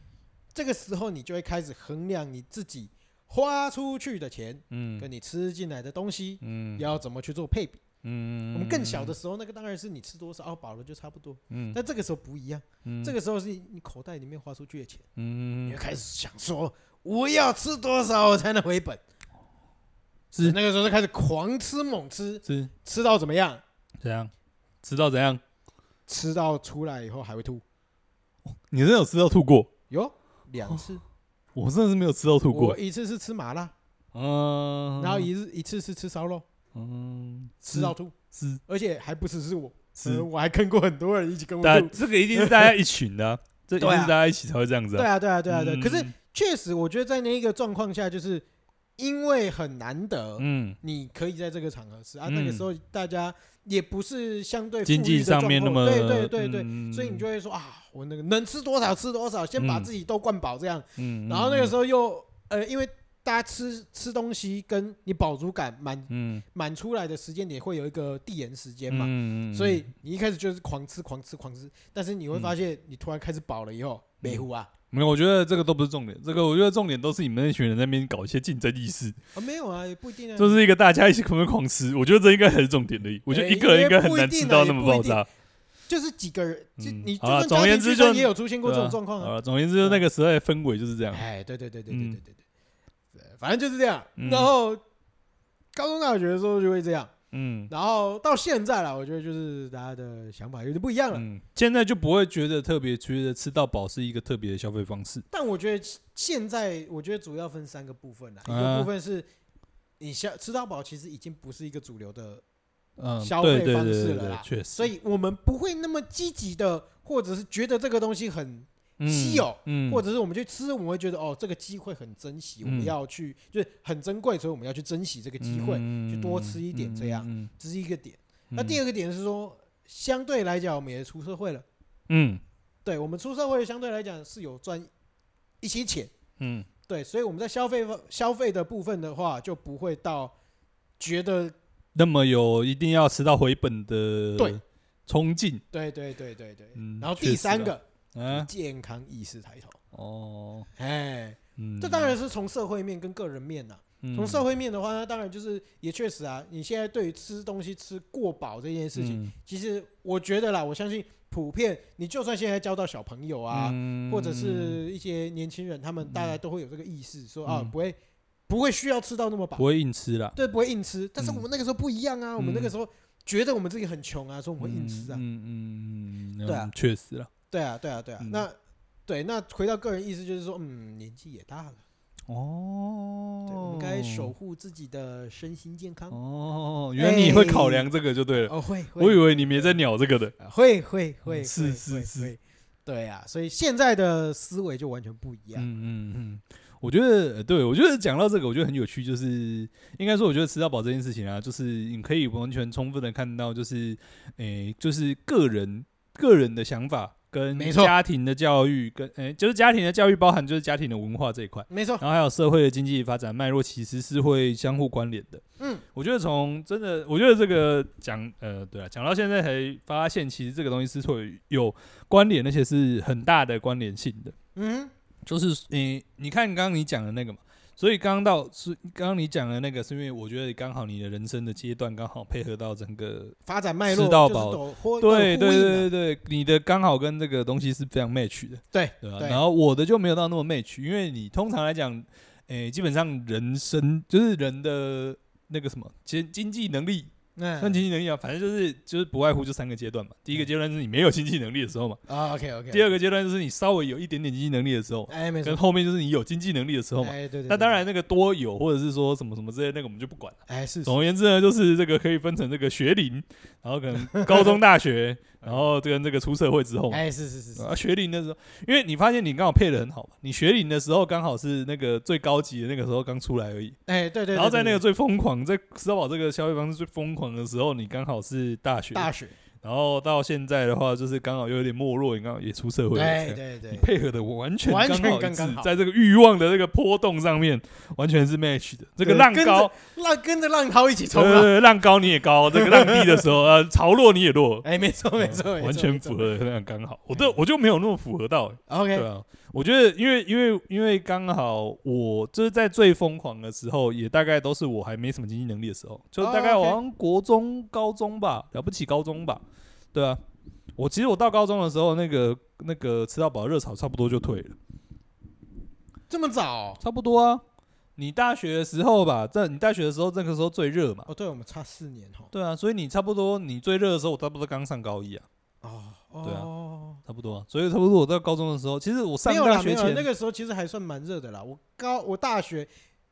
Speaker 1: 这个时候你就会开始衡量你自己花出去的钱
Speaker 2: 嗯
Speaker 1: 跟你吃进来的东西
Speaker 2: 嗯
Speaker 1: 要怎么去做配比。
Speaker 2: 嗯，
Speaker 1: 我们更小的时候，那个当然是你吃多少，哦，饱了就差不多。
Speaker 2: 嗯，
Speaker 1: 但这个时候不一样，
Speaker 2: 嗯
Speaker 1: 这个时候是你你口袋里面花出去的钱，你
Speaker 2: 嗯
Speaker 1: 就开始想说，我要吃多少我才能回本？
Speaker 2: 是
Speaker 1: 那个时候就开始狂吃猛吃，
Speaker 2: 是
Speaker 1: 吃到怎么样？
Speaker 2: 怎样？吃到怎样？
Speaker 1: 吃到出来以后还会吐，
Speaker 2: 你真的有吃到吐过？
Speaker 1: 哟，两次，
Speaker 2: 我真的是没有吃哦到吐过
Speaker 1: 我。一次是吃麻辣，
Speaker 2: 嗯，
Speaker 1: 然后一次一次是吃烧肉，
Speaker 2: 嗯
Speaker 1: 吃到吐，
Speaker 2: 是
Speaker 1: 而且还不只是我，
Speaker 2: 是
Speaker 1: 呃，我还跟过很多人一起跟我
Speaker 2: 但
Speaker 1: 吐。
Speaker 2: 这个一定是大家一 群的啊，这一定
Speaker 1: 对
Speaker 2: 是
Speaker 1: 啊
Speaker 2: 大家一起才会这样子
Speaker 1: 对
Speaker 2: 啊。
Speaker 1: 啊，对啊，对啊，对啊。
Speaker 2: 嗯
Speaker 1: 可是确实，我觉得在那一个状况下，就是因为很难得，
Speaker 2: 嗯，
Speaker 1: 你可以在这个场合吃啊。
Speaker 2: 嗯
Speaker 1: 那个时候大家也不是相对富裕
Speaker 2: 经
Speaker 1: 的
Speaker 2: 济上面那
Speaker 1: 状
Speaker 2: 么
Speaker 1: 况对对对对，
Speaker 2: 嗯
Speaker 1: 所以你就会说啊，我那个能吃多少吃多少，先把
Speaker 2: 嗯
Speaker 1: 自己都灌饱这样。
Speaker 2: 嗯，
Speaker 1: 然后那个时
Speaker 2: 候
Speaker 1: 候又呃，因为大家吃吃东西跟你饱足感满
Speaker 2: 嗯
Speaker 1: 满出来的时间点会有一个递延时间嘛，
Speaker 2: 嗯嗯
Speaker 1: 所以你一开始就是狂吃狂吃狂吃，但是你会发现你突然开始饱了以后，
Speaker 2: 嗯
Speaker 1: 没糊啊
Speaker 2: 没有，我觉得这个都不是重点，这个我觉得重点都是你们那群人在那边搞一些竞争意识，
Speaker 1: 啊没有啊，也不一定啊，
Speaker 2: 就是一个大家一起狂狂吃，我觉得这应该才是重点的。我觉得一个人应该很
Speaker 1: 啊
Speaker 2: 难吃到那么爆炸。
Speaker 1: 就是几个人，就
Speaker 2: 嗯
Speaker 1: 你就
Speaker 2: 好啦
Speaker 1: 算
Speaker 2: 总而
Speaker 1: 家
Speaker 2: 言
Speaker 1: 庭
Speaker 2: 之
Speaker 1: 聚
Speaker 2: 就
Speaker 1: 餐也有出现过这
Speaker 2: 对
Speaker 1: 种
Speaker 2: 啊
Speaker 1: 状况啊，
Speaker 2: 啊，总而言之，就是那个时代的氛围就是这样。
Speaker 1: 哎，对对对对对
Speaker 2: 嗯
Speaker 1: 对对对对，反正就是这样。
Speaker 2: 嗯
Speaker 1: 然后高中大学的时候就会这样，
Speaker 2: 嗯
Speaker 1: 然后到现在了，我觉得就是大家的想法有点不一样了。
Speaker 2: 嗯，现在就不会觉得特别觉得吃到饱是一个特别的消费方式。
Speaker 1: 但我觉得现在，我觉得主要分三个部分啦，一
Speaker 2: 啊
Speaker 1: 个部分是你消吃到饱，其实已经不是一个主流的，
Speaker 2: 嗯，
Speaker 1: 消费
Speaker 2: 对对
Speaker 1: 方
Speaker 2: 对
Speaker 1: 式
Speaker 2: 对
Speaker 1: 了
Speaker 2: 对
Speaker 1: 啦
Speaker 2: 确实。
Speaker 1: 所以我们不会那么积极的，或者是觉得这个东西很，
Speaker 2: 嗯
Speaker 1: 稀有
Speaker 2: 嗯，
Speaker 1: 或者是我们去吃，我们会觉得哦，这个机会很珍惜，我们
Speaker 2: 嗯
Speaker 1: 要去就是很珍贵，所以我们要去珍惜这个机会，
Speaker 2: 嗯
Speaker 1: 去多吃一点这样
Speaker 2: 样。
Speaker 1: 这是一个点。那第
Speaker 2: 二，
Speaker 1: 二个点是说，相对来讲，我们也出社会了，
Speaker 2: 嗯
Speaker 1: 对我们出社会相对来讲是有赚一些钱。
Speaker 2: 嗯
Speaker 1: 对，所以我们在消费方消费的部分的话，就不会到觉得
Speaker 2: 那么有一定要吃到回本的
Speaker 1: 对
Speaker 2: 冲劲。
Speaker 1: 对对对对对。
Speaker 2: 嗯，
Speaker 1: 然后
Speaker 2: 确
Speaker 1: 第
Speaker 2: 实
Speaker 1: 三
Speaker 2: 啊，
Speaker 1: 个，
Speaker 2: 嗯
Speaker 1: 健康意识抬头。
Speaker 2: 哦，
Speaker 1: 哎，
Speaker 2: 嗯，
Speaker 1: 这当然是从社会面跟个人面呐、从社
Speaker 2: 会
Speaker 1: 会面的话，那当然就是也确实啊，你现在对于吃东西吃过饱这件事情，
Speaker 2: 嗯
Speaker 1: 其实我觉得啦，我相信普遍，你就算现在教到小朋友啊，
Speaker 2: 嗯
Speaker 1: 或者是一些年轻人，他们大家都会有这个意识，说啊，
Speaker 2: 嗯
Speaker 1: 不会不会需要吃到那么饱
Speaker 2: 不。会硬吃啦，
Speaker 1: 对，不会硬吃。但是
Speaker 2: 嗯
Speaker 1: 我们那个时候不一样啊，我们那个时候觉得我们自己很穷啊，所以我们会硬吃啊。
Speaker 2: 嗯嗯嗯嗯，
Speaker 1: 对啊
Speaker 2: 嗯确实啦。
Speaker 1: 对啊，对啊，对啊。
Speaker 2: 嗯
Speaker 1: 那对，那回到个人意识，就是说，嗯，年纪也大了，
Speaker 2: 哦，
Speaker 1: 对，我们该守护自己的身心健康。
Speaker 2: 哦，原来你会考量这个就对了，
Speaker 1: 哎哦，会，
Speaker 2: 我以
Speaker 1: 为
Speaker 2: 为你没在鸟这个的。
Speaker 1: 会会会
Speaker 2: 是
Speaker 1: 会
Speaker 2: 是
Speaker 1: 会
Speaker 2: 是
Speaker 1: 会对啊，所以现在的思维就完全不一样。
Speaker 2: 嗯嗯嗯，我觉得，呃对我觉得讲到这个，我觉得很有趣，就是应该说，我觉得吃到饱这件事情啊，就是你可以完全充分的看到，就是诶、就是个人个人的想法跟
Speaker 1: 没错
Speaker 2: 家庭的教育跟诶、就是家庭的教育包含就是家庭的文化这一块。
Speaker 1: 没 错，
Speaker 2: 然后还有社会的经济发展脉络，其实是会相互关联的。
Speaker 1: 嗯，
Speaker 2: 我觉得从真的，我觉得这个讲呃，对啊，讲到现在才发现，其实这个东西是会有关联，而且是很大的关联性的。
Speaker 1: 嗯，
Speaker 2: 就是你、你看刚刚你讲的那个嘛，所以刚刚到是刚刚你讲的那个，是因为我觉得刚好你的人生的阶段刚好配合到整个，
Speaker 1: 发展脉络
Speaker 2: 吃到
Speaker 1: 就是
Speaker 2: 饱
Speaker 1: 走或
Speaker 2: 对
Speaker 1: 都
Speaker 2: 对
Speaker 1: 有呼应
Speaker 2: 对
Speaker 1: 的
Speaker 2: 对对，你的刚好跟这个东西是非常 match 的，
Speaker 1: 对
Speaker 2: 对吧、
Speaker 1: 对
Speaker 2: 然后我的就没有到那么 match，因为你通常来讲，诶、基本上人生就是人的那个什么经经济能力，算
Speaker 1: 嗯
Speaker 2: 经济能力啊，反正就是就是不外乎就三个阶段嘛。第一个
Speaker 1: 嗯
Speaker 2: 阶段是你没有经济能力的时候嘛，
Speaker 1: 啊，OK OK。
Speaker 2: 第二，个阶段就是你稍微有一点点经济能力的时候，
Speaker 1: 哎，没
Speaker 2: 跟
Speaker 1: 错，
Speaker 2: 后面就是你有经济能力的时候嘛。
Speaker 1: 哎，对对。
Speaker 2: 那
Speaker 1: 对
Speaker 2: 当，然，那个多有或者是说什么什么之类，那个我们就不管了。
Speaker 1: 哎，是是
Speaker 2: 总而言之呢，就是这个可以分成这个学龄，然后可能高中、大学，然后跟这个出社会之后嘛。
Speaker 1: 哎，是是是是，
Speaker 2: 啊，学龄的时候，因为你发现你刚好配的很好嘛，你学龄的时候刚好是那个最高级的那个时候刚出来而已，
Speaker 1: 哎，对对对，
Speaker 2: 然后在那个
Speaker 1: 对
Speaker 2: 最疯狂，在吃到饱这个消费方式最疯狂的时候，你刚好是大学
Speaker 1: 对，大学，
Speaker 2: 然后到现在的话，就是刚好又有点没落，你刚好也出社会了，这
Speaker 1: 对
Speaker 2: 样
Speaker 1: 哎对对
Speaker 2: 你，配合的完全
Speaker 1: 完全
Speaker 2: 刚好一
Speaker 1: 刚刚
Speaker 2: 致
Speaker 1: 好
Speaker 2: 在这个欲望的这个波动上面，完全是 match 的。 这个
Speaker 1: 对
Speaker 2: 浪
Speaker 1: 跟着
Speaker 2: 高，
Speaker 1: 浪跟着浪涛一起冲啊
Speaker 2: 呃，
Speaker 1: 浪。
Speaker 2: 对浪高你也高，这个浪低的时 候，呃，潮落你也落，
Speaker 1: 哎，没错没错，没错嗯
Speaker 2: 完全符。合，非常刚好。我都我就没有那么符合到，欸
Speaker 1: OK，
Speaker 2: 对啊，我觉得因为因为因为刚好我就是在最疯狂的时候，也大概都是我还没什么经济能力的时候，就
Speaker 1: 哦
Speaker 2: 大概
Speaker 1: OK
Speaker 2: 我好像国中、高中吧，了不起高中吧，对啊。我其实我到高中的时候，那个那个吃到饱热潮差不多就退了。
Speaker 1: 这么早？
Speaker 2: 差不多啊。你大学的时候吧，在你大学的时候，那个时候最热嘛。
Speaker 1: 哦，对，我们差四年哦。
Speaker 2: 对啊，所以你差不多，你最热的时候，我差不多刚上高一啊，
Speaker 1: 哦，
Speaker 2: 对啊
Speaker 1: 哦，
Speaker 2: 差不多啊。所以差不多我到高中的时候，其实我上
Speaker 1: 没有啦，
Speaker 2: 大
Speaker 1: 没
Speaker 2: 学
Speaker 1: 有啦
Speaker 2: 前，
Speaker 1: 那个时候其实还算蛮热的啦。我高我大学，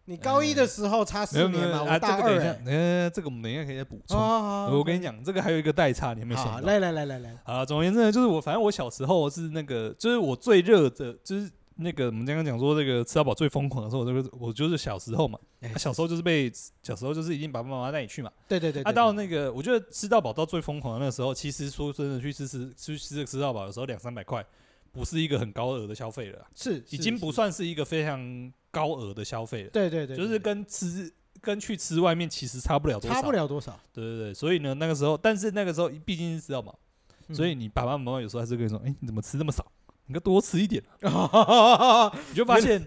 Speaker 1: 你高一的时候差
Speaker 2: 哎没
Speaker 1: 四
Speaker 2: 有没
Speaker 1: 年
Speaker 2: 有
Speaker 1: 嘛，
Speaker 2: 啊，
Speaker 1: 我
Speaker 2: 这
Speaker 1: 大
Speaker 2: 个等
Speaker 1: 二
Speaker 2: 一下
Speaker 1: 哎。，
Speaker 2: 呃，这个我们等一下可以再补充。
Speaker 1: 哦，
Speaker 2: 我跟你讲，这个还有一个代差，你有没有
Speaker 1: 好，
Speaker 2: 想到？
Speaker 1: 来来来来来，
Speaker 2: 啊，总而言之呢，就是我反正我小时候是那个，就是我最热的，就是那个我们刚刚讲说这个吃到饱最疯狂的时候，我就是我就是小时候嘛，
Speaker 1: 哎
Speaker 2: 啊小时候就是被小时候就是已经爸爸妈妈带你去嘛。
Speaker 1: 对对对，
Speaker 2: 啊，
Speaker 1: 对
Speaker 2: 到
Speaker 1: 对
Speaker 2: 那个，我觉得吃到饱到最疯狂的那时候，其实说真的，去吃吃去吃这个吃到饱的时候，两三百块不是一个很高额的消费了啦，
Speaker 1: 是
Speaker 2: 已
Speaker 1: 是
Speaker 2: 经不
Speaker 1: 是
Speaker 2: 算是一个非常高额的消费了，
Speaker 1: 对对对，
Speaker 2: 就是
Speaker 1: 对对
Speaker 2: 跟吃跟去吃外面其实差不了多少，
Speaker 1: 差不，了多少，
Speaker 2: 对对对，所以呢，那个时候，但是那个时候毕竟是吃到饱，
Speaker 1: 嗯
Speaker 2: 所以你爸爸妈妈有时候还是跟你说，哎、你怎么吃这么少？你该多吃一点啊、你就发 现。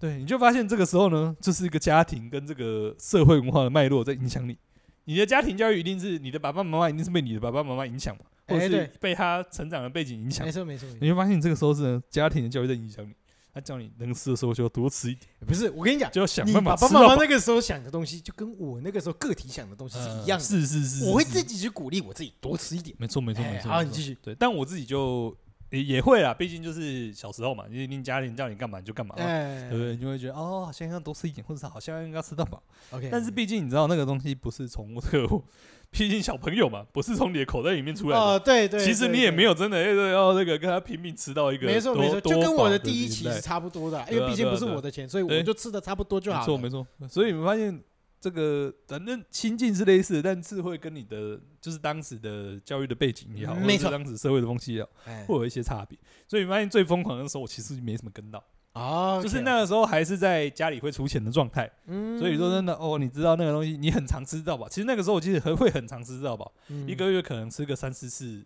Speaker 2: 对，你就发现这个时候呢，就是一个家庭跟这个社会文化的脉络在影响你。你的家庭教育一定是你的爸爸妈妈，一定是被你的爸爸妈妈影响嘛，或
Speaker 1: 哎
Speaker 2: 者是
Speaker 1: 对哎
Speaker 2: 被他成长的背景影响
Speaker 1: 没。错没错，没错
Speaker 2: 你会发现这个时候是呢家庭的教育在影响你，他叫你能吃的时候就要多吃一点，
Speaker 1: 不是我跟你讲，
Speaker 2: 就要想
Speaker 1: 你
Speaker 2: 办
Speaker 1: 爸
Speaker 2: 法
Speaker 1: 爸
Speaker 2: 吃
Speaker 1: 妈妈
Speaker 2: 到饱。
Speaker 1: 那个时候想的东西，就跟我那个时候个体想的东西是一样
Speaker 2: 嗯
Speaker 1: 的。
Speaker 2: 是是是是，
Speaker 1: 我会
Speaker 2: 是
Speaker 1: 自己去鼓励我自己多吃一 点。
Speaker 2: 没错没错
Speaker 1: 哎
Speaker 2: 没错。
Speaker 1: 好，
Speaker 2: 没
Speaker 1: 你
Speaker 2: 错
Speaker 1: 继续。
Speaker 2: 对，但我自己就也也会啦，毕竟就是小时候嘛，你一定家庭叫你干嘛你就干嘛嘛，
Speaker 1: 哎
Speaker 2: 对不对？你就会觉得哦，好像要多吃一点，或者是好像应该吃到饱。
Speaker 1: ，OK。
Speaker 2: 但是毕竟你知道那个东西不是从这个，毕竟小朋友嘛，不是从你的口袋里面出来的。
Speaker 1: 哦，对对，
Speaker 2: 其实
Speaker 1: 对
Speaker 2: 你也没，有真的要要那个跟他拼命吃到一个
Speaker 1: 对没错
Speaker 2: 多
Speaker 1: 没错，
Speaker 2: 多
Speaker 1: 就跟我
Speaker 2: 饱
Speaker 1: 的
Speaker 2: 的
Speaker 1: 第一期
Speaker 2: 年
Speaker 1: 是
Speaker 2: 代
Speaker 1: 差不多的啊，
Speaker 2: 对
Speaker 1: 因
Speaker 2: 啊
Speaker 1: 为毕竟
Speaker 2: 对啊
Speaker 1: 不是
Speaker 2: 对啊
Speaker 1: 我的钱，所以
Speaker 2: 对
Speaker 1: 我就吃的差不多就
Speaker 2: 没
Speaker 1: 好
Speaker 2: 错
Speaker 1: 了。
Speaker 2: 没错。所以你发现这个反正心境是类似的，但是会跟你的就是当时的教育的背景也好，
Speaker 1: 嗯没
Speaker 2: 或者
Speaker 1: 错
Speaker 2: 是当时社会的风气也好，
Speaker 1: 哎
Speaker 2: 会有一些差别。所以你发现最疯狂的时候，我其实没什么跟到，
Speaker 1: 哦，
Speaker 2: 就是那个时候还是在家里会出钱的状态。
Speaker 1: 嗯，
Speaker 2: 所以说真的哦，你知道那个东西，你很常吃到饱。其实那个时候我记得很会很常吃到饱，
Speaker 1: 嗯
Speaker 2: 一个月可能吃个三四次，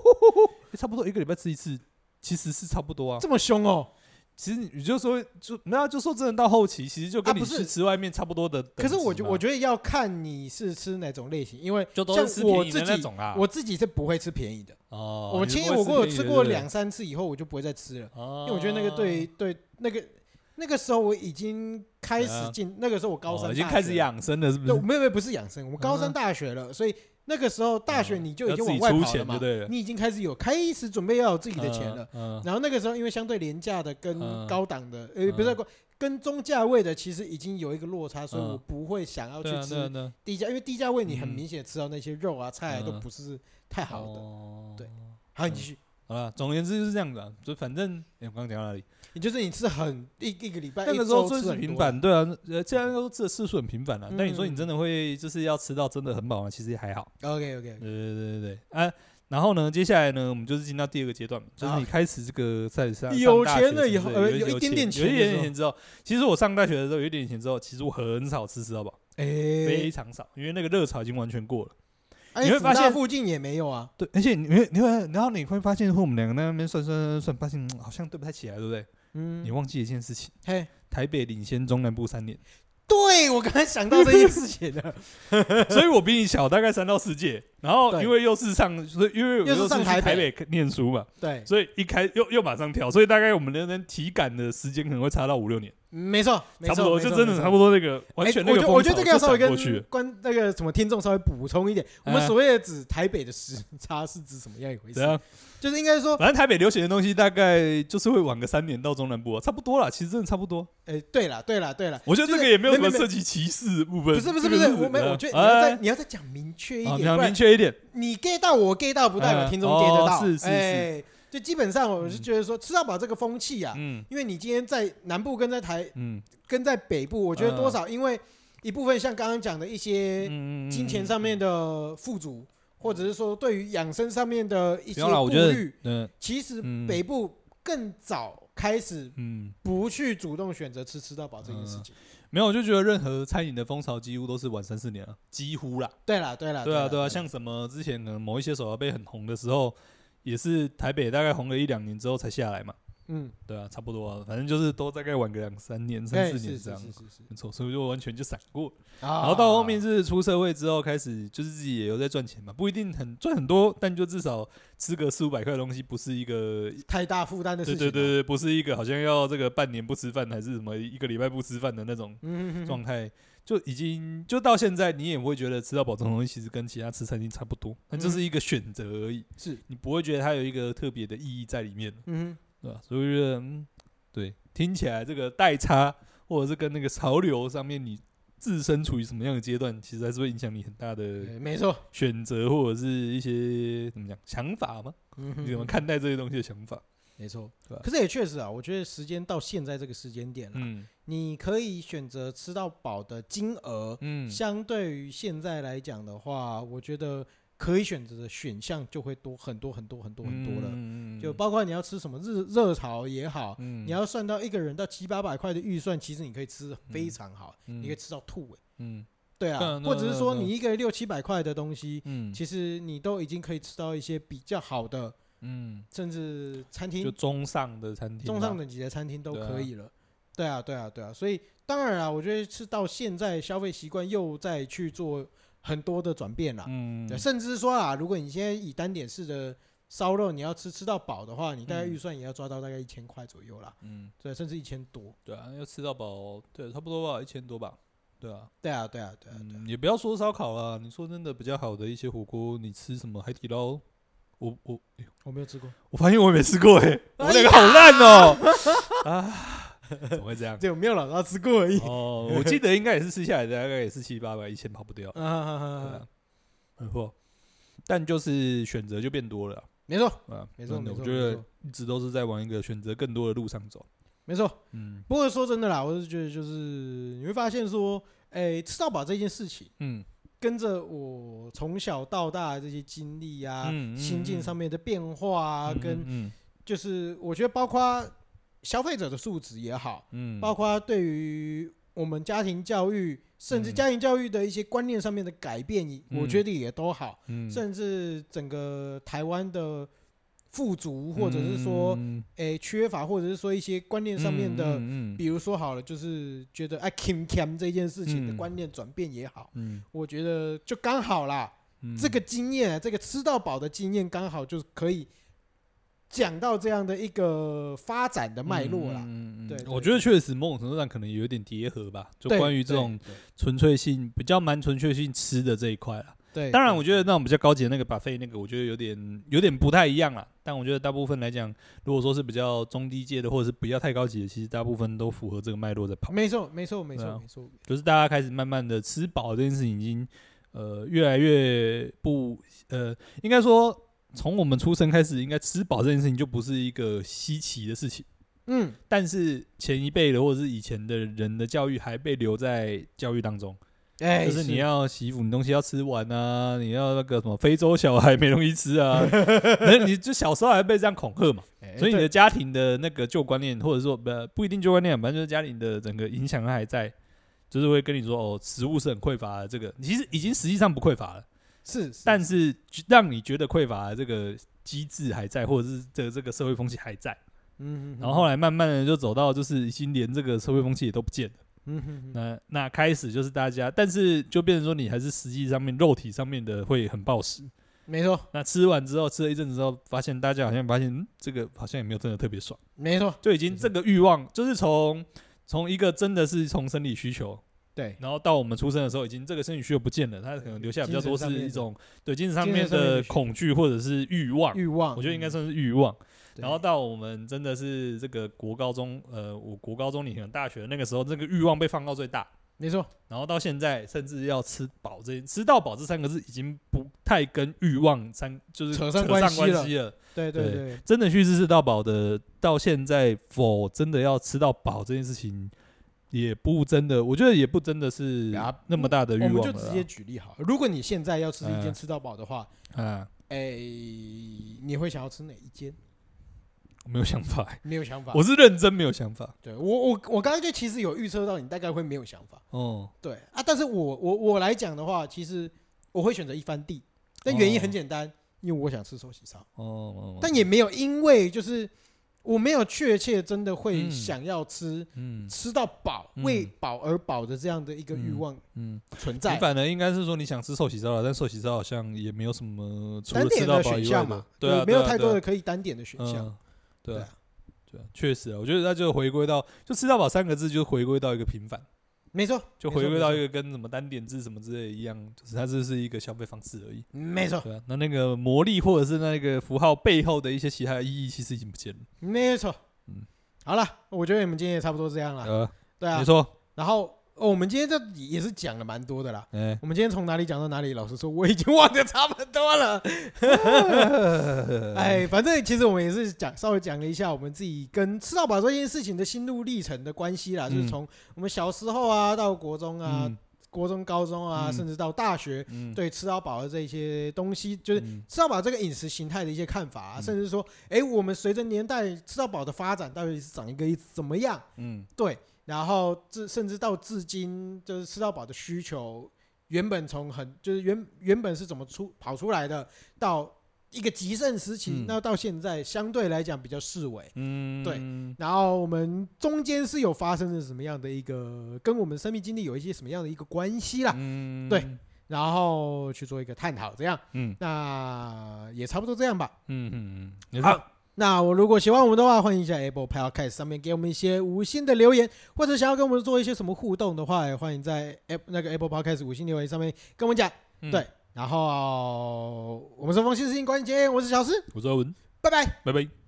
Speaker 2: 差不多一个礼拜吃一次，其实是差不多啊。
Speaker 1: 这么凶哦。
Speaker 2: 其实你就说就没有啊，就说真的到后期，其实就跟
Speaker 1: 啊
Speaker 2: 你
Speaker 1: 不是
Speaker 2: 去吃外面差不多的等啊级
Speaker 1: 可
Speaker 2: 嘛。
Speaker 1: 是我觉我觉得要看你是吃哪种类型，因为
Speaker 2: 就都
Speaker 1: 像
Speaker 2: 是吃
Speaker 1: 我
Speaker 2: 便宜的
Speaker 1: 自
Speaker 2: 那
Speaker 1: 己
Speaker 2: 种啊。
Speaker 1: 我自己是不会吃便宜的。
Speaker 2: 哦，
Speaker 1: 我
Speaker 2: 你
Speaker 1: 其
Speaker 2: 是
Speaker 1: 实
Speaker 2: 不会
Speaker 1: 我我有
Speaker 2: 便宜
Speaker 1: 吃
Speaker 2: 的
Speaker 1: 过，
Speaker 2: 对
Speaker 1: 两三次以后，我就不会再吃了。
Speaker 2: 不对哦
Speaker 1: 因为我觉得那个对对那个那个时候我已经开
Speaker 2: 对
Speaker 1: 始
Speaker 2: 啊
Speaker 1: 进那个时候我高三
Speaker 2: 哦
Speaker 1: 大
Speaker 2: 已
Speaker 1: 学
Speaker 2: 经开始，养生了，是不
Speaker 1: 对，
Speaker 2: 是？
Speaker 1: 没有没有不是养生，我们高三
Speaker 2: 嗯
Speaker 1: 大学了，所以那个时候大学
Speaker 2: 嗯
Speaker 1: 你就已
Speaker 2: 要
Speaker 1: 经
Speaker 2: 自己
Speaker 1: 往外
Speaker 2: 出
Speaker 1: 跑
Speaker 2: 钱
Speaker 1: 了
Speaker 2: 就
Speaker 1: 嘛，
Speaker 2: 对了
Speaker 1: 你已经开始有开始准备要有自己的钱了。
Speaker 2: 嗯，嗯
Speaker 1: 然后那个时候因为相对廉价的跟
Speaker 2: 嗯
Speaker 1: 高档的，
Speaker 2: 嗯
Speaker 1: 呃，不是跟中价位的，其实已经有一个落差，所以
Speaker 2: 嗯
Speaker 1: 我不会想要去
Speaker 2: 对啊对啊
Speaker 1: 吃
Speaker 2: 对啊，
Speaker 1: 低价，因为低价位你
Speaker 2: 嗯
Speaker 1: 很明显吃到那些肉啊菜啊都
Speaker 2: 嗯哦
Speaker 1: 不是太好的。
Speaker 2: 的
Speaker 1: 对好，你
Speaker 2: 嗯
Speaker 1: 继续，
Speaker 2: 好了，总而言之就是这样子啊，就反正、诶我刚刚讲到哪里？
Speaker 1: 也就是你吃很一一个礼拜，
Speaker 2: 那个
Speaker 1: 一
Speaker 2: 时候
Speaker 1: 周
Speaker 2: 吃
Speaker 1: 吃
Speaker 2: 是
Speaker 1: 很
Speaker 2: 频
Speaker 1: 多
Speaker 2: 繁，对啊，呃，既然都吃的次数很频繁了、
Speaker 1: 嗯
Speaker 2: 但你说你真的会就是要吃到真的很饱吗？其实也还好。
Speaker 1: OK OK，
Speaker 2: 对对对对对啊。然后呢，接下来呢，我们就是进到第二个阶段，就是你开始这个在上
Speaker 1: 有
Speaker 2: 上大
Speaker 1: 钱
Speaker 2: 学
Speaker 1: 了以后
Speaker 2: 之类的
Speaker 1: 呃
Speaker 2: 啊有
Speaker 1: 有一点点
Speaker 2: 钱，有一
Speaker 1: 钱的时
Speaker 2: 点点
Speaker 1: 候
Speaker 2: 钱之后，其实我上大学的时候有一点点钱之后，其实我很少吃吃到饱，非
Speaker 1: 哎，
Speaker 2: 常少，因为那个热潮已经完全过了。
Speaker 1: 哎
Speaker 2: 你会
Speaker 1: 福
Speaker 2: 发
Speaker 1: 大
Speaker 2: 现
Speaker 1: 附近也没有啊，
Speaker 2: 对，而且你会你会，然后你会发现，和我们两个在那边算算算算，发现嗯好像对不太起来，对不对？
Speaker 1: 嗯
Speaker 2: 你，忘记一件事情，
Speaker 1: 嘿，
Speaker 2: 台北领先中南部三年，
Speaker 1: 对我刚才想到这件事情 了，
Speaker 2: 所以我比你小大概三到四届。然后
Speaker 1: 对
Speaker 2: 因为又是上，所以因为我
Speaker 1: 又是上
Speaker 2: 去
Speaker 1: 台
Speaker 2: 台
Speaker 1: 北
Speaker 2: 北念书嘛，
Speaker 1: 对，
Speaker 2: 所以一开又又马上跳，所以大概我们的人体感的时间可能会差到五六年，
Speaker 1: 没错，没
Speaker 2: 差
Speaker 1: 错
Speaker 2: 不多
Speaker 1: 没错
Speaker 2: 就真的
Speaker 1: 没错
Speaker 2: 差不多那个完全
Speaker 1: 哎
Speaker 2: 那
Speaker 1: 我觉得我
Speaker 2: 个风潮
Speaker 1: 觉得这个要稍微
Speaker 2: 就闪过去
Speaker 1: 跟
Speaker 2: 了
Speaker 1: 观那个什么听众稍微补充一点，我们
Speaker 2: 哎
Speaker 1: 所谓的指台北的时差是指什么样一回
Speaker 2: 怎
Speaker 1: 事？
Speaker 2: 样？
Speaker 1: 就是应该说，
Speaker 2: 啊反正台北流行的东西大概就是会晚个三年到中南部、啊，差不多啦。其实真的差不多，
Speaker 1: 哎，对了对了对了，
Speaker 2: 我觉得
Speaker 1: 就
Speaker 2: 这
Speaker 1: 是
Speaker 2: 个也没有什么
Speaker 1: 没没
Speaker 2: 涉及歧视的部分。
Speaker 1: 不是不是
Speaker 2: 这
Speaker 1: 不
Speaker 2: 个
Speaker 1: 是，我没有，
Speaker 2: 啊
Speaker 1: 我觉得你要
Speaker 2: 哎
Speaker 1: 再你要再讲明确一
Speaker 2: 啊，你
Speaker 1: 点，
Speaker 2: 要
Speaker 1: 不
Speaker 2: 明
Speaker 1: 然
Speaker 2: 确一点。
Speaker 1: 你 get 到我 get 到，不代
Speaker 2: 哎
Speaker 1: 表听众
Speaker 2: 哦
Speaker 1: get 得到，
Speaker 2: 是是是
Speaker 1: 哎，就基本上我是觉得说吃到饱这个风气啊，
Speaker 2: 嗯
Speaker 1: 因为你今天在南部跟在台
Speaker 2: 嗯
Speaker 1: 跟在北部，我觉得
Speaker 2: 嗯
Speaker 1: 多少因为一部分像刚刚讲的一些
Speaker 2: 嗯，
Speaker 1: 金钱上面的富足，或者是说对于养生上面的一
Speaker 2: 不
Speaker 1: 些
Speaker 2: 用啦，
Speaker 1: 顾
Speaker 2: 我觉得
Speaker 1: 虑，
Speaker 2: 嗯
Speaker 1: 其实
Speaker 2: 嗯
Speaker 1: 北部更早开始
Speaker 2: 嗯，
Speaker 1: 不去主动选择吃吃到饱这件事情。
Speaker 2: 没有，我就觉得任何餐饮的风潮几乎都是晚三四年啊，几乎啦。
Speaker 1: 对啦，对啦，
Speaker 2: 对啊，
Speaker 1: 啦，
Speaker 2: 对啊，
Speaker 1: 啦
Speaker 2: 像什么之前可能某一些手摇杯很红的时候，也是台北大概红了一两年之后才下来嘛。
Speaker 1: 嗯，
Speaker 2: 对啊，差不多啊，反正就是都大概晚个两三年、三
Speaker 1: 对，
Speaker 2: 四
Speaker 1: 哎是
Speaker 2: 年这
Speaker 1: 是
Speaker 2: 样，
Speaker 1: 是是啊是，
Speaker 2: 没错，所以我就完全就闪过。
Speaker 1: 然
Speaker 2: 然后到后面是出社会之后，开始就是自己也有在赚钱嘛，不一定很赚很多，但就至少吃个四五百块的东西，不是一个。
Speaker 1: 太大负担的事
Speaker 2: 对
Speaker 1: 情啊
Speaker 2: 对对
Speaker 1: 了，
Speaker 2: 对，不是一个好像要这个半年不吃饭，还是什么一个礼拜不吃饭的那种
Speaker 1: 嗯，嗯嗯
Speaker 2: 状态，就已经就到现在，你也不会觉得吃到饱这种东西其实跟其他吃餐厅差不多，那就是一个选择而已，
Speaker 1: 是，
Speaker 2: 你不会觉得它有一个特别的意义在里面。
Speaker 1: 嗯
Speaker 2: 对吧、所以我觉得，嗯，对，听起来这个代差，或者是跟那个潮流上面，你自身处于什么样的阶段，其实还是会影响你很大
Speaker 1: 哼，
Speaker 2: 的
Speaker 1: 对没错，
Speaker 2: 选择，或者是一些怎么讲想法吗？
Speaker 1: 嗯哼
Speaker 2: 你怎么
Speaker 1: 嗯
Speaker 2: 看待这些东西的想法？
Speaker 1: 没错
Speaker 2: 对吧，
Speaker 1: 可是也确实啊，我觉得时间到现在这个时间点了，
Speaker 2: 嗯
Speaker 1: 你可以选择吃到饱的金额，
Speaker 2: 嗯，
Speaker 1: 相对于现在来讲的话，我觉得可以选择的选项就会多很多很多很多很多了，
Speaker 2: 嗯
Speaker 1: 就包括你要吃什么热热炒也好。
Speaker 2: 嗯
Speaker 1: 你要算到一个人到七八百块的预算，其实你可以吃的非常好，
Speaker 2: 嗯
Speaker 1: 你可以吃到吐、欸，
Speaker 2: 嗯
Speaker 1: 对
Speaker 2: 对
Speaker 1: 啊
Speaker 2: 啊，对啊
Speaker 1: 或者是说
Speaker 2: 对啊
Speaker 1: 你一个六七百块的东西，
Speaker 2: 嗯
Speaker 1: 其实你都已经可以吃到一些比较好的，
Speaker 2: 嗯，
Speaker 1: 甚至餐厅
Speaker 2: 就中上的餐厅啊，
Speaker 1: 中上等级的餐厅都
Speaker 2: 对啊
Speaker 1: 可以了。对啊，对啊，对啊，所以当然啊，我觉得是到现在消费习惯又在去做很多的转变啦。
Speaker 2: 嗯，
Speaker 1: 啊对，甚至说啊，如果你现在以单点式的烧肉，你要吃吃到饱的话，你大概预算也要抓到大概一千块左右啦，
Speaker 2: 嗯，
Speaker 1: 对，啊甚至一千多。
Speaker 2: 对啊，要吃到饱，对，差不多吧，一千多吧，对啊，
Speaker 1: 对啊，对啊，对啊，对啊
Speaker 2: 嗯，也不要说烧烤啦，你说真的，比较好的一些火锅，你吃什么海底捞？我我
Speaker 1: 我没有吃过，
Speaker 2: 我发现我也没吃过哎、我们两个好烂哦、 啊，怎么会这样？
Speaker 1: 对，我没有老早吃过 而已。
Speaker 2: 哦，我记得应该也是吃下来的，大概也是七八百，一千跑不掉，
Speaker 1: 啊哈哈
Speaker 2: 对
Speaker 1: 哈哈
Speaker 2: 啊，没错。但就是选择就变多了
Speaker 1: 没错，
Speaker 2: 啊，啊
Speaker 1: 没错
Speaker 2: 真的
Speaker 1: 没错
Speaker 2: 我觉
Speaker 1: 没
Speaker 2: 得
Speaker 1: 错
Speaker 2: 一直都是在往一个选择更多的路上走。
Speaker 1: 没错。
Speaker 2: 嗯
Speaker 1: 不过说真的啦，我是觉得就是你会发现说，哎，吃到饱这件事情，
Speaker 2: 嗯
Speaker 1: 跟着我从小到大的这些经历啊，
Speaker 2: 嗯嗯
Speaker 1: 心境上面的变化啊，
Speaker 2: 嗯
Speaker 1: 跟
Speaker 2: 嗯
Speaker 1: 就是我觉得包括消费者的素质也好，
Speaker 2: 嗯，
Speaker 1: 包括对于我们家庭教育，甚至
Speaker 2: 嗯
Speaker 1: 家庭教育的一些观念上面的改变，我觉得也都好，
Speaker 2: 嗯
Speaker 1: 甚至整个台湾的。富足，或者是说，
Speaker 2: 嗯
Speaker 1: 诶、缺乏，或者是说一些观念上面的，
Speaker 2: 嗯嗯嗯
Speaker 1: 比如说好了，就是觉得哎，kim kim 这件事情的
Speaker 2: 嗯
Speaker 1: 观念转变也好，
Speaker 2: 嗯
Speaker 1: 我觉得就刚好啦，
Speaker 2: 嗯
Speaker 1: 这个经验，啊这个吃到饱的经验，刚好就是可以讲到这样的一个发展的脉络啦。
Speaker 2: 嗯嗯嗯嗯
Speaker 1: 对对
Speaker 2: 我觉得确实某种程度上可能有一点叠合吧，就
Speaker 1: 对
Speaker 2: 关于这种，纯粹性比较蛮纯粹性吃的这一块啦。
Speaker 1: 对，对
Speaker 2: 当然，我觉得那种比较高级的那个 buffet 那个，我觉得有点有点不太一样啦。但我觉得大部分来讲，如果说是比较中低阶的，或者是不要太高级的，其实大部分都符合这个脉络在跑。
Speaker 1: 没错，没错，没
Speaker 2: 对
Speaker 1: 错，
Speaker 2: 啊
Speaker 1: 没错，
Speaker 2: 就是大家开始慢慢的吃饱这件事情，已经呃越来越不呃，应该说从我们出生开始，应该吃饱这件事情就不是一个稀奇的事情。
Speaker 1: 嗯，
Speaker 2: 但是前一辈的或者是以前的人的教育还被留在教育当中，
Speaker 1: 哎，
Speaker 2: 就是你要洗衣服，你东西要吃完啊，你要那个什么非洲小孩没东西吃啊，那你就小时候还被这样恐吓嘛，
Speaker 1: 哎，
Speaker 2: 所以你
Speaker 1: 对
Speaker 2: 的家庭的那个旧观念，或者说不不一定旧观念，反正就是家庭的整个影响它还在，就是会跟你说哦，食物是很匮乏的，这个其实已经实际上不匮乏了，
Speaker 1: 是，是
Speaker 2: 但是让你觉得匮乏的这个机制还在，或者是这这个社会风气还在。
Speaker 1: 嗯，
Speaker 2: 然后后
Speaker 1: 来，
Speaker 2: 来慢慢的就走到就是已经连这个社会风气也都不见了。
Speaker 1: 嗯哼哼
Speaker 2: 那那开始就是大家，但是就变成说你还是实际上面肉体上面的会很暴食。
Speaker 1: 没错，
Speaker 2: 那吃完之后，吃了一阵子之后，发现大家好像发现、嗯、这个好像也没有真的特别爽，
Speaker 1: 没错，
Speaker 2: 就已经这个欲望就是从从一个真的是从生理需求，
Speaker 1: 对，
Speaker 2: 然后到我们出生的时候，已经这个生理需求不见了，它可能留下比较多是一种对精神上面
Speaker 1: 精神上面
Speaker 2: 的
Speaker 1: 的需求
Speaker 2: 恐惧或者是欲望。嗯
Speaker 1: 欲望，嗯
Speaker 2: 我觉得应该
Speaker 1: 是，
Speaker 2: 算是欲望。
Speaker 1: 对
Speaker 2: 然后到我们真的是这个国高中，呃，我国高中，你可能大学那个时候，这个欲望被放到最大。
Speaker 1: 没错，
Speaker 2: 然后到现在，甚至要吃饱这吃到饱这三个字，已经不太跟欲望三就是
Speaker 1: 扯
Speaker 2: 扯
Speaker 1: 上
Speaker 2: 上
Speaker 1: 关
Speaker 2: 关
Speaker 1: 系
Speaker 2: 系了。
Speaker 1: 对对
Speaker 2: 对
Speaker 1: 对，
Speaker 2: 真的去吃到饱的，到现在否真的要吃到饱这件事情，也不真的，我觉得也不真的是
Speaker 1: 呀
Speaker 2: 那么大的欲
Speaker 1: 啊我们
Speaker 2: 望了
Speaker 1: 就
Speaker 2: 啦。
Speaker 1: 直接举例好了，如果你现在要吃一间
Speaker 2: 嗯
Speaker 1: 吃到饱的话，
Speaker 2: 啊，
Speaker 1: 哎，你会想要吃哪一间？
Speaker 2: 我没有想法、
Speaker 1: 没有想法，
Speaker 2: 我是认真没有想法。
Speaker 1: 对我我我刚刚就其实有预测到你大概会没有想法。
Speaker 2: 哦，
Speaker 1: 对啊，但是我我我来讲的话，其实我会选择一番地，
Speaker 2: 哦
Speaker 1: 但原因很简单，因为我想吃寿喜烧，
Speaker 2: 哦哦，
Speaker 1: 但也没有因为就是我没有确切真的会
Speaker 2: 嗯
Speaker 1: 想要吃、
Speaker 2: 嗯
Speaker 1: 吃到饱、
Speaker 2: 嗯
Speaker 1: 为饱而饱的这样的一个欲望
Speaker 2: 嗯，
Speaker 1: 存在
Speaker 2: 你。反而应该是说你想吃寿喜烧了，但寿喜烧好像也没有什么除
Speaker 1: 单
Speaker 2: 了吃
Speaker 1: 点
Speaker 2: 到
Speaker 1: 的
Speaker 2: 饱
Speaker 1: 选
Speaker 2: 以外
Speaker 1: 项
Speaker 2: 的
Speaker 1: 嘛，，
Speaker 2: 对啊，
Speaker 1: 没有
Speaker 2: 对啊
Speaker 1: 太多的
Speaker 2: 对啊
Speaker 1: 可以单点的选项。
Speaker 2: 嗯对
Speaker 1: 对啊，
Speaker 2: 啊，对啊，确实啊，我觉得那就回归到就吃到饱三个字就回归到一个平凡，
Speaker 1: 没错，
Speaker 2: 就
Speaker 1: 没错
Speaker 2: 回归到
Speaker 1: 没
Speaker 2: 一个跟什么单点制什么之类的一样，就是它这是一个消费方式而已。
Speaker 1: 错没错，
Speaker 2: 对啊，那那个魔力或者是那个符号背后的一些其他的意义，其实已经不见了。
Speaker 1: 没错。
Speaker 2: 嗯
Speaker 1: 好了，我觉得你们今天也差不多这样了。
Speaker 2: 呃，
Speaker 1: 对啊
Speaker 2: 没，错，
Speaker 1: 然后哦，我们今天这也是讲了蛮多的啦。
Speaker 2: 哎，
Speaker 1: 我们今天从哪里讲到哪里？老实说，我已经忘得差不多 了。 哎，反正其实我们也是讲稍微讲了一下我们自己跟吃到饱这件事情的心路历程的关系啦，
Speaker 2: 嗯
Speaker 1: 就是从我们小时候啊到国中啊、
Speaker 2: 嗯，
Speaker 1: 国中、高中啊，
Speaker 2: 嗯
Speaker 1: 甚至到大学，
Speaker 2: 嗯，
Speaker 1: 对吃到饱的这些东西，就是
Speaker 2: 嗯
Speaker 1: 吃到饱这个饮食形态的一些看法、啊，
Speaker 2: 嗯
Speaker 1: 甚至说，哎，我们随着年代吃到饱的发展到底是长一个怎么样？
Speaker 2: 嗯，
Speaker 1: 对，然后至甚至到至今，就是吃到饱的需求，原本从很就是原原本是怎么出跑出来的，到一个极盛时期，
Speaker 2: 嗯
Speaker 1: 那到现在相对来讲比较式微。
Speaker 2: 嗯，
Speaker 1: 对然后我们中间是有发生了什么样的一个，跟我们生命经历有一些什么样的一个关系啦，
Speaker 2: 嗯，
Speaker 1: 对然后去做一个探讨，这样，
Speaker 2: 嗯，
Speaker 1: 那也差不多这样吧。
Speaker 2: 嗯嗯嗯，
Speaker 1: 好，那我如果喜欢我们的话，欢迎一下 Apple Podcast 上面给我们一些五星的留言，或者想要跟我们做一些什么互动的话，也欢迎在 App 那个 Apple Podcast 五星留言上面跟我们讲。
Speaker 2: 嗯
Speaker 1: 对，然后我们是风信事情关节，我是小诗，
Speaker 2: 我是阿文，
Speaker 1: 拜拜。
Speaker 2: 拜拜。